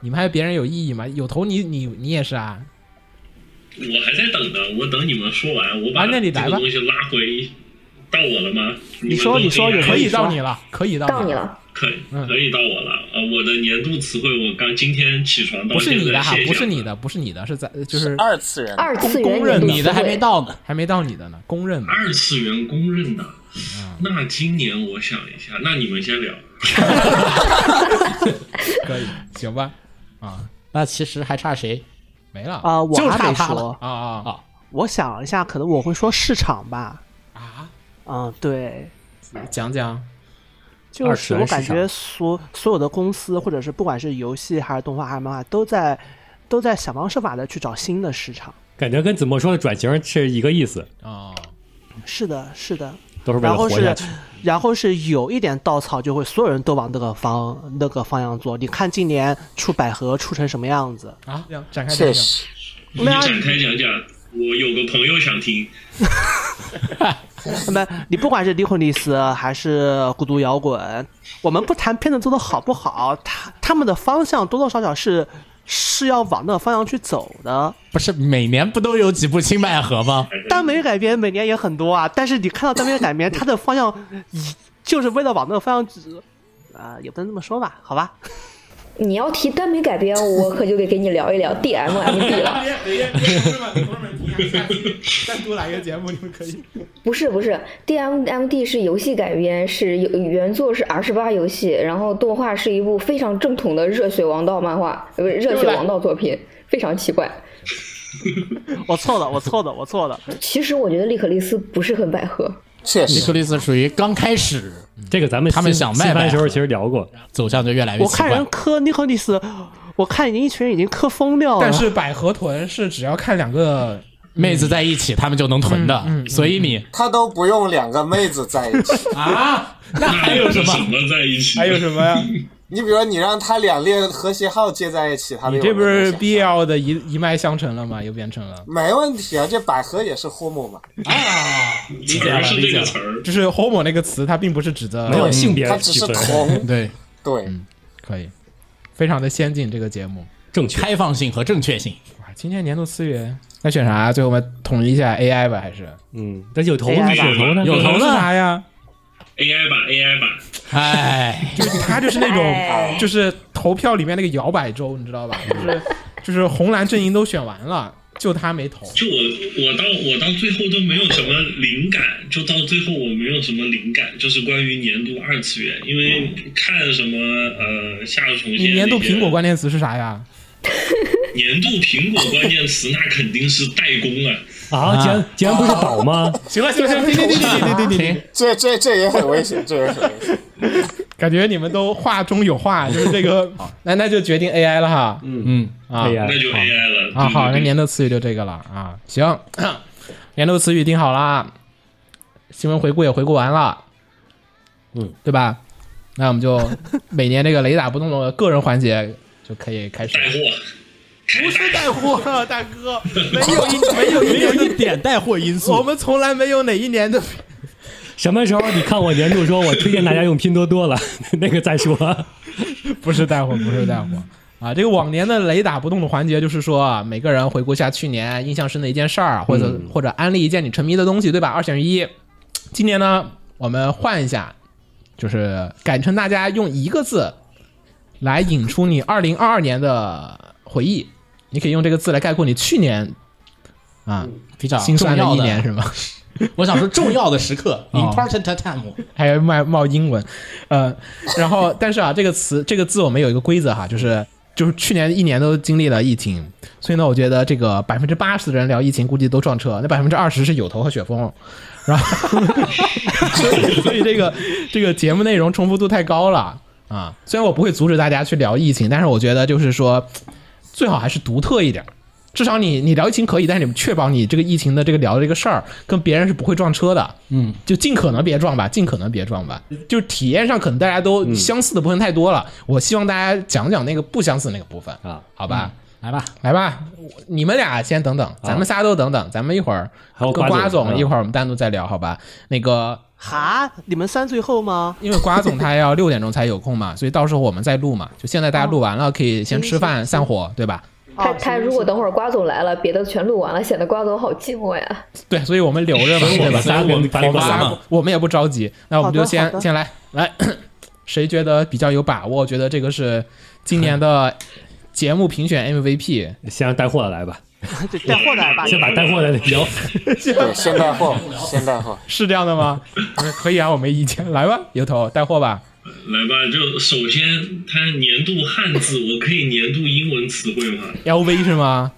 [SPEAKER 1] 你们还有别人有异议吗？有头你你你也是啊，
[SPEAKER 4] 我还在等呢，我等你们说完，我把
[SPEAKER 1] 啊那你
[SPEAKER 4] 这
[SPEAKER 1] 来吧
[SPEAKER 4] 个东西拉回到我了吗？
[SPEAKER 6] 你说
[SPEAKER 4] 们都
[SPEAKER 6] 你说
[SPEAKER 4] 可以
[SPEAKER 6] 有
[SPEAKER 4] 啊
[SPEAKER 1] 可以
[SPEAKER 6] 你说
[SPEAKER 1] 到你了，可以到
[SPEAKER 2] 到你
[SPEAKER 1] 了，
[SPEAKER 2] 了，
[SPEAKER 4] 可以
[SPEAKER 1] 嗯
[SPEAKER 4] 可以到我了。呃，我的年度词汇我刚今天起床到
[SPEAKER 1] 不是
[SPEAKER 4] 现
[SPEAKER 1] 你
[SPEAKER 4] 在
[SPEAKER 1] 的哈
[SPEAKER 4] 谢谢，
[SPEAKER 1] 不是你的，不是你的，是在就是啊
[SPEAKER 5] 二次元，
[SPEAKER 2] 二次
[SPEAKER 1] 公
[SPEAKER 2] 元
[SPEAKER 1] 公认
[SPEAKER 2] 年
[SPEAKER 1] 的
[SPEAKER 2] 度
[SPEAKER 7] 你的还没到呢，
[SPEAKER 1] 还没到你的呢，公认的。
[SPEAKER 4] 二次元公认的。
[SPEAKER 1] 嗯
[SPEAKER 4] 那今年我想一下，那你们先聊。
[SPEAKER 1] 可以，行吧？啊，
[SPEAKER 7] 那其实还差谁？
[SPEAKER 1] 没了
[SPEAKER 6] 啊、我
[SPEAKER 7] 就
[SPEAKER 6] 还
[SPEAKER 7] 差
[SPEAKER 6] 没
[SPEAKER 7] 他了
[SPEAKER 6] 说，
[SPEAKER 1] 啊啊
[SPEAKER 6] 我想了一下，可能我会说市场吧。
[SPEAKER 1] 啊！
[SPEAKER 6] 嗯，对，
[SPEAKER 1] 讲讲
[SPEAKER 6] 就
[SPEAKER 3] 二
[SPEAKER 6] 是
[SPEAKER 3] 次
[SPEAKER 6] 我
[SPEAKER 3] 元
[SPEAKER 6] 感
[SPEAKER 3] 市场
[SPEAKER 6] 觉所所有的公司，或者是不管是游戏还是动画还是漫画，都在都在想方设法的去找新的市场。
[SPEAKER 3] 感觉跟子墨说的转型是一个意思，
[SPEAKER 1] 啊，
[SPEAKER 6] 是的，是的。
[SPEAKER 3] 都是为
[SPEAKER 6] 然
[SPEAKER 3] 了
[SPEAKER 6] 后
[SPEAKER 3] 活下
[SPEAKER 6] 是
[SPEAKER 3] 去。，
[SPEAKER 6] 然后是有一点稻草，就会所有人都往那个方那个方向做。你看今年出百合出成什么样子？
[SPEAKER 1] 啊，这样展开
[SPEAKER 5] 确
[SPEAKER 1] 讲讲。
[SPEAKER 5] 实，
[SPEAKER 4] 你展开讲讲，我有个朋友想听。
[SPEAKER 6] 那么你不管是离婚丽丝还是孤独摇滚，我们不谈片子做的好不好，他他们的方向多多少少是是要往那个方向去走的。
[SPEAKER 7] 不是每年不都有几部新百合吗？
[SPEAKER 6] 耽美改编每年也很多啊，但是你看到耽美改编，它的方向以啊就是为了往那个方向指，啊、也不能这么说吧，好吧？
[SPEAKER 2] 你要提耽美改 编，我可就得给你聊一聊 DMMD 了。
[SPEAKER 1] 别别别，同志们，同志们，听一下，单独来一个节目，你们可以。
[SPEAKER 2] 不是不是，DMMD 是游戏改编，是有原作是 R 十八游戏，然后动画是一部非常正统的热血王道漫画，呃不是热血王道作品，非常奇怪。
[SPEAKER 6] 我错了，我错了，我错了。
[SPEAKER 2] 其实我觉得利可利斯不是很百合，
[SPEAKER 5] 确
[SPEAKER 7] 尼克
[SPEAKER 5] 实，
[SPEAKER 7] 利斯属于刚开始
[SPEAKER 3] 这个咱们
[SPEAKER 7] 他们
[SPEAKER 3] 新
[SPEAKER 7] 想卖
[SPEAKER 3] 新番
[SPEAKER 7] 百
[SPEAKER 3] 的时候
[SPEAKER 7] 合
[SPEAKER 3] 其实聊过，
[SPEAKER 7] 走向就越来 越
[SPEAKER 6] 我
[SPEAKER 7] 奇怪
[SPEAKER 6] 看。人磕尼克利斯，我看人一群人已经磕疯掉了。
[SPEAKER 1] 但是百合豚是只要看两 个
[SPEAKER 7] 妹子在一起，他们就能囤的，
[SPEAKER 6] 嗯
[SPEAKER 7] 所以你
[SPEAKER 5] 他都不用两个妹子在一起。
[SPEAKER 7] 啊，那还有什
[SPEAKER 4] 是
[SPEAKER 7] 么
[SPEAKER 4] 什？么在一起？
[SPEAKER 1] 什么呀？
[SPEAKER 5] 你比如说，你让他两列和谐号接在一起，他
[SPEAKER 1] 你
[SPEAKER 5] 得
[SPEAKER 1] 这
[SPEAKER 5] 有
[SPEAKER 1] 不
[SPEAKER 5] 个东
[SPEAKER 1] 是
[SPEAKER 5] 西
[SPEAKER 1] BL 的一一脉相承了吗？又变成了
[SPEAKER 5] 没问题啊？这百合也是 homo 嘛，
[SPEAKER 7] 理
[SPEAKER 4] 词
[SPEAKER 7] 解了
[SPEAKER 4] 儿是
[SPEAKER 7] 理
[SPEAKER 4] 这
[SPEAKER 7] 解
[SPEAKER 4] 个
[SPEAKER 7] 了，
[SPEAKER 4] 词儿，
[SPEAKER 1] 就是 “homo” 那个词，它并不是指
[SPEAKER 3] 没
[SPEAKER 1] 的
[SPEAKER 3] 有性别
[SPEAKER 5] 他只
[SPEAKER 3] 区
[SPEAKER 5] 是
[SPEAKER 3] 分，
[SPEAKER 5] 同
[SPEAKER 7] 对，
[SPEAKER 5] 对。
[SPEAKER 1] 可以，非常的先进这个节目。
[SPEAKER 3] 正确。
[SPEAKER 7] 开放性和正确性。
[SPEAKER 1] 哇，啊今年年度资源那选啥？最后我们统一一下 AI 吧，还是
[SPEAKER 3] 嗯，但有头
[SPEAKER 6] AI
[SPEAKER 3] 呢？
[SPEAKER 6] 吧
[SPEAKER 3] 有头呢？
[SPEAKER 7] 有头
[SPEAKER 1] 是
[SPEAKER 7] 呢
[SPEAKER 1] 啥呀？
[SPEAKER 4] AI 吧，AI 吧，
[SPEAKER 7] 哎，
[SPEAKER 1] 就是它就是那种
[SPEAKER 2] 哎
[SPEAKER 1] 就是投票里面那个摇摆州，你知道吧？就是就是红蓝阵营都选完了，就他没投。
[SPEAKER 4] 就我我到我到最后都没有什么灵感，就到最后我没有什么灵感，就是关于年度二次元，因为看什么呃夏日重
[SPEAKER 1] 哦
[SPEAKER 4] 现那
[SPEAKER 1] 你
[SPEAKER 4] 些，
[SPEAKER 1] 年度苹果关键词是啥呀？
[SPEAKER 4] 年度苹果关键词那肯定是代工啊，
[SPEAKER 3] 啊，竟然竟然不是宝吗？
[SPEAKER 1] 行了行了行了，停停停停停停停停，
[SPEAKER 5] 这这这也很危险，这也很危险。
[SPEAKER 1] 感觉你们都话中有话，就是这个，那那就决定 AI 了哈。
[SPEAKER 7] 嗯，
[SPEAKER 1] 啊，
[SPEAKER 3] 哎呀
[SPEAKER 4] 那就 AI 了
[SPEAKER 1] 啊，好，那
[SPEAKER 4] 对对对
[SPEAKER 1] 年度词语就这个了啊。行， 年度词语定好啦，新闻回顾也回顾完了，
[SPEAKER 3] 嗯，
[SPEAKER 1] 对吧？那我们就每年这个雷打不动的个人环节就可以开始
[SPEAKER 4] 带
[SPEAKER 1] 了。
[SPEAKER 4] 货，
[SPEAKER 1] 不是 带货，啊大哥，没有一没有
[SPEAKER 7] 没有一点带货因
[SPEAKER 1] 我
[SPEAKER 7] 素。
[SPEAKER 1] 们从来没有哪一年的
[SPEAKER 3] 什么时候你看我年度说我推荐大家用拼多多了， 那个再说。
[SPEAKER 1] 不是带货，不是带货啊！这个往年的雷打不动的环节，就是说啊每个人回顾一下去年印象深的一件事
[SPEAKER 7] 嗯
[SPEAKER 1] 儿，啊或者、或者安利一件你沉迷的东西，对吧？二选一。今年呢，我们换一下，就是改成大家用一个字来引出你二零二二年的回忆。你可以用这个字来概括你去年啊
[SPEAKER 7] 比较
[SPEAKER 1] 心
[SPEAKER 7] 嗯重
[SPEAKER 1] 酸
[SPEAKER 7] 要
[SPEAKER 1] 一
[SPEAKER 7] 的哦
[SPEAKER 1] 年，是吗？
[SPEAKER 7] 我想说重要的时 刻，important time。
[SPEAKER 1] 还要冒冒英文，呃，然后但是啊，这个词这个字我们有一个规则哈，就是就是去年一年都经历了疫情，所以呢，我觉得这个百分之八十的人聊疫情估计都撞车，那百分之二十是有头和雪峰，然后所以所以这个这个节目内容重复度太高了啊。虽然我不会阻止大家去聊疫情，但是我觉得就是说最好还是独特一点。至少你你聊疫情可以，但是你确保你这个疫情的这个聊的这个事儿跟别人是不会撞车的，
[SPEAKER 7] 嗯，
[SPEAKER 1] 就尽可能别撞吧，尽可能别撞吧。就是体验上可能大家都相似的部分太多了，我希望大家讲讲那个不相似那个部分
[SPEAKER 3] 啊，
[SPEAKER 1] 好吧？
[SPEAKER 7] 来吧，
[SPEAKER 1] 来吧，我你们俩先等等，咱们仨都等等，咱们一会儿
[SPEAKER 3] 还有
[SPEAKER 1] 跟
[SPEAKER 3] 瓜
[SPEAKER 1] 瓜
[SPEAKER 3] 总
[SPEAKER 1] 总
[SPEAKER 3] 嗯
[SPEAKER 1] 一会儿我们单独再聊，好吧？那个
[SPEAKER 6] 哈，你们三最后 吗？
[SPEAKER 1] 因为瓜总他要 六点钟才有空嘛，所以到时候我们再录嘛。就现在大家录完了，可以先吃饭散伙，对吧？
[SPEAKER 2] 他
[SPEAKER 6] 哦
[SPEAKER 2] 他
[SPEAKER 6] 行
[SPEAKER 2] 如果
[SPEAKER 6] 行
[SPEAKER 2] 等会儿瓜总来了，别的全录完了，显得瓜总好寂寞呀。
[SPEAKER 1] 对，所以我们留着嘛，对吧？
[SPEAKER 3] 仨
[SPEAKER 7] 所以我们
[SPEAKER 3] 跟巴黎
[SPEAKER 7] 狂
[SPEAKER 3] 巴
[SPEAKER 1] 仨
[SPEAKER 7] 拉
[SPEAKER 3] 拉
[SPEAKER 7] 嘛，
[SPEAKER 1] 我们也不着急，那我们就
[SPEAKER 6] 好的好
[SPEAKER 1] 先
[SPEAKER 6] 的
[SPEAKER 1] 先来来， 谁觉得比较有把握？觉得这个是今年的节目评选 MVP，
[SPEAKER 3] 先让带货的来吧，
[SPEAKER 6] 对带货的吧，
[SPEAKER 3] 先把带货的聊。
[SPEAKER 5] 对，现代货，现代货，
[SPEAKER 1] 是这样的 吗？可以啊，我没意见，来吧，油头带货吧。
[SPEAKER 4] 来吧，就首先它年度汉字，我可以年度英文词汇吗？
[SPEAKER 1] LV 是吗？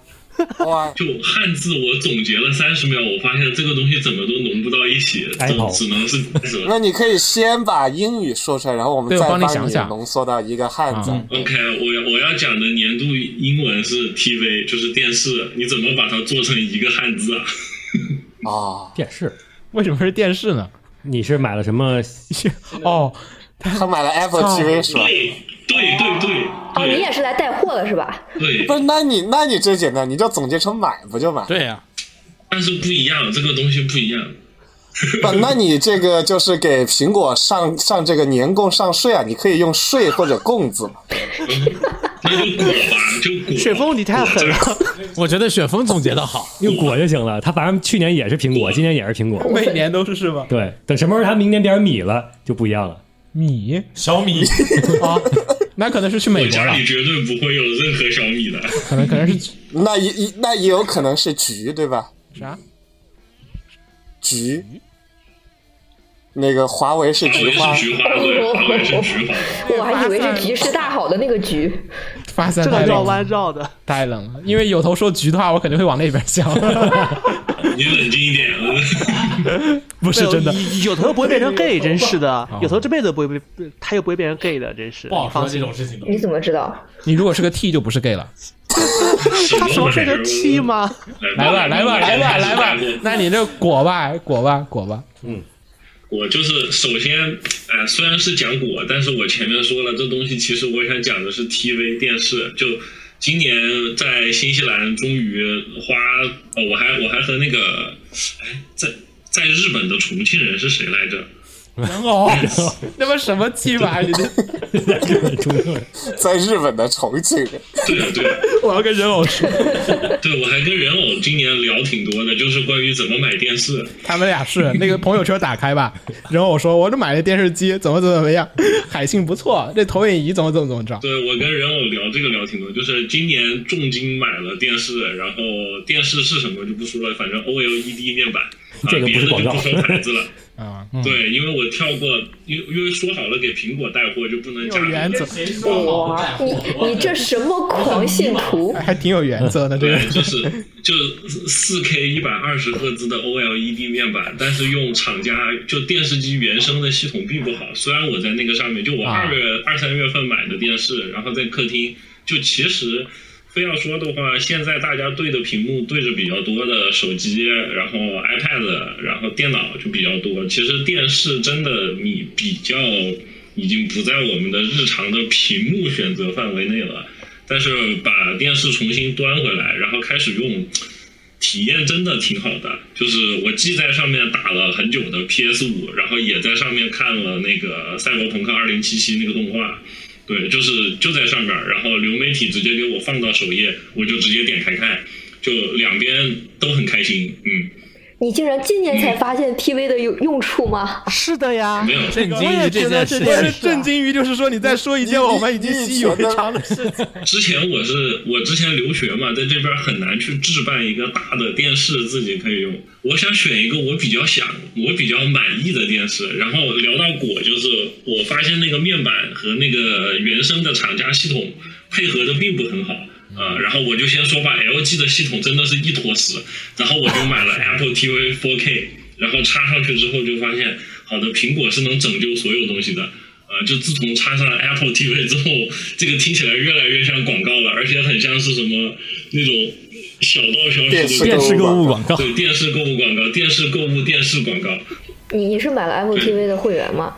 [SPEAKER 5] 哇，
[SPEAKER 4] 就汉字，我总结了三十秒，我发现这个东西怎么都融不到一起，
[SPEAKER 3] Apple
[SPEAKER 4] 总只能是什么
[SPEAKER 5] 那你可以先把英语说出来，然后我们
[SPEAKER 1] 对
[SPEAKER 5] 再
[SPEAKER 1] 我帮你
[SPEAKER 5] 帮
[SPEAKER 1] 想
[SPEAKER 5] 你
[SPEAKER 1] 想
[SPEAKER 5] 浓缩到一个汉字。
[SPEAKER 1] 啊
[SPEAKER 4] OK，我要我要讲的年度英文是 TV，就是电视，你怎么把它做成一个汉字啊？
[SPEAKER 5] 啊，
[SPEAKER 3] 电视，
[SPEAKER 1] 为什么是电视呢？
[SPEAKER 3] 你是买了什么？
[SPEAKER 1] 哦，
[SPEAKER 5] 他买了 Apple
[SPEAKER 1] 操
[SPEAKER 5] TV 是吧？
[SPEAKER 4] 对对对对
[SPEAKER 2] 哦，你
[SPEAKER 4] 对
[SPEAKER 2] 也是来带货的是吧？
[SPEAKER 4] 对
[SPEAKER 5] 不，是，那你那你最简单，你就总结成买不就买？
[SPEAKER 7] 对呀，
[SPEAKER 4] 但是不一样，这个东西不一样。
[SPEAKER 5] 不，那你这个就是给苹果上上这个年供上税啊，你可以用税或者供字嘛。
[SPEAKER 4] 那就果吧，就果。
[SPEAKER 6] 雪峰你太狠了，
[SPEAKER 7] 我觉得雪峰总结的好，
[SPEAKER 3] 用果就行了。他反正去年也是苹果，今年也是苹果。
[SPEAKER 1] 每年都是是吗？
[SPEAKER 3] 对，等什么时候他明年变成米了就不一样了。
[SPEAKER 1] 米
[SPEAKER 7] 小米
[SPEAKER 1] 啊，那可能是去美
[SPEAKER 4] 我
[SPEAKER 1] 国
[SPEAKER 4] 家
[SPEAKER 1] 了
[SPEAKER 4] 里，绝对不会有任何小米的。
[SPEAKER 1] 可能可能是
[SPEAKER 5] 那也也那也有可能是橘，对吧？
[SPEAKER 1] 啥？
[SPEAKER 5] 橘，那个华为是
[SPEAKER 4] 我
[SPEAKER 5] 菊花
[SPEAKER 4] 哎是，菊花， 对，华为是菊花。
[SPEAKER 2] 我还以为是局势大好的那个局，
[SPEAKER 1] 发散
[SPEAKER 6] 这
[SPEAKER 1] 太
[SPEAKER 6] 个绕
[SPEAKER 1] 冷
[SPEAKER 6] 弯
[SPEAKER 1] 了，
[SPEAKER 6] 绕的，
[SPEAKER 1] 太冷了。因为有头说局的话，我肯定会往那边 想，
[SPEAKER 4] 你冷 静一点。
[SPEAKER 1] 不是真的。
[SPEAKER 6] 有有头不会变成 gay，真是的，有头这辈子不会被，他又不会变成 gay 的，真是。
[SPEAKER 7] 不 好说
[SPEAKER 6] 放
[SPEAKER 7] 这
[SPEAKER 6] 心，
[SPEAKER 7] 种事情的。
[SPEAKER 2] 你怎么知道？
[SPEAKER 1] 你如果是个 T 就不是 gay 了。
[SPEAKER 6] 他什么变成 T 吗？
[SPEAKER 1] 来吧，来吧，来吧，来吧。那你这果吧，果吧，果吧。
[SPEAKER 4] 我就是首先，哎，虽然是讲果，但是我前面说了，这东西其实我想讲的是 TV 电视。就今年在新西兰终于花，哦，我还我还和那个，哎，在在日本的重庆人是谁来着？
[SPEAKER 1] 然后， 那么什么 T 吧？你这
[SPEAKER 5] 在日本的重 庆，
[SPEAKER 4] 对的对的，
[SPEAKER 1] 我要跟人偶说，
[SPEAKER 4] 对我还跟人偶今年聊挺多的，就是关于怎么买电视。
[SPEAKER 1] 他们俩是那个朋友圈打开 吧，人偶说，我这买了电视机，怎么怎么怎么样，海信不错，这投影仪怎么怎么怎么着。
[SPEAKER 4] 对我跟人偶聊这个聊挺多，就是今年重金买了电视，然后电视是什么就不说了，反正 OLED 面板，啊
[SPEAKER 3] 这个不是
[SPEAKER 4] 别的
[SPEAKER 3] 广
[SPEAKER 4] 就
[SPEAKER 3] 告 嗯
[SPEAKER 4] 不说牌子了。
[SPEAKER 1] 啊，
[SPEAKER 4] 对，因为我跳过，因为因为说好了给苹果带货就不能加
[SPEAKER 1] 有原则，
[SPEAKER 7] 谁说好不带
[SPEAKER 2] 你
[SPEAKER 7] 货？
[SPEAKER 2] 你这什么狂信徒？
[SPEAKER 1] 还挺有原则的这个
[SPEAKER 4] 对，就是就是四 K 一百二十赫兹的 OLED 面板，但是用厂家就电视机原生的系统并不好。虽然我在那个上面，就我
[SPEAKER 7] 啊
[SPEAKER 4] 二月二三月份买的电视，然后在客厅，就其实非要说的话，现在大家对的屏幕对着比较多的手机，然后 iPad，然后电脑就比较多。其实电视真的你比较已经不在我们的日常的屏幕选择范围内了。但是把电视重新端回来，然后开始用，体验真的挺好的。就是我既在上面打了很久的 PS 五，然后也在上面看了那个《赛博朋克2077》那个动画，对，就是就在上面，然后流媒体直接给我放到首页，我就直接点开看，就两边都很开心。嗯，
[SPEAKER 2] 你竟然今年才发现 TV 的用用处吗？
[SPEAKER 6] 是的呀
[SPEAKER 4] 没，有，
[SPEAKER 7] 震惊
[SPEAKER 6] 我
[SPEAKER 7] 于
[SPEAKER 6] 也
[SPEAKER 7] 这
[SPEAKER 6] 觉得这
[SPEAKER 7] 件事
[SPEAKER 6] 件
[SPEAKER 7] 情
[SPEAKER 6] 事。
[SPEAKER 1] 震惊于就是啊说你在说一件我们已经习以为常的事情。
[SPEAKER 4] 之前我是我之前留学嘛，在这边很难去置办一个大的电视自己可以用。我想选一个我比较想、我比较满意的电视。然后聊到果，就是我发现那个面板和那个原生的厂家系统配合的并不很好。啊、然后我就先说吧，LG 的系统真的是一坨屎，然后我就买了 Apple TV 4K，然后插上去之后就发现，好的，苹果是能拯救所有东西的，呃，就自从插上 Apple TV 之后，这个听起来越来越像广告了，而且很像是什么那种小道消息
[SPEAKER 5] 电视
[SPEAKER 3] 电视购物广 告，
[SPEAKER 4] 对电视购物广告、电视购物、电视广告。
[SPEAKER 2] 你你是买了 Apple TV 的会员吗？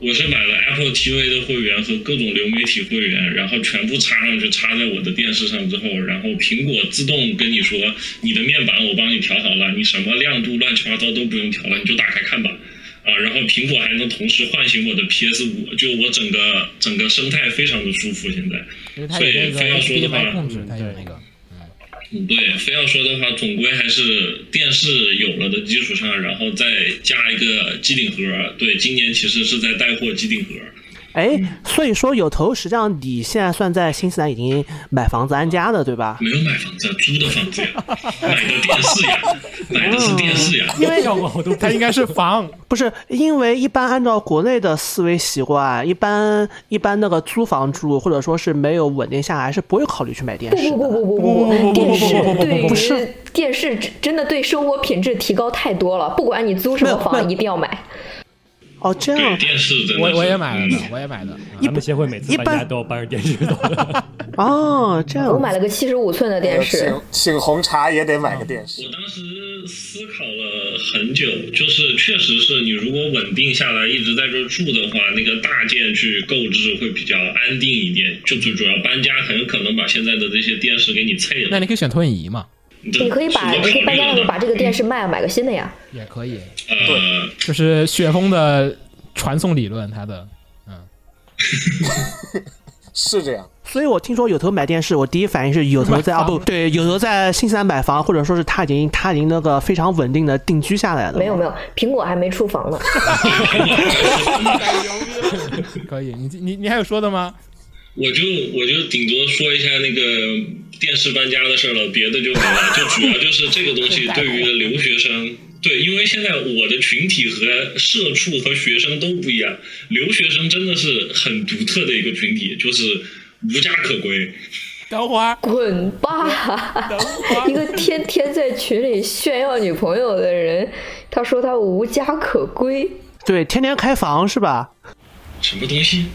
[SPEAKER 4] 我是买了 Apple TV 的会员和各种流媒体会员，然后全部插上去，插在我的电视上之后，然后苹果自动跟你说，你的面板我帮你调好了，你什么亮度乱七八糟都不用调了，你就打开看吧。啊，然后苹果还能同时唤醒我的 PS 五，就我整个整个生态非常的舒服。现在，
[SPEAKER 7] 因为它有
[SPEAKER 4] 所
[SPEAKER 7] 那个
[SPEAKER 4] 以非要说的话
[SPEAKER 7] HDMI 控制，它有那个。
[SPEAKER 4] 嗯，对，非要说的话，总归还是电视有了的基础上，然后再加一个机顶盒。对，今年其实是在带货机顶盒。
[SPEAKER 6] 哎，所以说有头，实际上你现在算在新西兰已经买房子安家的，对吧？
[SPEAKER 4] 没有买房子，租的房子呀， 买的电视呀，买的是电视呀。
[SPEAKER 2] 嗯
[SPEAKER 6] 因为
[SPEAKER 3] 要不我都不
[SPEAKER 1] 它应该是房，
[SPEAKER 6] 不是因为一般按照国内的思维习惯，一般一般那个租房住或者说是没有稳定下来，是不会考虑去买电视
[SPEAKER 2] 不不
[SPEAKER 6] 的。
[SPEAKER 2] 不不不不不，电视对
[SPEAKER 6] 不是
[SPEAKER 2] 于电视真的对生活品质提高太多了，不管你租什
[SPEAKER 6] 没
[SPEAKER 2] 么
[SPEAKER 6] 有没有
[SPEAKER 2] 房，一定要买。
[SPEAKER 6] 哦，这
[SPEAKER 4] 对，
[SPEAKER 6] 样
[SPEAKER 4] 电视真的
[SPEAKER 1] 我
[SPEAKER 4] 是
[SPEAKER 1] 我也买了的
[SPEAKER 4] 嗯，
[SPEAKER 1] 我也买的。
[SPEAKER 3] 咱们协会每次
[SPEAKER 6] 一
[SPEAKER 3] 搬
[SPEAKER 6] 般
[SPEAKER 3] 家都要搬着电视走。
[SPEAKER 6] 哦，这样
[SPEAKER 2] 我买了个七十五寸的电视
[SPEAKER 5] 呃请，请红茶也得买个电视
[SPEAKER 4] 我。当时思考了很久，就是确实是你如果稳定下来一直在这儿住的话，那个大件去购置会比较安定一点。就最主要搬家很有可能把现在的这些电视给你碎
[SPEAKER 1] 那
[SPEAKER 4] 了。
[SPEAKER 1] 你可以选吞移嘛，
[SPEAKER 4] 你
[SPEAKER 2] 你可以把你可以搬家的时候把这个电视卖了，买个新的呀。
[SPEAKER 1] 也可以，
[SPEAKER 4] 呃，
[SPEAKER 1] 就是雪峰的传送理论，它 的
[SPEAKER 5] 是这样，
[SPEAKER 6] 所以我听说有头买电视，我第一反应是有头在啊不对，有头在新西兰买房，或者说是他已经他已经那个非常稳定的定居下来了。
[SPEAKER 2] 没有没有，苹果还没出房呢。
[SPEAKER 1] 可以。你你你还有说的吗？
[SPEAKER 4] 我就我就顶多说一下那个电视搬家的事儿了，别的就没了。就主要就是这个东西对于留学生，对，因为现在我的群体和社畜和学生都不一样，留学生真的是很独特的一个群体，就是无家可归。
[SPEAKER 1] 等会儿，
[SPEAKER 2] 滚吧！一个天天在群里炫耀女朋友的人，他说他无家可归。
[SPEAKER 6] 对，天天开房是吧？
[SPEAKER 2] 嗯
[SPEAKER 4] 什么东西？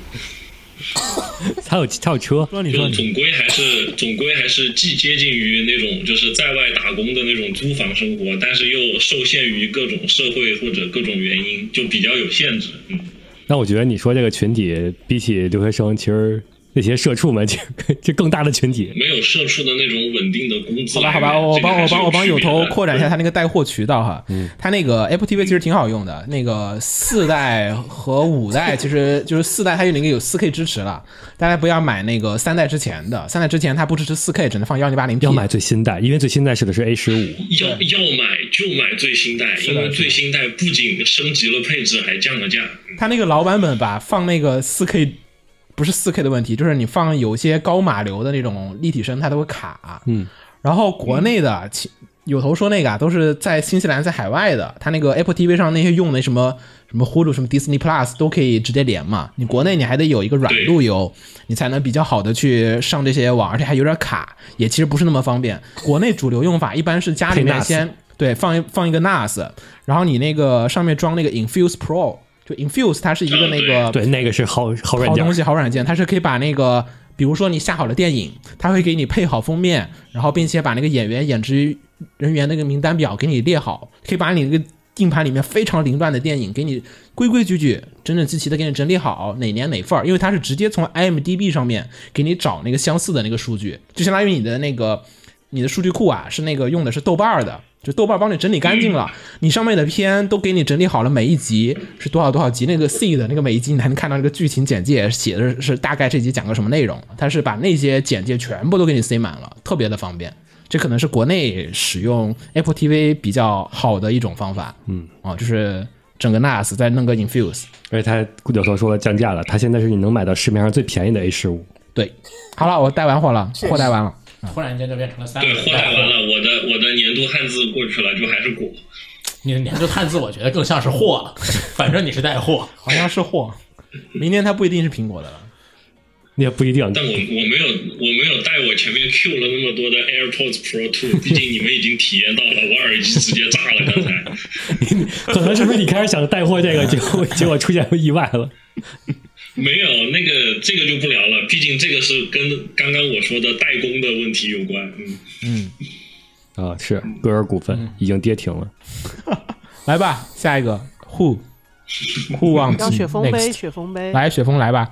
[SPEAKER 3] 他有他有车，
[SPEAKER 1] 说你
[SPEAKER 4] 就
[SPEAKER 1] 说
[SPEAKER 4] 是
[SPEAKER 1] 你，
[SPEAKER 4] 总归还是总归还是既接近于那种就是在外打工的那种租房生活，但是又受限于各种社会或者各种原因，就比较有限制。嗯。
[SPEAKER 3] 那我觉得你说这个群体，比起留学生，其实那些社畜们，其实 这更大的群体。
[SPEAKER 4] 没有社畜的那种稳定的工资。
[SPEAKER 1] 好吧，好吧，我我帮我帮我帮有头扩展一下他那个带嗯货渠道哈。他那个 Apple TV 其实挺好用的，那个四代和五代其实就是四代它有那个有四 K 支持了，大家不要买那个三代之前的，三代之前它不支持四 K，只能放幺零八零 P。
[SPEAKER 3] 要买最新代，因为最新代是的是 A 十五，
[SPEAKER 4] 要要买就买最新代，因为最新代不仅升级了配置，还降了价。
[SPEAKER 1] 它那个老版本吧，放那个四 K 不是四 K 的问题，就是你放有些高码流的那种立体声，它都会卡。
[SPEAKER 3] 嗯，
[SPEAKER 1] 然后国内的其有头说那个啊，都是在新西兰在海外的，他那个 Apple TV 上那些用的什么什么 Hulu、什么 Disney Plus 都可以直接连嘛。你国内你还得有一个软路由，你才能比较好的去上这些网，而且还有点卡，也其实不是那么方便。国内主流用法一般是家里
[SPEAKER 3] 配
[SPEAKER 1] 面
[SPEAKER 3] NAS
[SPEAKER 1] 先对放一放一个 NAS，然后你那个上面装那个 Infuse Pro，就 Infuse 它是一个那个
[SPEAKER 3] 啊对，那个是好好软
[SPEAKER 1] 好
[SPEAKER 3] 件
[SPEAKER 1] 东。西、好软件，它是可以把那个，比如说你下好了电影，它会给你配好封面，然后并且把那个演员、演职人员那个名单表给你列好，可以把你那个硬盘里面非常凌乱的电影给你规规矩矩、整整齐齐的给你整理好，哪年哪份儿，因为它是直接从 IMDB 上面给你找那个相似的那个数据，就相当于你的那个你的数据库啊，是那个用的是豆瓣儿的，就豆瓣儿帮你整理干净了，你上面的片都给你整理好了，每一集是多少多少集，那个 C 的那个每一集你还能看到那个剧情简介，写的是是大概这集讲个什么内容，它是把那些简介全部都给你塞满了，特别的方便。这可能是国内使用 Apple TV 比较好的一种方法，嗯，啊，就是整个 NAS 再弄个 Infuse，
[SPEAKER 3] 而且他有头说了降价了，他现在是你能买到市面上最便宜的 A 十五。
[SPEAKER 1] 对，好了，我带完货了，货带完了，
[SPEAKER 7] 突然间就变成了
[SPEAKER 1] 啊
[SPEAKER 7] 三
[SPEAKER 4] 对，
[SPEAKER 7] 个
[SPEAKER 4] 货
[SPEAKER 7] 人
[SPEAKER 4] 带
[SPEAKER 7] 带
[SPEAKER 4] 完
[SPEAKER 7] 货。
[SPEAKER 4] 了，我的我的年度汉字过去了，就还是果。
[SPEAKER 7] 你你这汉字，我觉得更像是货 了，反正你是带货。
[SPEAKER 1] 好像是货，明年它不一定是苹果的了。
[SPEAKER 3] 也不一定，
[SPEAKER 4] 但我我没有我没有带我前面 Q 了那么多的 AirPods Pro Two，毕 竟你们已经体验到了，我耳机直接炸了刚 才。
[SPEAKER 3] 可能是不是你开始想带货这个，结果结果出现意外了？
[SPEAKER 4] 没有那个这个就不聊了，毕竟这个是跟刚刚我说的代工的问题有关。嗯，
[SPEAKER 3] 啊，是歌尔股份已经跌停了。
[SPEAKER 1] 来吧，下一个 Who Who 忘记
[SPEAKER 6] 让雪峰杯，
[SPEAKER 1] Next，
[SPEAKER 6] 雪峰杯，
[SPEAKER 2] 嗯
[SPEAKER 1] 来雪峰来吧，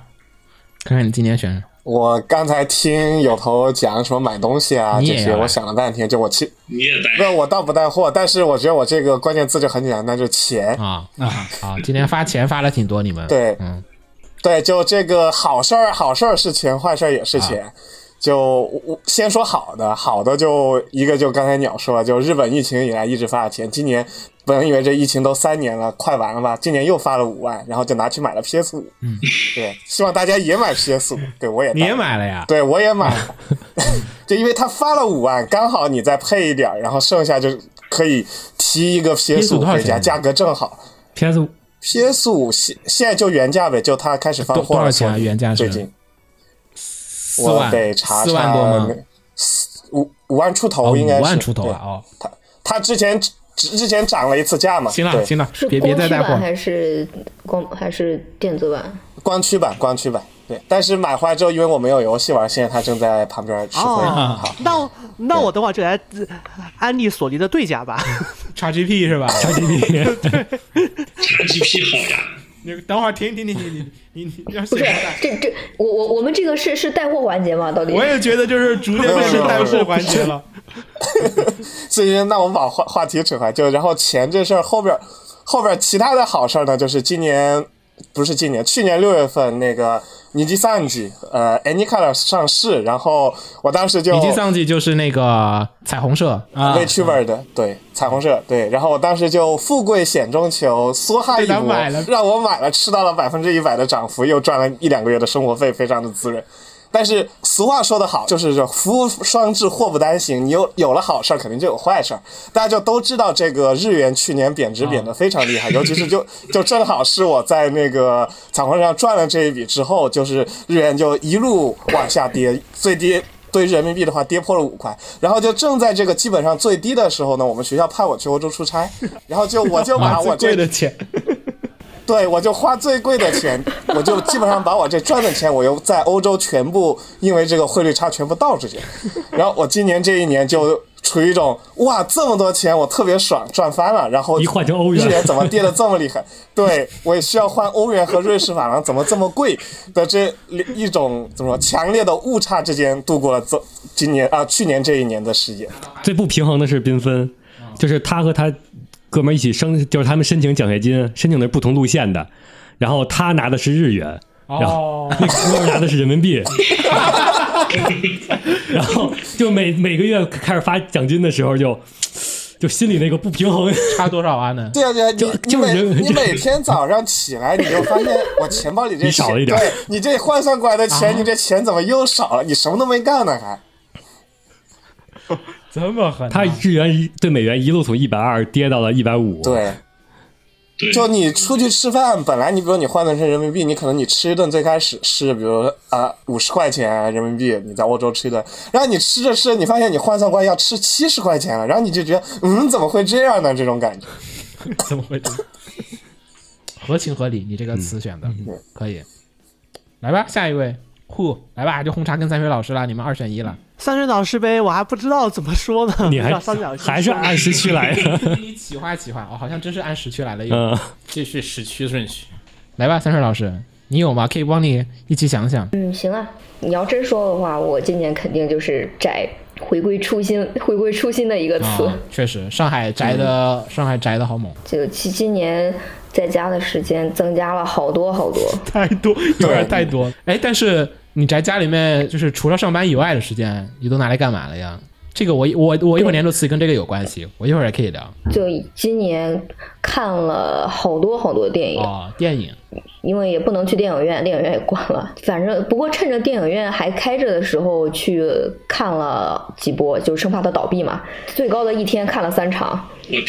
[SPEAKER 1] 看看你今年选什么。
[SPEAKER 5] 我刚才听有头讲什么买东西啊
[SPEAKER 1] 你也
[SPEAKER 5] 这些，
[SPEAKER 1] 要买
[SPEAKER 5] 我想了半天，就我其
[SPEAKER 4] 你也带
[SPEAKER 5] 不是我带不带货，但是我觉得我这个关键字就很简单，就是钱。
[SPEAKER 1] 啊啊啊！今天发钱发了挺多，你们
[SPEAKER 5] 对
[SPEAKER 1] 嗯，
[SPEAKER 5] 对，就这个好事儿，好事儿是钱，坏事儿也是钱。
[SPEAKER 1] 啊
[SPEAKER 5] 就我我先说好的，好的就一个就刚才鸟说，就日本疫情以来一直发的钱，今年本以为这疫情都三年了，快完了吧，今年又发了五万，然后就拿去买了 PS 五。嗯，对，希望大家也买 PS 五，对我也
[SPEAKER 1] 你
[SPEAKER 5] 带
[SPEAKER 1] 也买了呀？
[SPEAKER 5] 对，我也买 了，就因为他发了五万，刚好你再配一点儿，然后剩下就可以提一个 PS
[SPEAKER 1] 多
[SPEAKER 5] 五
[SPEAKER 1] 少
[SPEAKER 5] 回家，
[SPEAKER 1] 钱
[SPEAKER 5] 价格正好。
[SPEAKER 3] PS 五
[SPEAKER 5] PS 五现现在就原价呗，就它开始发
[SPEAKER 1] 多
[SPEAKER 5] 货
[SPEAKER 1] 多少
[SPEAKER 5] 了。
[SPEAKER 1] 钱啊
[SPEAKER 5] 索尼
[SPEAKER 1] 原价是
[SPEAKER 5] 最近
[SPEAKER 1] 四
[SPEAKER 5] 我
[SPEAKER 1] 万
[SPEAKER 5] 得查查，
[SPEAKER 1] 四万多吗？
[SPEAKER 5] 四五五万出
[SPEAKER 1] 哦，
[SPEAKER 5] 头应该是
[SPEAKER 1] 五万出头啊！
[SPEAKER 5] 对
[SPEAKER 1] 哦，
[SPEAKER 5] 它之前之之前涨了一次价嘛，
[SPEAKER 1] 行了
[SPEAKER 5] 对
[SPEAKER 1] 行了
[SPEAKER 2] 是，
[SPEAKER 1] 别别再
[SPEAKER 2] 光驱
[SPEAKER 1] 带
[SPEAKER 2] 版
[SPEAKER 1] 货。
[SPEAKER 2] 还是光还是电子 版？
[SPEAKER 5] 光驱版光驱版。对，但是买回来之后，因为我没有游戏玩，现在它正在旁边吃灰。
[SPEAKER 6] 哦
[SPEAKER 1] 啊
[SPEAKER 5] 好，
[SPEAKER 6] 那我那我等会儿就来呃安利索尼的对家吧。
[SPEAKER 1] XGP 是吧？
[SPEAKER 4] XGP 好呀，
[SPEAKER 1] 你等会儿停停停停你你你让
[SPEAKER 2] 不
[SPEAKER 1] 雪
[SPEAKER 2] 是啊
[SPEAKER 1] 峰带。，
[SPEAKER 2] 这这我我我们这个是是带货环节吗？到底
[SPEAKER 1] 我也觉得就是逐渐
[SPEAKER 5] 没有
[SPEAKER 1] 变成
[SPEAKER 5] 没
[SPEAKER 1] 带
[SPEAKER 5] 有
[SPEAKER 1] 货环节 了。
[SPEAKER 5] 所以那我们把话话题扯开，就然后钱这事儿后边儿后边儿其他的好事儿呢，就是今年不是今年，去年六月份那个尼基桑吉呃 Anycolor 上市，然后我当时就
[SPEAKER 1] 以及上季就是那个彩虹社，
[SPEAKER 7] 啊
[SPEAKER 5] VTuber 的对彩虹社对，然后我当时就富贵险中求，梭哈一
[SPEAKER 1] 被他
[SPEAKER 5] 波
[SPEAKER 1] 买了，
[SPEAKER 5] 让我买了，吃到了百分之一百的涨幅，又赚了一两个月的生活费，非常的滋润。但是俗话说得好，就是这福无双至，祸不单行。你有有了好事儿，肯定就有坏事儿。大家就都知道，这个日元去年贬值贬得非常厉害，尤其是就就正好是我在那个彩虹上赚了这一笔之后，就是日元就一路往下跌，最低。对人民币的话，跌破了五块，然后就正在这个基本上最低的时候呢，我们学校派我去欧洲出差，然后就我就把我
[SPEAKER 1] 啊最
[SPEAKER 5] 这
[SPEAKER 1] 贵的钱，
[SPEAKER 5] 对，我就花最贵的钱，我就基本上把我这赚的钱，我又在欧洲全部因为这个汇率差全部倒出去。然后我今年这一年就处于一种哇这么多钱，我特别爽，赚翻了。然后
[SPEAKER 3] 一换成欧元
[SPEAKER 5] 日元怎么跌的这么厉 害？对我也需要换欧元和瑞士法郎，怎么这么贵的这一种怎么说强烈的误差之间度过了这今年啊去年这一年的时间。
[SPEAKER 3] 最不平衡的是缤纷，就是他和他哥们儿一起申，就是他们申请奖学金，申请的是不同路线的，然后他拿的是日元，然
[SPEAKER 1] 哦
[SPEAKER 3] 后那哥们儿拿的是人民币。 然后就每每个月开始发奖金的时候就，就心里那个不平衡，
[SPEAKER 1] 差多少啊？呢？
[SPEAKER 5] 对啊，对啊，你你
[SPEAKER 3] 就是
[SPEAKER 5] 每
[SPEAKER 3] 人
[SPEAKER 5] 你每天早上起来，你就发现我钱包里这
[SPEAKER 3] 你少了一
[SPEAKER 5] 钱
[SPEAKER 3] 点啊
[SPEAKER 5] 对你这换算过来的钱，你这钱怎么又少了？你什么都没干呢还？
[SPEAKER 1] 这么狠啊、
[SPEAKER 3] 它日元一对美元一路从一百二跌到了一百五，
[SPEAKER 5] 对，
[SPEAKER 4] 对，
[SPEAKER 5] 就你出去吃饭，本来你比如你换算成人民币，你可能你吃一顿最开始是比如啊五十块钱人民币，你在欧洲吃一顿，然后你吃着吃着，你发现你换算过来要吃七十块钱了，然后你就觉得嗯怎么会这样呢？这种感觉，
[SPEAKER 1] 怎么会这样？合情合理，你这个词选的、可以。来吧，下一位，酷，来吧，就红茶跟三水老师了，你们二选一了。
[SPEAKER 6] 三水老师杯我还不知道怎么说呢，
[SPEAKER 3] 你
[SPEAKER 6] 不知
[SPEAKER 3] 还
[SPEAKER 6] 道三水老师
[SPEAKER 3] 还是
[SPEAKER 6] 说
[SPEAKER 3] 按时区来的，
[SPEAKER 1] 给你企划企划，哦，好像真是按时区来了又。
[SPEAKER 3] 嗯，
[SPEAKER 7] 继续时区顺序。
[SPEAKER 1] 来吧，三水老师，你有吗？可以帮你一起想想。
[SPEAKER 2] 嗯，行啊，你要真说的话，我今年肯定就是宅，回归初心，回归初心的一个
[SPEAKER 1] 啊
[SPEAKER 2] 词。，
[SPEAKER 1] 确实，上海宅的、上海宅的好猛，
[SPEAKER 2] 就今今年在家的时间增加了好多好多。
[SPEAKER 1] 太多， 有点太多。哎，但是你宅家里面，就是除了上班以外的时间，你都拿来干嘛了呀？这个我我我一会儿年度词跟这个有关系，我一会儿也可以聊啊、
[SPEAKER 2] 就今年看了好多好多电影，
[SPEAKER 1] 哦。电影
[SPEAKER 2] 因为也不能去电影院，电影院也关了。反正不过趁着电影院还开着的时候去看了几波，就生怕它倒闭嘛。最高的一天看了三场，
[SPEAKER 4] 我天，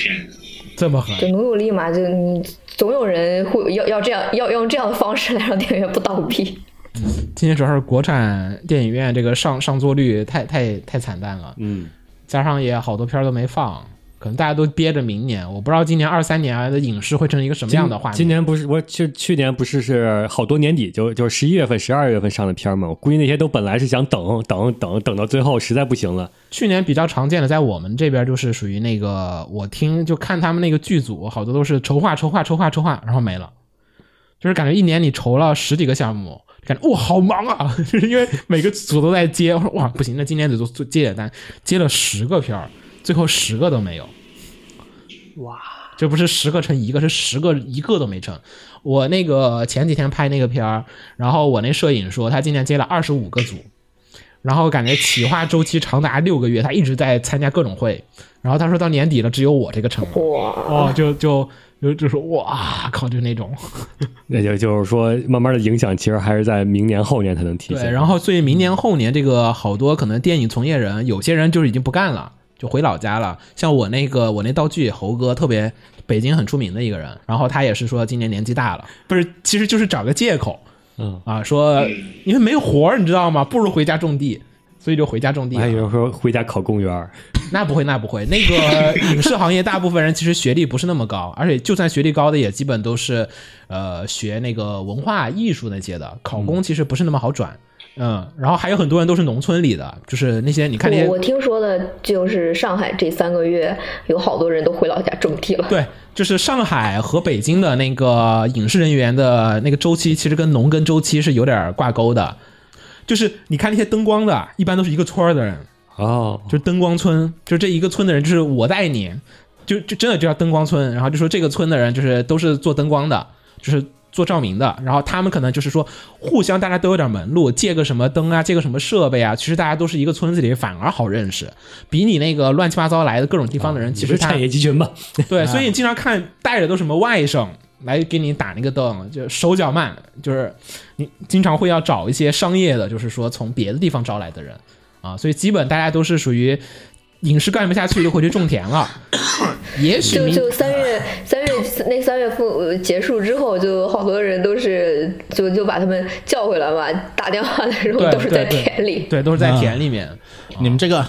[SPEAKER 1] 这么狠，
[SPEAKER 2] 就努努力嘛，就你总有人会要要这样要用这样的方式来让电影院不倒闭。
[SPEAKER 1] 今年主要是国产电影院这个上上座率太太太惨淡了，
[SPEAKER 3] 嗯，
[SPEAKER 1] 加上也好多片儿都没放，可能大家都憋着明年。我不知道今年二三年的影视会成一个什么
[SPEAKER 3] 今
[SPEAKER 1] 样的画面。
[SPEAKER 3] 嗯今年不是我去去年不是是好多年底就就是十一月份、十二月份上的片儿嘛，我估计那些都本来是想等等等等到最后实在不行了，
[SPEAKER 1] 去年比较常见的，在我们这边就是属于那个，我听就看他们那个剧组，好多都是筹划筹划筹划筹划，然后没了，就是感觉一年你筹了十几个项目，感觉哇好忙啊， 就是因为每个组都在接，我说哇不行，那今年得做做接点单，接了十个片儿，最后十个都没有，
[SPEAKER 6] 哇，
[SPEAKER 1] 这不是十个乘一个，是十个一个都没成。我那个前几天拍那个片儿，然后我那摄影说他今年接了二十五个组，然后感觉企划周期长达六个月，他一直在参加各种会，然后他说到年底了，只有我这个成了，
[SPEAKER 2] 哇，
[SPEAKER 1] 哦，就就就就说哇靠，就那种。
[SPEAKER 3] 那就就是说慢慢的影响其实还是在明年后年才能体现。
[SPEAKER 1] 对，然后所以明年后年这个好多可能电影从业人，有些人就是已经不干了，就回老家了。像我那个我那道具猴哥，特别北京很出名的一个人，然后他也是说今年年纪大了，不是，其实就是找个借口，
[SPEAKER 3] 嗯
[SPEAKER 1] 啊，说因为没活儿，你知道吗？不如回家种地。所以就回家种地
[SPEAKER 3] 我还以
[SPEAKER 1] 了，
[SPEAKER 3] 为说回家考公务员儿，
[SPEAKER 1] 那不会，那不会。那个影视行业大部分人其实学历不是那么高，而且就算学历高的，也基本都是，呃，学那个文化艺术那些的。考公其实不是那么好转，嗯，然后还有很多人都是农村里的，就是那些你看那些
[SPEAKER 2] 我我听说的就是上海这三个月有好多人都回老家种地了。
[SPEAKER 1] 对，就是上海和北京的那个影视人员的那个周期，其实跟农耕周期是有点挂钩的。就是你看那些灯光的，一般都是一个村儿的人，
[SPEAKER 3] 哦，
[SPEAKER 1] 就是灯光村，就这一个村的人，就是我带你，就就真的就叫灯光村。然后就说这个村的人就是都是做灯光的，就是做照明的。然后他们可能就是说互相大家都有点门路，借个什么灯啊，借个什么设备啊，其实大家都是一个村子里，反而好认识，比你那个乱七八糟来的各种地方的人，其实
[SPEAKER 3] 哦啊你是
[SPEAKER 1] 他
[SPEAKER 3] 产业集群吧，
[SPEAKER 7] 啊
[SPEAKER 1] 对，所以你经常看带着都什么外甥来给你打那个灯，就手脚慢，就是你经常会要找一些商业的，就是说从别的地方招来的人啊，所以基本大家都是属于影视干不下去就回去种田了。 也许
[SPEAKER 2] 就
[SPEAKER 1] 明
[SPEAKER 2] 就三月三月那三月份呃结束之后，就好多人都是就就把他们叫回来嘛，打电话的时候
[SPEAKER 1] 对
[SPEAKER 2] 都是在
[SPEAKER 1] 对对
[SPEAKER 2] 田里。
[SPEAKER 1] 对都是在田里面
[SPEAKER 7] 你们这个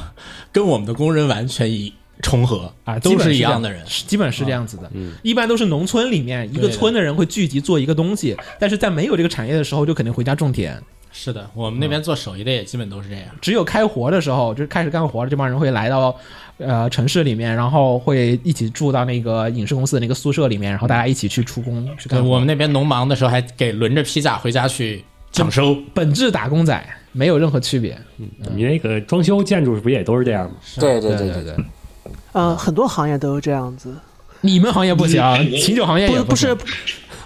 [SPEAKER 7] 跟我们的工人完全一重合
[SPEAKER 1] 啊，基
[SPEAKER 7] 都
[SPEAKER 1] 本
[SPEAKER 7] 是
[SPEAKER 1] 是
[SPEAKER 7] 一
[SPEAKER 1] 这
[SPEAKER 7] 样的人。
[SPEAKER 1] 是基本是这样子的。一般都是农村里面一个
[SPEAKER 7] 对的
[SPEAKER 1] 村的人会聚集做一个东西，但是在没有这个产业的时候，就肯定回家种田。
[SPEAKER 7] 是的，我们那边做手艺的也基本都是这样。
[SPEAKER 1] 只有开活的时候，就是开始干活了，这帮人会来到呃城市里面，然后会一起住到那个影视公司的那个宿舍里面，然后大家一起去出工去
[SPEAKER 7] 对
[SPEAKER 1] 干活。
[SPEAKER 7] 我们那边农忙的时候还给轮着批假回家去抢收。
[SPEAKER 1] 本质打工仔没有任何区别。
[SPEAKER 3] 你那个装修建筑是不是也都是这样吗？
[SPEAKER 5] 对对
[SPEAKER 1] 对
[SPEAKER 5] 对，
[SPEAKER 1] 对，
[SPEAKER 6] 呃，很多行业都是这样子，
[SPEAKER 1] 你们行业不行，啊
[SPEAKER 4] 你
[SPEAKER 1] 琴酒行业也
[SPEAKER 6] 不不是
[SPEAKER 1] 行，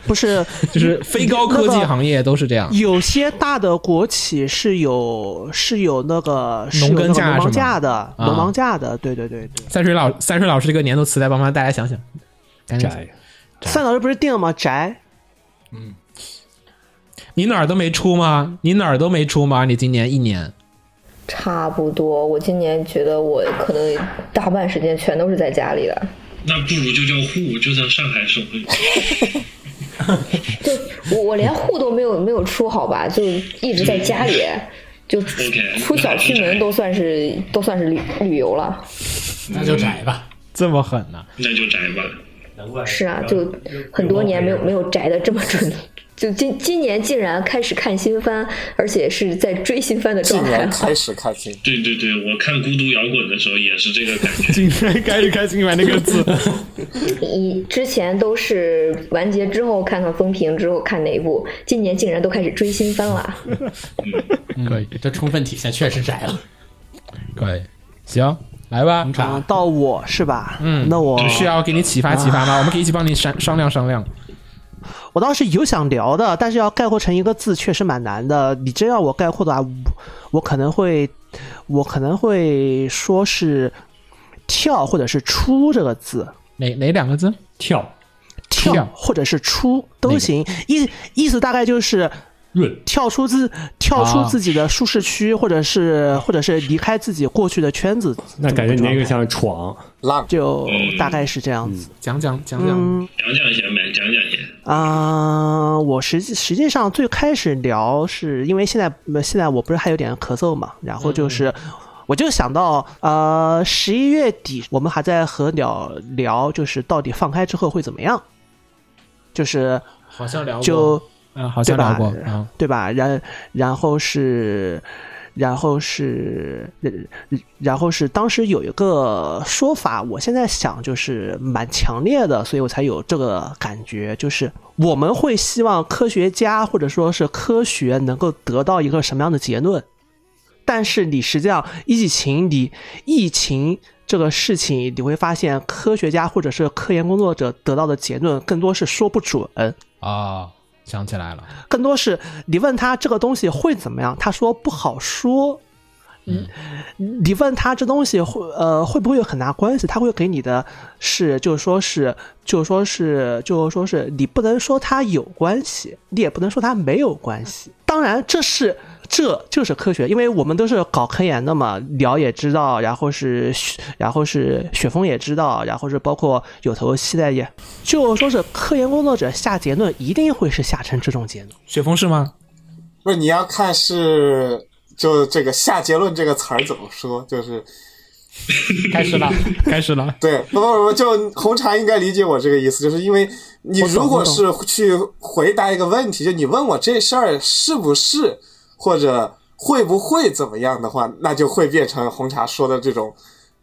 [SPEAKER 6] 不是，
[SPEAKER 1] 就是非高科技
[SPEAKER 6] 那个
[SPEAKER 1] 行业都是这样。
[SPEAKER 6] 有些大的国企是有是有那个是有
[SPEAKER 1] 农耕
[SPEAKER 6] 那个
[SPEAKER 1] 价
[SPEAKER 6] 农
[SPEAKER 1] 是吗
[SPEAKER 6] 忙假的，
[SPEAKER 1] 啊
[SPEAKER 6] 农忙假的，对对对对。
[SPEAKER 1] 三水老三水老师这个年度词来帮帮大家想想，赶紧想
[SPEAKER 3] 宅，
[SPEAKER 6] 三老师不是定了吗？宅，
[SPEAKER 1] 你哪儿都没出吗？你哪儿都没出吗？你今年一年
[SPEAKER 2] 差不多，我今年觉得我可能大半时间全都是在家里的。
[SPEAKER 4] 那不如就叫户，就在上海省会。
[SPEAKER 2] 就我我连户都没有没有出，好吧，就一直在家里，就出
[SPEAKER 4] OK，
[SPEAKER 2] 出小区门都算是都算是旅旅游了。
[SPEAKER 7] 那就宅吧。
[SPEAKER 1] 这么狠呢、
[SPEAKER 4] 那就宅吧。
[SPEAKER 3] 难怪
[SPEAKER 2] 是啊，就很多年没有没有宅的这么准。就今今年竟然开始看新番，而且是在追新番的
[SPEAKER 5] 竟
[SPEAKER 2] 状态
[SPEAKER 5] 然。开始看新，
[SPEAKER 4] 对对对，我看《孤独摇滚》的时候也是这个感觉。
[SPEAKER 1] 竟然开始看新买那个字，
[SPEAKER 2] 以之前都是完结之后看看风评，之后看哪一部，今年竟然都开始追新番了。
[SPEAKER 1] 可以
[SPEAKER 7] 嗯这充分体现确实宅了。
[SPEAKER 1] 可以，行，来吧，
[SPEAKER 6] 啊，到我是吧？
[SPEAKER 1] 嗯
[SPEAKER 6] 那我
[SPEAKER 1] 需要给你启发启发吗？我们可以一起帮你商商量商量。
[SPEAKER 6] 我倒是有想聊的，但是要概括成一个字确实蛮难的。你真让我概括的话，我我可能会，我可能会说是“跳”或者是“出”这个字，
[SPEAKER 1] 哪哪两个字？
[SPEAKER 3] 跳
[SPEAKER 6] 跳
[SPEAKER 1] 跳
[SPEAKER 6] 或者是出都行，意意思大概就是
[SPEAKER 3] 润
[SPEAKER 6] 跳出自跳出
[SPEAKER 1] 啊
[SPEAKER 6] 自己的舒适区，或者是或者是离开自己过去的圈子。
[SPEAKER 3] 那感觉你那
[SPEAKER 6] 这么
[SPEAKER 3] 个
[SPEAKER 6] 状
[SPEAKER 3] 像
[SPEAKER 6] 态
[SPEAKER 3] 闯，
[SPEAKER 5] 浪
[SPEAKER 6] 就大概是这样子。
[SPEAKER 1] 讲讲讲讲。
[SPEAKER 6] 嗯
[SPEAKER 4] 讲讲先呗，讲讲先。
[SPEAKER 6] 啊、我实际实际上最开始聊是因为现在呃现在我不是还有点咳嗽嘛，然后就是。我就想到，呃，十一月底我们还在和聊聊，就是到底放开之后会怎么样，就是
[SPEAKER 1] 好像聊过，
[SPEAKER 6] 就
[SPEAKER 1] 嗯，好像聊过
[SPEAKER 6] 对吧
[SPEAKER 1] 啊，
[SPEAKER 6] 对吧？然然后是，然后是，然然后是，当时有一个说法，我现在想就是蛮强烈的，所以我才有这个感觉，就是我们会希望科学家或者说是科学能够得到一个什么样的结论，但是你实际上疫情你疫情。这个事情你会发现，科学家或者是科研工作者得到的结论更多是说不准，
[SPEAKER 1] 啊，想起来了，
[SPEAKER 6] 更多是你问他这个东西会怎么样，他说不好说。嗯，你问他这东西会呃会不会有很大关系，他会给你的是就是说是就是说是就是说是你不能说它有关系，你也不能说它没有关系。当然这是。这就是科学，因为我们都是搞科研的嘛，聊也知道，然后是雪，然后是雪峰也知道，然后是包括有头现在也，就说是科研工作者下结论一定会是下成这种结论。
[SPEAKER 1] 雪峰是吗？
[SPEAKER 5] 不是你要看是就这个下结论这个词儿怎么说，就是
[SPEAKER 1] 开始了， 开始了，
[SPEAKER 5] 对，不不不，就红茶应该理解我这个意思，就是因为你
[SPEAKER 6] 我懂
[SPEAKER 5] 如果
[SPEAKER 6] 我懂
[SPEAKER 5] 是去回答一个问题，就你问我这事儿是不是或者会不会怎么样的话，那就会变成红茶说的这种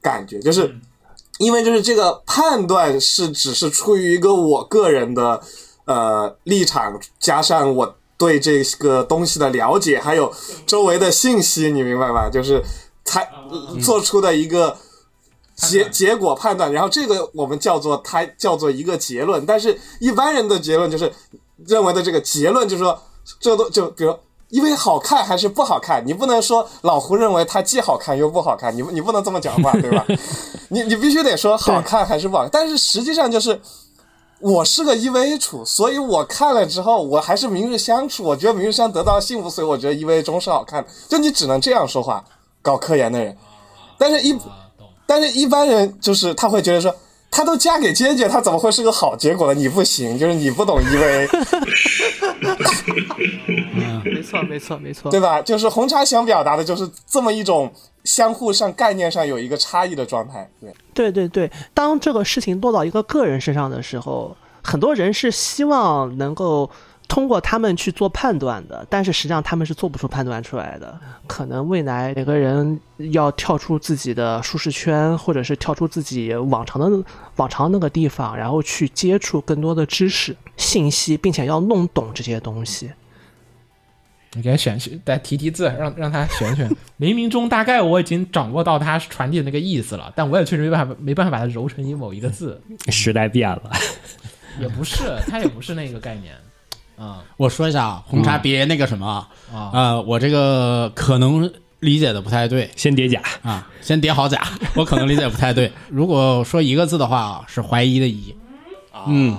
[SPEAKER 5] 感觉，就是
[SPEAKER 6] 嗯
[SPEAKER 5] 因为就是这个判断是只是出于一个我个人的呃立场，加上我对这个东西的了解，还有周围的信息，你明白吧？就是才
[SPEAKER 6] 嗯
[SPEAKER 5] 做出的一个结结果判断，然后这个我们叫做它叫做一个结论，但是一般人的结论就是认为的这个结论就是说这都就比如。因为好看还是不好看，你不能说老胡认为它既好看又不好看，你不你不能这么讲话，对吧？你你必须得说好看还是不好看，但是实际上就是我是个 EVA 处，所以我看了之后，我还是明日香处，我觉得明日香得到了幸福，所以我觉得 EVA 中是好看的。就你只能这样说话，搞科研的人，但是一但是一般人就是他会觉得说。她都嫁给姐姐，她怎么会是个好结果呢？你不行，就是你不懂 EVA，
[SPEAKER 6] 没错，没错，没错
[SPEAKER 5] 对。吧？就是红茶想表达的就是这么一种相互上概念上有一个差异的状态。对，
[SPEAKER 6] 对对对，当这个事情落到一个个人身上的时候，很多人是希望能够通过他们去做判断的，但是实际上他们是做不出判断出来的。可能未来每个人要跳出自己的舒适圈，或者是跳出自己往常的往常那个地方，然后去接触更多的知识、信息，并且要弄懂这些东西。
[SPEAKER 1] 你给他选选，再提提字，让让他选 选。冥冥中大概我已经掌握到他传递的那个意思了，但我也确实没办法，没办法把它揉成一某一个 字，
[SPEAKER 3] 时代变了，
[SPEAKER 1] 也不是，它也不是那个概念。啊、
[SPEAKER 7] 我说一下啊，红茶别那个什么啊，
[SPEAKER 1] 嗯啊
[SPEAKER 7] 呃，我这个可能理解的不太对
[SPEAKER 3] 先叠甲，
[SPEAKER 7] 啊，先叠好甲，我可能理解不太对。如果说一个字的话啊，是怀疑的疑。嗯，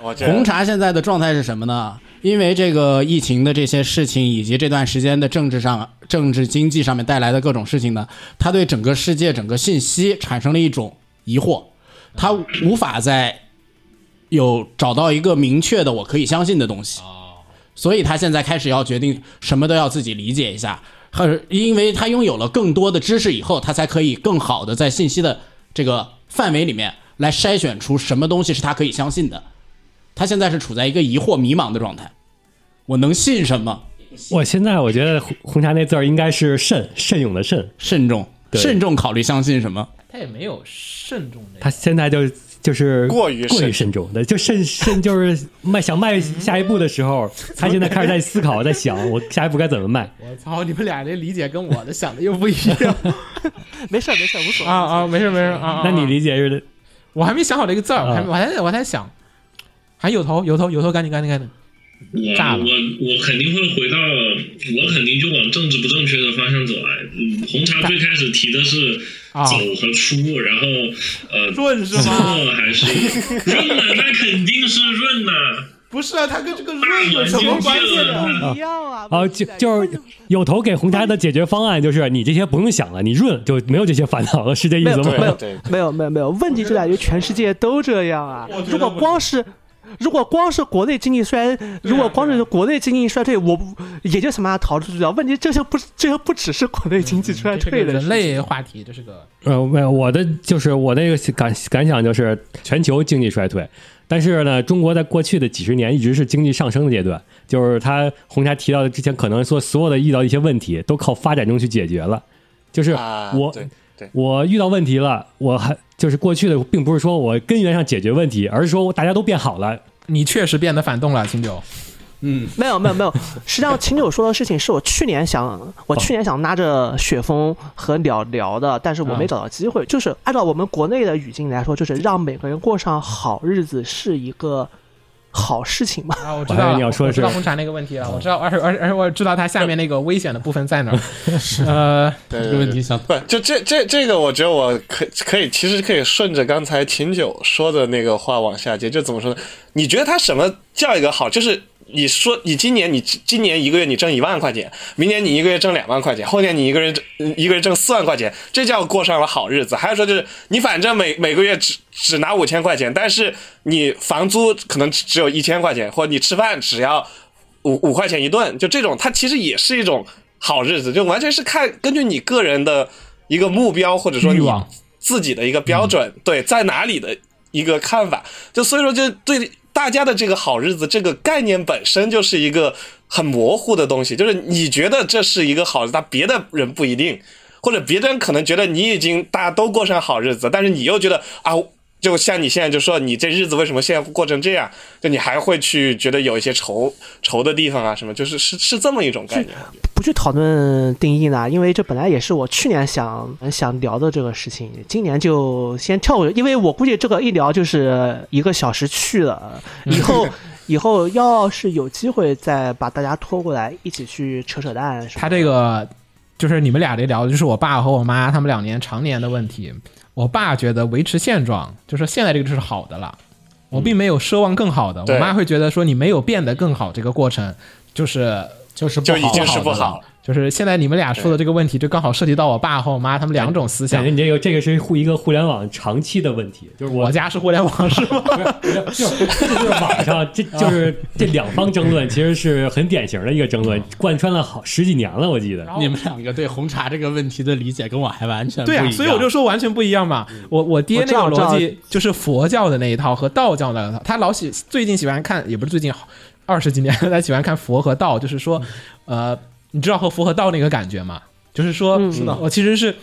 [SPEAKER 5] 我觉
[SPEAKER 7] 红茶现在的状态是什么呢？因为这个疫情的这些事情，以及这段时间的政治上、政治经济上面带来的各种事情呢，他对整个世界、整个信息产生了一种疑惑，他无法再有找到一个明确的我可以相信的东西。
[SPEAKER 5] 哦
[SPEAKER 7] 所以他现在开始要决定什么都要自己理解一下，还是因为他拥有了更多的知识以后，他才可以更好的在信息的这个范围里面来筛选出什么东西是他可以相信的。他现在是处在一个疑惑迷茫的状态，我能信什么？
[SPEAKER 3] 我现在我觉得红红茶那字儿应该是慎慎勇的慎，
[SPEAKER 7] 慎重，
[SPEAKER 3] 对
[SPEAKER 7] 慎重考虑相信什么。
[SPEAKER 1] 他也没有慎重这
[SPEAKER 3] 他现在就就是
[SPEAKER 8] 过于慎
[SPEAKER 3] 过于慎重的，就慎 慎就是迈想迈下一步的时候，他现在开始在思考，在想我下一步该怎么迈。
[SPEAKER 1] 我操，你们俩这理解跟我的想的又不一 样
[SPEAKER 6] 没事儿没事儿，无所谓
[SPEAKER 1] 啊啊！没事没事啊。
[SPEAKER 3] 那你理解是
[SPEAKER 1] 我还没想好这个字儿，我还
[SPEAKER 3] 啊
[SPEAKER 1] 我还我还想，还有头有头有头，赶紧赶紧赶紧！
[SPEAKER 4] 我
[SPEAKER 1] 炸了
[SPEAKER 4] 我我肯定会回到，我肯定就往政治不正确的方向走来。嗯，红茶最开始提的是
[SPEAKER 1] 啊
[SPEAKER 4] 走和出，然后呃，
[SPEAKER 1] 润是吗
[SPEAKER 4] 错还是润呢？那肯定是润呐、
[SPEAKER 1] 不是啊，他跟这个
[SPEAKER 4] 润有什么关系呢
[SPEAKER 6] 不一样啊！
[SPEAKER 3] 哦，就就是有头给红茶的解决方案就是你这些不用想了，你润就没有这些烦恼了，是这意思
[SPEAKER 6] 没有
[SPEAKER 3] 吗？
[SPEAKER 8] 对，
[SPEAKER 6] 没有没有没有，问题就在于全世界都这样啊
[SPEAKER 1] 我觉！得
[SPEAKER 6] 如果光是如果光是国内经济衰，如果光是国内经济衰退，我不也就想办法逃出去了。问题这些不是这些不只是国内经 济衰
[SPEAKER 1] 这
[SPEAKER 6] 退
[SPEAKER 1] 个
[SPEAKER 6] 的
[SPEAKER 1] 人
[SPEAKER 6] 事情，
[SPEAKER 1] 类话题，这是个
[SPEAKER 3] 呃，没有，我的就是我那个感感想就是全球经济衰退，但是呢，中国在过去的几十年一直是经济上升的阶段，就是他红茶提到的之前可能说所有的遇到一些问题都靠发展中去解决了，就是
[SPEAKER 8] 啊
[SPEAKER 3] 我、
[SPEAKER 8] 对对
[SPEAKER 3] 我遇到问题了，我还就是过去的并不是说我根源上解决问题，而是说大家都变好了，
[SPEAKER 1] 你确实变得反动了，秦九。
[SPEAKER 6] 没有没有没有。实际上，秦九说的事情是我去年想，我去年想拉着雪峰和鸟聊的，但是我没
[SPEAKER 1] 嗯
[SPEAKER 6] 找到机会。就是按照我们国内的语境来说，就是让每个人过上好日子是一个好事情嘛。
[SPEAKER 1] 啊，我知道了，
[SPEAKER 3] 我还以为你要说
[SPEAKER 1] 我
[SPEAKER 3] 的
[SPEAKER 1] 知
[SPEAKER 3] 是
[SPEAKER 1] 道红茶那个问题了，我知道，而而而我知道它下面那个危险的部分在哪儿。 呃，
[SPEAKER 8] 对
[SPEAKER 7] 这个
[SPEAKER 8] 对对
[SPEAKER 7] 问题想
[SPEAKER 8] 不， 就这这这个，我觉得我可可以，其实可以顺着刚才秦九说的那个话往下接，就怎么说呢？你觉得他什么叫一个好？就是你说你今年你今年一个月你挣一万块钱，明年你一个月挣两万块钱，后年你一个人一个月挣四万块钱，这叫过上了好日子。还是说就是你反正每每个月只只拿五千块钱，但是你房租可能只只有一千块钱，或者你吃饭只要五五块钱一顿，就这种，它其实也是一种好日子，就完全是看根据你个人的一个目标或者说
[SPEAKER 1] 欲
[SPEAKER 8] 你
[SPEAKER 1] 望嗯
[SPEAKER 8] 自己的一个标准，对，在哪里的一个看法。就所以说，就对大家的这个好日子这个概念本身就是一个很模糊的东西，就是你觉得这是一个好日子，但别的人不一定。或者别人可能觉得你已经大家都过上好日子，但是你又觉得啊，就像你现在就说你这日子为什么现在过成这样？就你还会去觉得有一些愁愁的地方啊，什么，就是是是这么一种概念。
[SPEAKER 6] 不去讨论定义呢？因为这本来也是我去年想想聊的这个事情，今年就先跳过去，因为我估计这个一聊就是一个小时去了，
[SPEAKER 1] 嗯
[SPEAKER 6] 以后。 以后要是有机会再把大家拖过来一起去扯扯淡什么的，
[SPEAKER 1] 他这个就是你们俩这聊的，就是我爸和我妈他们两年常年的问题。我爸觉得维持现状，就是现在这个就是好的了，我并没有奢望更好的。
[SPEAKER 8] 对
[SPEAKER 1] 我妈会觉得说你没有变得更好，这个过程就是
[SPEAKER 7] 就是不
[SPEAKER 8] 就已
[SPEAKER 7] 好
[SPEAKER 8] 经是
[SPEAKER 7] 不
[SPEAKER 8] 不
[SPEAKER 7] 好
[SPEAKER 8] 好
[SPEAKER 7] 的了。
[SPEAKER 1] 就是现在你们俩说的这个问题，就刚好涉及到我爸和我妈他们两种思
[SPEAKER 3] 感
[SPEAKER 1] 想
[SPEAKER 3] 觉。你这个这个是互一个互联网长期的问题，就是我
[SPEAKER 1] 我家是互联网是吗？
[SPEAKER 3] 就是就是网上这就是这两方争论，其实是很典型的一个争
[SPEAKER 8] 啊
[SPEAKER 3] 论，贯穿了好十几年了，我记得。
[SPEAKER 7] 你们两个对红茶这个问题的理解跟我还完全不一
[SPEAKER 1] 对
[SPEAKER 7] 样。
[SPEAKER 1] 啊，所以我就说完全不一样嘛。我我爹那
[SPEAKER 6] 我
[SPEAKER 1] 个
[SPEAKER 6] 知道
[SPEAKER 1] 逻
[SPEAKER 6] 知
[SPEAKER 1] 辑就是佛教的那一套和道教的那一套，他老喜最近喜欢看，也不是最近二十几年， 他喜欢看佛和道，就是说，
[SPEAKER 6] 嗯
[SPEAKER 1] 呃，你知道和佛和道那个感觉吗？就是说，我其实是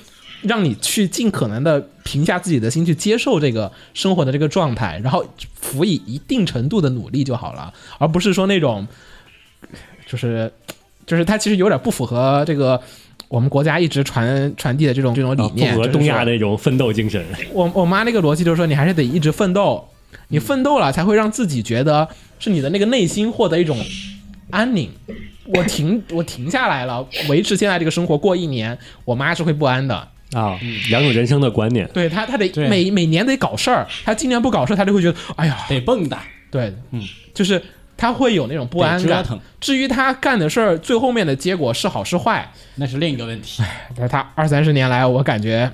[SPEAKER 1] 让你去尽可能的平下自己的心，去接受这个生活的这个状态，然后辅以一定程度的努力就好了，而不是说那种就是就是它其实有点不符合这个我们国家一直传传递的这种这种理
[SPEAKER 3] 啊符
[SPEAKER 1] 念，
[SPEAKER 3] 合
[SPEAKER 1] 就是
[SPEAKER 3] 东亚
[SPEAKER 1] 说
[SPEAKER 3] 的那种奋斗精神，
[SPEAKER 1] 我我妈那个逻辑就是说，你还是得一直奋斗，
[SPEAKER 3] 嗯
[SPEAKER 1] 你奋斗了才会让自己觉得是你的那个内心获得一种安宁。我停，我停下来了，维持现在这个生活过一年，我妈是会不安的。
[SPEAKER 3] 啊，两种人生的观念。
[SPEAKER 1] 对她，她得
[SPEAKER 7] 对
[SPEAKER 1] 每每年得搞事儿，她今年不搞事儿，她就会觉得，哎呀，
[SPEAKER 7] 得蹦跶。
[SPEAKER 1] 对，嗯，就是他会有那种不安
[SPEAKER 7] 对折
[SPEAKER 1] 感
[SPEAKER 7] 腾。
[SPEAKER 1] 至于他干的事儿最后面的结果是好是坏，
[SPEAKER 7] 那是另一个问题，
[SPEAKER 1] 但是他二三十年来，我感觉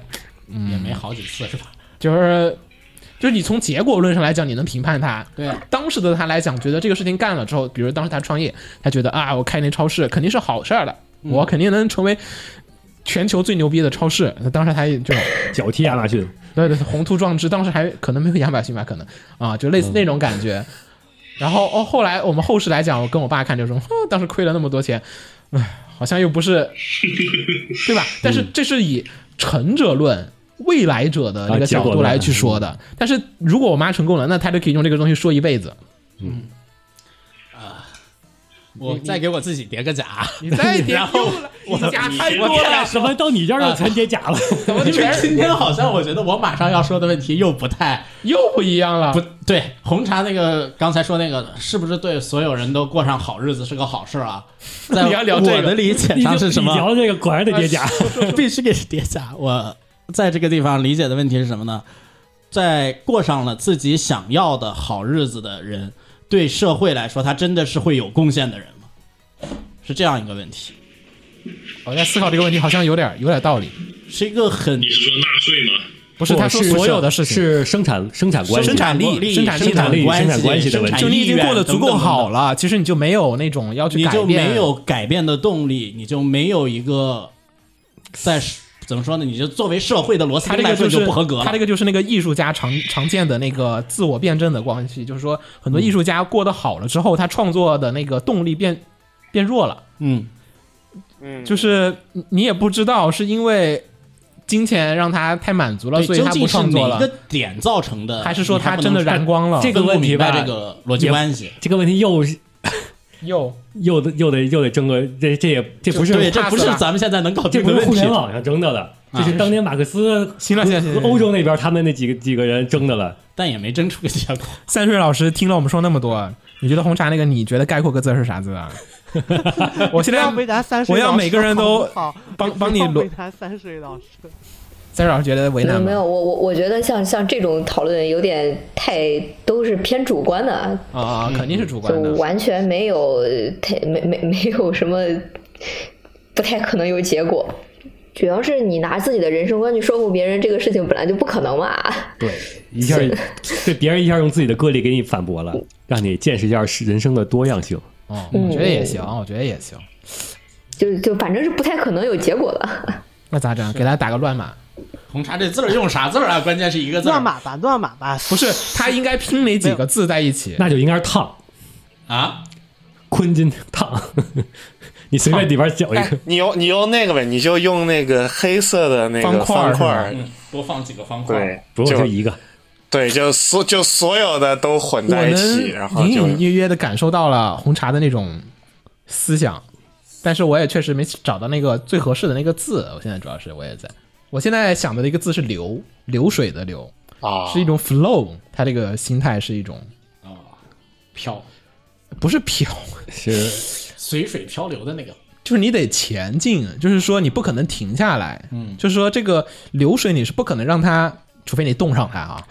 [SPEAKER 7] 也没好几次是吧？
[SPEAKER 1] 嗯就是就是你从结果论上来讲，你能评判他。
[SPEAKER 7] 对啊
[SPEAKER 1] 当时的他来讲，觉得这个事情干了之后，比如当时他创业，他觉得啊，我开那超市肯定是好事儿了，我肯定能成为全球最牛逼的超市。那当时他也就。
[SPEAKER 3] 脚踢亚马逊，
[SPEAKER 1] 对对，对宏图壮志，当时还可能没有亚马逊吧，可能啊，就类似那种感觉。然后哦，后来我们后世来讲，我跟我爸看就 说，哼当时亏了那么多钱，唉，好像又不是，对吧？但是这是以成者论。未来者的一
[SPEAKER 3] 啊
[SPEAKER 1] 个
[SPEAKER 3] 结
[SPEAKER 1] 角
[SPEAKER 3] 果
[SPEAKER 1] 度来
[SPEAKER 3] 论
[SPEAKER 1] 去说的，但是如果我妈成功了，那她就可以用这个东西说一辈子。
[SPEAKER 7] 我再给我自己叠个甲，
[SPEAKER 1] 你再点
[SPEAKER 7] 然后
[SPEAKER 1] 又了，你家太多
[SPEAKER 3] 我
[SPEAKER 1] 了，
[SPEAKER 3] 怎么到你这儿又全叠甲了？
[SPEAKER 1] 怎么
[SPEAKER 7] 因为
[SPEAKER 1] 全是
[SPEAKER 7] 今天好像我觉得我马上要说的问题又不太
[SPEAKER 1] 又不一样了
[SPEAKER 7] 不？对，红茶那个刚才说那个是不是对所有人都过上好日子是个好事儿啊？在
[SPEAKER 1] 你要聊这个
[SPEAKER 7] 我的理解
[SPEAKER 3] 你
[SPEAKER 7] 上
[SPEAKER 3] 就是
[SPEAKER 7] 什么
[SPEAKER 3] 你？聊的这个果然得叠甲，
[SPEAKER 1] 啊
[SPEAKER 7] 必须给叠加。我在这个地方理解的问题是什么呢？在过上了自己想要的好日子的人，对社会来说，他真的是会有贡献的人吗？是这样一个问题，
[SPEAKER 1] 我在思考这个问题，好像有点有点道理。
[SPEAKER 7] 是一个很
[SPEAKER 4] 你是说纳税吗？
[SPEAKER 1] 不是，他说所有的事情
[SPEAKER 3] 是生产生产关系，
[SPEAKER 7] 生产力、
[SPEAKER 1] 生产力
[SPEAKER 7] 生
[SPEAKER 3] 生
[SPEAKER 7] 关
[SPEAKER 3] 产力
[SPEAKER 7] 关
[SPEAKER 3] 生产
[SPEAKER 1] 就你已经过得足够好
[SPEAKER 7] 了，
[SPEAKER 1] 了，其实你就没有那种要去
[SPEAKER 7] 你
[SPEAKER 1] 改
[SPEAKER 7] 就
[SPEAKER 1] 变，
[SPEAKER 7] 没有改变的动力，你就没有一个在怎么说呢？你就作为社会的螺丝
[SPEAKER 1] 他
[SPEAKER 7] 钉
[SPEAKER 1] 这
[SPEAKER 7] 来
[SPEAKER 1] 个
[SPEAKER 7] 说
[SPEAKER 1] 是
[SPEAKER 7] 就不合格了。
[SPEAKER 1] 他这个就是那个艺术家常常见的那个自我辩证的关系，就是说很多艺术家过得好了之后，他创作的那个动力变变弱了，
[SPEAKER 7] 嗯，
[SPEAKER 1] 就是你你也不知道是因为金钱让他太满足了，
[SPEAKER 7] 对，
[SPEAKER 1] 所以
[SPEAKER 7] 究
[SPEAKER 1] 他不
[SPEAKER 7] 竟是
[SPEAKER 1] 创作
[SPEAKER 7] 哪一
[SPEAKER 1] 了
[SPEAKER 7] 个，点造成的？
[SPEAKER 1] 还是说
[SPEAKER 7] 你还
[SPEAKER 1] 他
[SPEAKER 7] 啊不
[SPEAKER 1] 真的
[SPEAKER 7] 能
[SPEAKER 1] 燃光了？
[SPEAKER 3] 这个
[SPEAKER 7] 弄
[SPEAKER 3] 问题
[SPEAKER 7] 明白
[SPEAKER 3] 吧，
[SPEAKER 7] 这个逻辑关系，
[SPEAKER 3] 这个问题又是
[SPEAKER 1] 又
[SPEAKER 3] 又得又得又得争个这这也这不是
[SPEAKER 7] 对，这
[SPEAKER 1] 怕
[SPEAKER 7] 不
[SPEAKER 1] 死
[SPEAKER 7] 是啊
[SPEAKER 1] 了
[SPEAKER 7] 咱们现在能搞
[SPEAKER 3] 这
[SPEAKER 7] 定
[SPEAKER 3] 不
[SPEAKER 7] 的
[SPEAKER 3] 是
[SPEAKER 7] 问
[SPEAKER 3] 互
[SPEAKER 7] 题
[SPEAKER 3] 联。网上争的了，这是当年马克思
[SPEAKER 1] 行了，行了行了
[SPEAKER 3] 和
[SPEAKER 1] 行了
[SPEAKER 3] 欧。洲那边他们那几个几个人争的了。
[SPEAKER 7] 但也没争出个结果。
[SPEAKER 1] 三水老师听了我们说那么多，你觉得红茶那个你觉得概括个字儿是啥字 啊？我现在要
[SPEAKER 6] 要回答三水
[SPEAKER 1] 我要
[SPEAKER 6] 老师
[SPEAKER 1] 每个人都
[SPEAKER 6] 好不
[SPEAKER 1] 帮
[SPEAKER 6] 好也不
[SPEAKER 1] 帮你
[SPEAKER 6] 要
[SPEAKER 1] 轮嗯
[SPEAKER 6] 回答三水老师。
[SPEAKER 1] 三水老师觉得为难
[SPEAKER 2] 嗯
[SPEAKER 1] 吗
[SPEAKER 2] 没？有，我我我觉得像像这种讨论有点太都是偏主观的，
[SPEAKER 1] 啊啊，肯定是主观
[SPEAKER 5] 嗯
[SPEAKER 2] 就
[SPEAKER 1] 的。
[SPEAKER 2] 完全没有太没没没有什么不太可能有结果。主要是你拿自己的人生观去说服别人，这个事情本来就不可能嘛。
[SPEAKER 3] 对，一下对别人一下用自己的个例给你反驳了，让你见识一下人生的多样性。
[SPEAKER 1] 哦，
[SPEAKER 2] 嗯
[SPEAKER 1] 我觉得也行，我觉得也行。
[SPEAKER 2] 就就反正是不太可能有结果的。
[SPEAKER 1] 那咋整？给他打个乱码？
[SPEAKER 7] 红茶这字儿用啥字儿啊？关键是一个字儿
[SPEAKER 6] 乱码吧，乱码吧，
[SPEAKER 1] 不是，他应该拼哪几个字在一起？
[SPEAKER 3] 那就应该是烫，
[SPEAKER 7] 啊！
[SPEAKER 3] 昆金烫， 你随便里边搅一
[SPEAKER 8] 哎
[SPEAKER 3] 个。
[SPEAKER 5] 你用你用那个呗，你就用那个黑色的那
[SPEAKER 1] 方
[SPEAKER 5] 个
[SPEAKER 1] 块儿
[SPEAKER 5] 方块
[SPEAKER 1] 是
[SPEAKER 5] 儿，
[SPEAKER 7] 嗯，多放几个方块。
[SPEAKER 5] 对，，
[SPEAKER 3] 不过就
[SPEAKER 5] 就
[SPEAKER 3] 一个，
[SPEAKER 5] 对，就所就所有的都混
[SPEAKER 1] 我
[SPEAKER 5] 在一起，然后
[SPEAKER 1] 能
[SPEAKER 5] 就
[SPEAKER 1] 隐隐约约的感受到了红茶的那种思想，但是我也确实没找到那个最合适的那个字。我现在主要是我也在，我现在想的一个字是流，流水的流，
[SPEAKER 5] 啊，
[SPEAKER 1] 是一种 flow，他这个心态是一种
[SPEAKER 7] 漂
[SPEAKER 1] 不是飘，
[SPEAKER 3] 是
[SPEAKER 7] 随水漂流的那个。
[SPEAKER 1] 就是你得前进，就是说你不可能停下来，嗯，就是说这个流水你是不可能让它，除非你冻上它啊，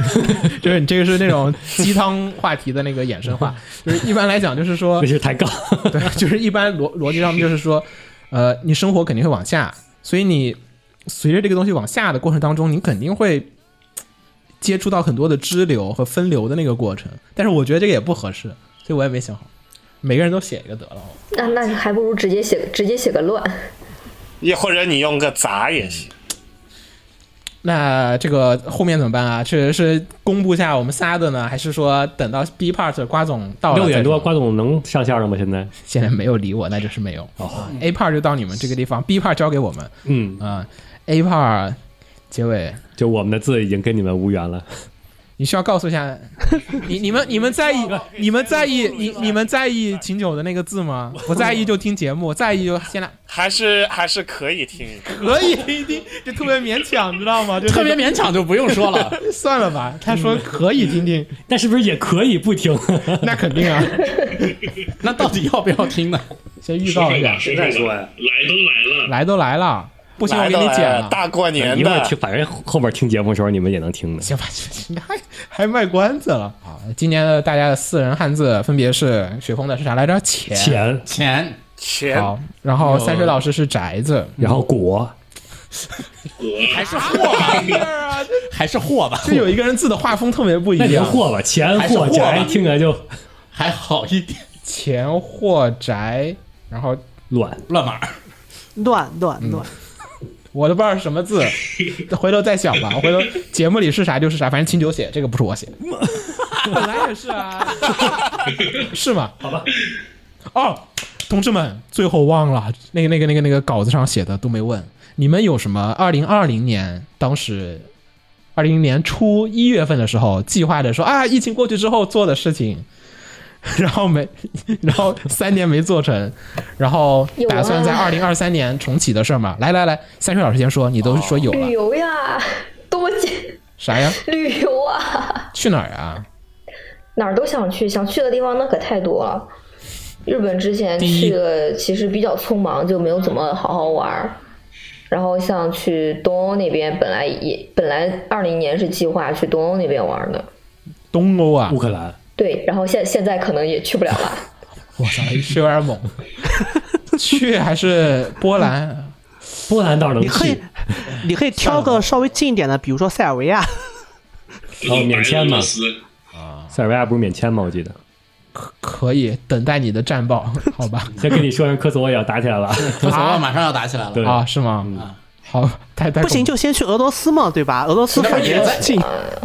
[SPEAKER 1] 就是你这个是那种鸡汤话题的那个衍生话，就是一般来讲就是说
[SPEAKER 3] 那，是抬杠。
[SPEAKER 1] 对，就是一般逻逻辑上面就是说，呃，你生活肯定会往下，所以你随着这个东西往下的过程当中，你肯定会接触到很多的支流和分流的那个过程，但是我觉得这个也不合适，所以我也没想好，每个人都写一个得了。
[SPEAKER 2] 那那还不如直接写直接写个乱。
[SPEAKER 5] 也或者你用个砸也行。
[SPEAKER 1] 那这个后面怎么办啊？是是公布一下我们仨的呢，还是说等到 B part 瓜总到了
[SPEAKER 3] 六点多，
[SPEAKER 1] 再说
[SPEAKER 3] 瓜总能上线了吗？现在？
[SPEAKER 1] 现在没有理我，那就是没有。
[SPEAKER 3] 哦，
[SPEAKER 1] A part 就到你们这个地方，B part 交给我们
[SPEAKER 3] 嗯，
[SPEAKER 1] 啊、A part 结尾，
[SPEAKER 3] 就我们的字已经跟你们无缘了。
[SPEAKER 1] 你需要告诉一下， 你你们你们在意你们在意你你们在意秦九的那个字吗？不在意就听节目，在意就先来，
[SPEAKER 5] 还是还是可以听一个，
[SPEAKER 1] 可以听，就特别勉强，知道吗？就那
[SPEAKER 7] 特别
[SPEAKER 1] 种
[SPEAKER 7] 勉强就不用说 了，
[SPEAKER 1] 算了吧。他说可以听听，
[SPEAKER 3] 那是不是也可以不听？
[SPEAKER 1] 那肯 定啊，
[SPEAKER 7] 那到底要不要听呢？
[SPEAKER 1] 先预
[SPEAKER 4] 说
[SPEAKER 1] 告
[SPEAKER 4] 说
[SPEAKER 1] 一下
[SPEAKER 4] 吧，。说说吧，来都来了，
[SPEAKER 1] 来都来了，不行，我
[SPEAKER 5] 来
[SPEAKER 1] 给
[SPEAKER 5] 都
[SPEAKER 1] 你
[SPEAKER 5] 来
[SPEAKER 1] 剪
[SPEAKER 5] 了
[SPEAKER 1] 了。
[SPEAKER 5] 大过年
[SPEAKER 3] 一会儿
[SPEAKER 5] 的
[SPEAKER 3] 听，，反正后边听节目的时候你们也能听的。
[SPEAKER 1] 行吧，行吧还还卖关子了啊！今年的大家的四人汉字分别是雪峰的是啥来着？钱。
[SPEAKER 3] 钱，
[SPEAKER 7] 钱
[SPEAKER 5] 钱
[SPEAKER 1] 好，然后三水老师是宅子，
[SPEAKER 3] 然后果，
[SPEAKER 4] 我
[SPEAKER 7] 还是货吧，
[SPEAKER 5] 啊
[SPEAKER 7] 还是货 吧，
[SPEAKER 1] 就有一个人字的画风特别不嗯一
[SPEAKER 3] 那你
[SPEAKER 1] 样。
[SPEAKER 3] 货吧，钱
[SPEAKER 7] 还是
[SPEAKER 3] 货
[SPEAKER 7] 货
[SPEAKER 3] 宅，
[SPEAKER 7] 吧
[SPEAKER 3] 听起来就
[SPEAKER 7] 还好一点。
[SPEAKER 1] 钱或宅，然后
[SPEAKER 3] 乱。
[SPEAKER 7] 乱码儿，
[SPEAKER 6] 乱乱
[SPEAKER 1] 嗯
[SPEAKER 6] 乱，
[SPEAKER 1] 我都不知道是什么 字，回头再想吧。回头节目里是啥就是啥，反正秦九写这个不是 我写，的，本来也是 啊，是吗？好吧。哦，同志们，最后忘了那个那个那个那个稿子上写的都没问，你们有什么？二零二零年当时。二零年初一月份的时候，计划着说啊，疫情过去之后做的事情， 然后没，然后三年没做成，然后
[SPEAKER 2] 有啊
[SPEAKER 1] 打算在二零二三年重启的事儿嘛。来来来，三水老师先说，你都说有了、
[SPEAKER 2] 旅游呀，多见
[SPEAKER 1] 啥呀？
[SPEAKER 2] 旅游啊，
[SPEAKER 1] 去哪儿啊？
[SPEAKER 2] 哪儿都想去，想去的地方那可太多了。日本之前
[SPEAKER 7] 第一
[SPEAKER 2] 去的其实比较匆忙，就没有怎么好好玩儿。然后像去东欧那边，本来也本来二零年是计划去东欧那边玩儿的，
[SPEAKER 1] 东欧啊
[SPEAKER 3] 乌！克兰，
[SPEAKER 2] 对，然后现现在可能也去不了了。
[SPEAKER 1] 我操， 是有点猛。去还是波兰？
[SPEAKER 3] 波兰倒是能
[SPEAKER 6] 你可 以
[SPEAKER 3] 去，
[SPEAKER 6] 你可以挑个稍微近一点的，比如说塞尔维亚。
[SPEAKER 3] 哦免签嘛
[SPEAKER 4] 白俄罗斯
[SPEAKER 3] 塞尔维亚不是免签吗？我记得。
[SPEAKER 1] 可以等待你的战 报，好吧？
[SPEAKER 3] 先跟你说声，科索沃也要打起来了。
[SPEAKER 7] 科索沃马上要打起来了
[SPEAKER 3] 对。
[SPEAKER 1] 啊，是吗？好，太太
[SPEAKER 6] 不行就先去俄罗斯嘛，对吧？俄罗斯反正近，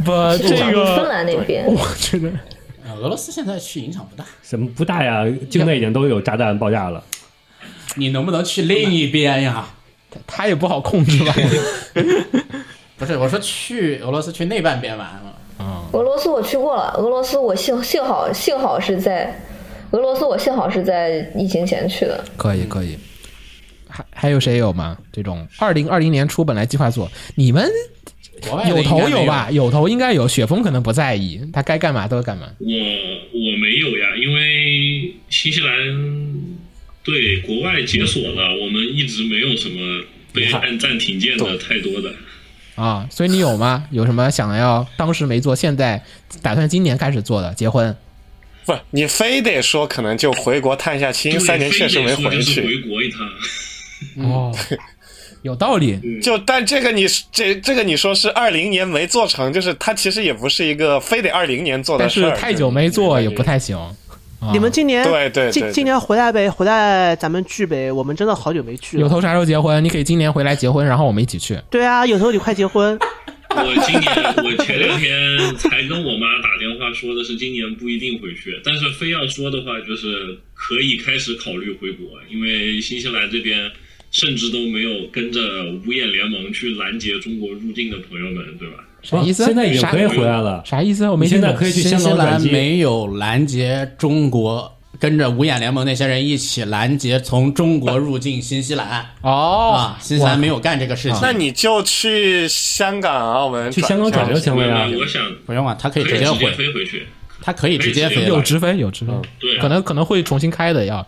[SPEAKER 1] 不
[SPEAKER 2] 我
[SPEAKER 1] 呃这
[SPEAKER 2] 想去芬
[SPEAKER 1] 个，
[SPEAKER 2] 兰那 边，
[SPEAKER 1] 我觉得
[SPEAKER 7] 呃俄罗斯现在去影响不大，
[SPEAKER 3] 什么不大呀？境内已经都有炸弹爆炸了。
[SPEAKER 7] 你能不能去另一边呀？
[SPEAKER 1] 他也不好控制吧？
[SPEAKER 7] 不是，我说去俄罗斯去那半边玩啊嘛。
[SPEAKER 2] 俄罗斯我去过了，俄罗斯我幸幸好幸好是在俄罗斯，我幸好是在疫情前去的。
[SPEAKER 1] 可以，可以。还还有谁有吗？这种二零二零年初本来计划做，你们
[SPEAKER 7] 国外的
[SPEAKER 1] 有
[SPEAKER 7] 应该
[SPEAKER 1] 头
[SPEAKER 7] 没
[SPEAKER 1] 有吧？？有头应该有，雪峰可能不在意，他该干嘛都干嘛。
[SPEAKER 4] 我我没有呀，因为新西兰对国外解锁了，我们一直没有什么被按暂停键的太多的。
[SPEAKER 1] 啊，所以你有吗？ 有什么想要当时没做，现在打算今年开始做的？结婚？
[SPEAKER 5] 不，你非得说可能就回国探一下亲，
[SPEAKER 4] 对
[SPEAKER 5] 三年确实没
[SPEAKER 4] 非得说
[SPEAKER 5] 回
[SPEAKER 4] 就是
[SPEAKER 5] 去。
[SPEAKER 4] 回国一趟，嗯
[SPEAKER 1] 哦， 有道理。
[SPEAKER 5] 就但这个你这这个你说是二零年没做成，就是它其实也不是一个非得二零年做的
[SPEAKER 1] 但
[SPEAKER 5] 事
[SPEAKER 1] 是
[SPEAKER 5] 儿。
[SPEAKER 1] 太久没做也不太行。啊
[SPEAKER 6] 你们今年
[SPEAKER 5] 对对对
[SPEAKER 6] 今
[SPEAKER 5] 对
[SPEAKER 6] 今年回来呗，回来咱们聚呗，我们真的好久没聚
[SPEAKER 1] 有
[SPEAKER 6] 了。
[SPEAKER 1] 头啥时候结婚？你可以今年回来结婚，然后我们一起去。
[SPEAKER 6] 对啊，有时候你快 结婚，
[SPEAKER 4] 我今年，我前两天才跟我妈打电话说的是今年不一定回去，但是非要说的话，就是可以开始考虑回国，因为新西兰这边甚至都没有跟着五眼联盟去拦截中国入境的朋友们，对吧？
[SPEAKER 1] 啥意思？
[SPEAKER 3] 现在已经
[SPEAKER 1] 啥
[SPEAKER 3] 可以回来
[SPEAKER 4] 啊
[SPEAKER 3] 了。
[SPEAKER 1] 啥意思？我没
[SPEAKER 3] 你
[SPEAKER 1] 听
[SPEAKER 3] 现在
[SPEAKER 1] 懂
[SPEAKER 3] 可以去
[SPEAKER 7] 新
[SPEAKER 3] 香
[SPEAKER 7] 西
[SPEAKER 3] 港转
[SPEAKER 7] 兰
[SPEAKER 3] 机。
[SPEAKER 7] 没有拦截中国，跟着五眼联盟那些人一起拦截从中国入境新西兰
[SPEAKER 1] 哦
[SPEAKER 7] 啊，，新西兰没有干这个事情。
[SPEAKER 5] 那你就去香港、澳门，
[SPEAKER 3] 去香港转就行了呀
[SPEAKER 4] 我我想
[SPEAKER 7] 不用啊，他可
[SPEAKER 4] 可
[SPEAKER 7] 以
[SPEAKER 4] 以
[SPEAKER 7] 直
[SPEAKER 4] 直
[SPEAKER 7] 接
[SPEAKER 4] 接
[SPEAKER 7] 回，
[SPEAKER 4] 飞回去。
[SPEAKER 7] 他可以直接
[SPEAKER 4] 可以
[SPEAKER 7] 飞
[SPEAKER 4] 直接
[SPEAKER 1] 有
[SPEAKER 7] 了。
[SPEAKER 1] 直飞，有直飞，
[SPEAKER 4] 对啊
[SPEAKER 1] 可能可能会重新开的要。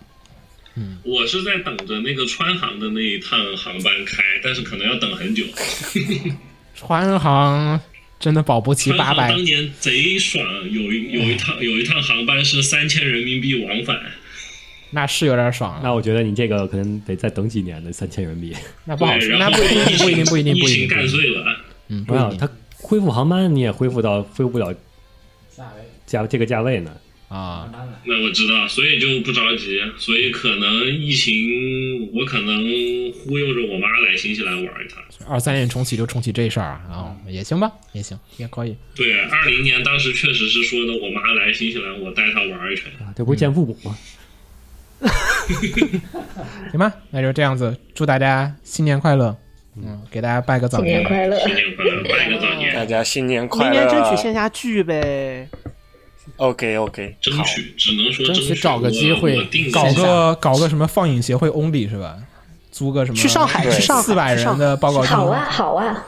[SPEAKER 4] 我是在等着那个川航的那一趟航班开，但是可能要等很久。
[SPEAKER 1] 川航真的保不齐
[SPEAKER 4] 川
[SPEAKER 1] 八
[SPEAKER 4] 航
[SPEAKER 1] 百
[SPEAKER 4] 当年贼爽，有一有一趟有一趟航班是三千人民币往返。
[SPEAKER 1] 那是有点爽了。
[SPEAKER 3] 那我觉得你这个可能得再等几年的三千人民币。
[SPEAKER 1] 那不好
[SPEAKER 4] 对，
[SPEAKER 1] 说，
[SPEAKER 4] 然
[SPEAKER 1] 那不
[SPEAKER 4] 后
[SPEAKER 1] 一定，不一定，不一定，
[SPEAKER 4] 疫
[SPEAKER 1] 不一
[SPEAKER 4] 情
[SPEAKER 1] 定，
[SPEAKER 4] 干碎了。
[SPEAKER 1] 嗯，不
[SPEAKER 3] 不
[SPEAKER 1] 一
[SPEAKER 3] 要，
[SPEAKER 1] 定
[SPEAKER 3] 它恢复航班你也恢复到恢复不了价这个价位呢。
[SPEAKER 1] 啊。
[SPEAKER 4] 那我知道，所以就不着急，所以可能疫情，我可能忽悠着我妈来新西兰玩一趟。
[SPEAKER 1] 二三年重启就重启这事儿啊，啊、也行吧，也行，也可以。
[SPEAKER 4] 对，二零年当时确实是说的，我妈来新西兰，我带她玩一圈。
[SPEAKER 3] 啊，这不是见父母吗？
[SPEAKER 1] 行吧，那就这样子，祝大家新年快乐，嗯，给大家拜个早
[SPEAKER 2] 新年
[SPEAKER 1] 年。
[SPEAKER 2] 快乐！
[SPEAKER 4] 新年快乐，拜个早
[SPEAKER 5] 大
[SPEAKER 7] 哦
[SPEAKER 4] 年，
[SPEAKER 5] 家新年快
[SPEAKER 6] 明
[SPEAKER 5] 乐！啊
[SPEAKER 6] 年争取线下 聚呗。
[SPEAKER 5] OK OK，
[SPEAKER 4] 争取只能说
[SPEAKER 7] 争取
[SPEAKER 4] 取
[SPEAKER 7] 找个机会
[SPEAKER 4] 我我定
[SPEAKER 1] 搞
[SPEAKER 7] 搞
[SPEAKER 4] 下
[SPEAKER 1] 个搞个什么放映协会 only 是吧？租个什么
[SPEAKER 6] 去上海
[SPEAKER 8] 对
[SPEAKER 6] 去上海
[SPEAKER 1] 四百人的报告
[SPEAKER 2] 好
[SPEAKER 1] 厅，
[SPEAKER 2] 啊，好啊，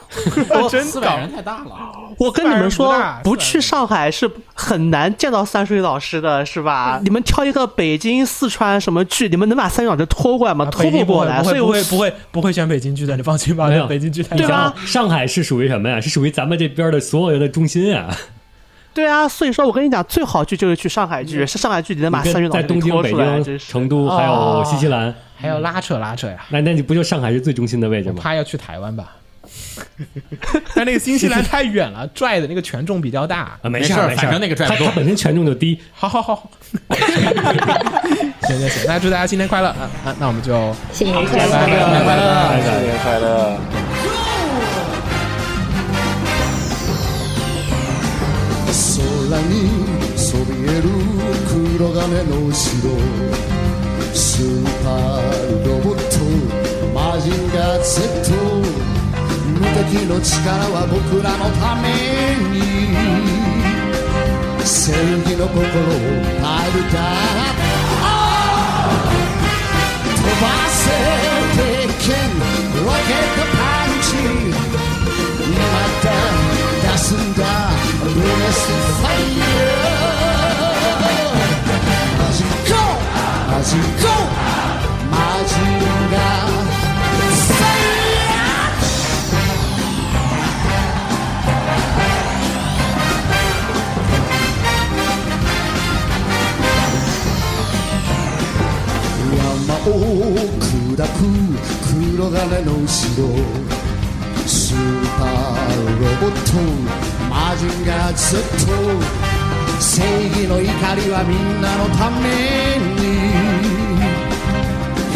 [SPEAKER 1] 真
[SPEAKER 9] 四百人太大了，
[SPEAKER 6] 我跟你们
[SPEAKER 1] 四
[SPEAKER 6] 说
[SPEAKER 1] 百人不大，
[SPEAKER 6] 不去上海是很难见到三水老师的，是吧？你们挑一个北京、四川什么剧，你们能把三水老师拖过来吗？
[SPEAKER 1] 啊
[SPEAKER 6] 拖
[SPEAKER 1] 北京不
[SPEAKER 6] 过
[SPEAKER 1] 会
[SPEAKER 6] 来，
[SPEAKER 1] 不
[SPEAKER 6] 所以
[SPEAKER 1] 会不
[SPEAKER 6] 我
[SPEAKER 1] 会不会不会选北京剧的，你放心吧，
[SPEAKER 3] 没有嗯
[SPEAKER 1] 北京剧太
[SPEAKER 6] 对
[SPEAKER 1] 小
[SPEAKER 6] 吧
[SPEAKER 1] 了。
[SPEAKER 3] 上海是属于什么呀？是属于咱们这边的所有的中心啊！
[SPEAKER 6] 对啊，所以说我跟你讲，最好剧就是去上海剧，是上海剧你能把三水
[SPEAKER 3] 你跟
[SPEAKER 6] 老
[SPEAKER 3] 在
[SPEAKER 6] 师
[SPEAKER 3] 东京、
[SPEAKER 6] 拖
[SPEAKER 3] 北
[SPEAKER 6] 出来，真
[SPEAKER 3] 京、
[SPEAKER 6] 是哦
[SPEAKER 3] 成都还有新西兰，
[SPEAKER 1] 还要拉扯拉扯呀，
[SPEAKER 3] 那那你不就上海是最中心的位置吗？
[SPEAKER 1] 怕要去台湾吧？ 但那个新西兰太远了，拽的那个权重比较大。
[SPEAKER 3] 啊，没
[SPEAKER 9] 没事
[SPEAKER 3] 儿
[SPEAKER 9] 儿
[SPEAKER 3] 没事儿，
[SPEAKER 9] 反正那个拽不
[SPEAKER 3] 他
[SPEAKER 9] 动
[SPEAKER 3] 他本身权重就低。
[SPEAKER 1] 好好好，行行行，那祝大家新年快乐啊啊！那我们就
[SPEAKER 2] 新年快乐！
[SPEAKER 1] 拜拜了。
[SPEAKER 8] 新年快乐。
[SPEAKER 7] 空にそびえる黒金の城スーパーロボットマジンガー Z 無敵の力は僕らのために正義の心を耐えるか飛ばせ鉄拳ロケットパンチ Mata Dasunda Lunas Fire Magico Magico Majinga Fire山を砕く黒金の後ろスーパーロボットマジンガー Z 正義の怒りはみんなのために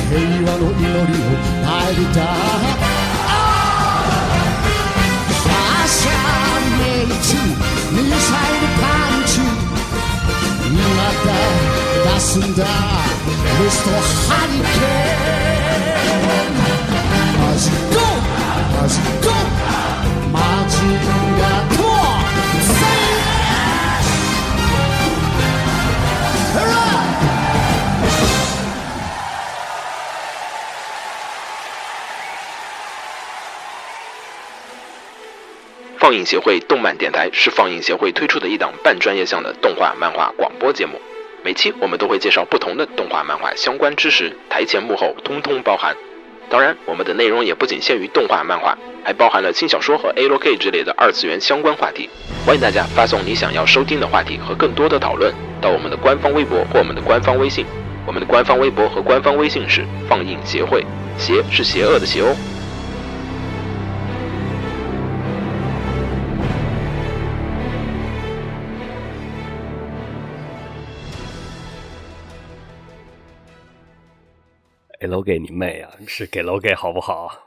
[SPEAKER 7] 平和の祈りを耐えるだファーシャメイチミサイルパンチまた出すんだロストハリケーン Magic Go! Magic Go! Magic Go! Hurrah!
[SPEAKER 5] 《放映协会动漫电台》是放映协会推出的一档半专业向的动画、漫画广播节目。每期我们都会介绍不同的动画、漫画相关知识，台前幕后通通包含。当然，我们的内容也不仅限于动画、漫画，还包含了轻小说和 A l K 之类的二次元相关话题。欢迎大家发送你想要收听的话题和更多的讨论到我们的官方微博或我们的官方微信。我们的官方微博和官方微信是放映协会，邪是邪恶的邪哦。
[SPEAKER 3] 给楼给你妹啊！是给楼给好不好？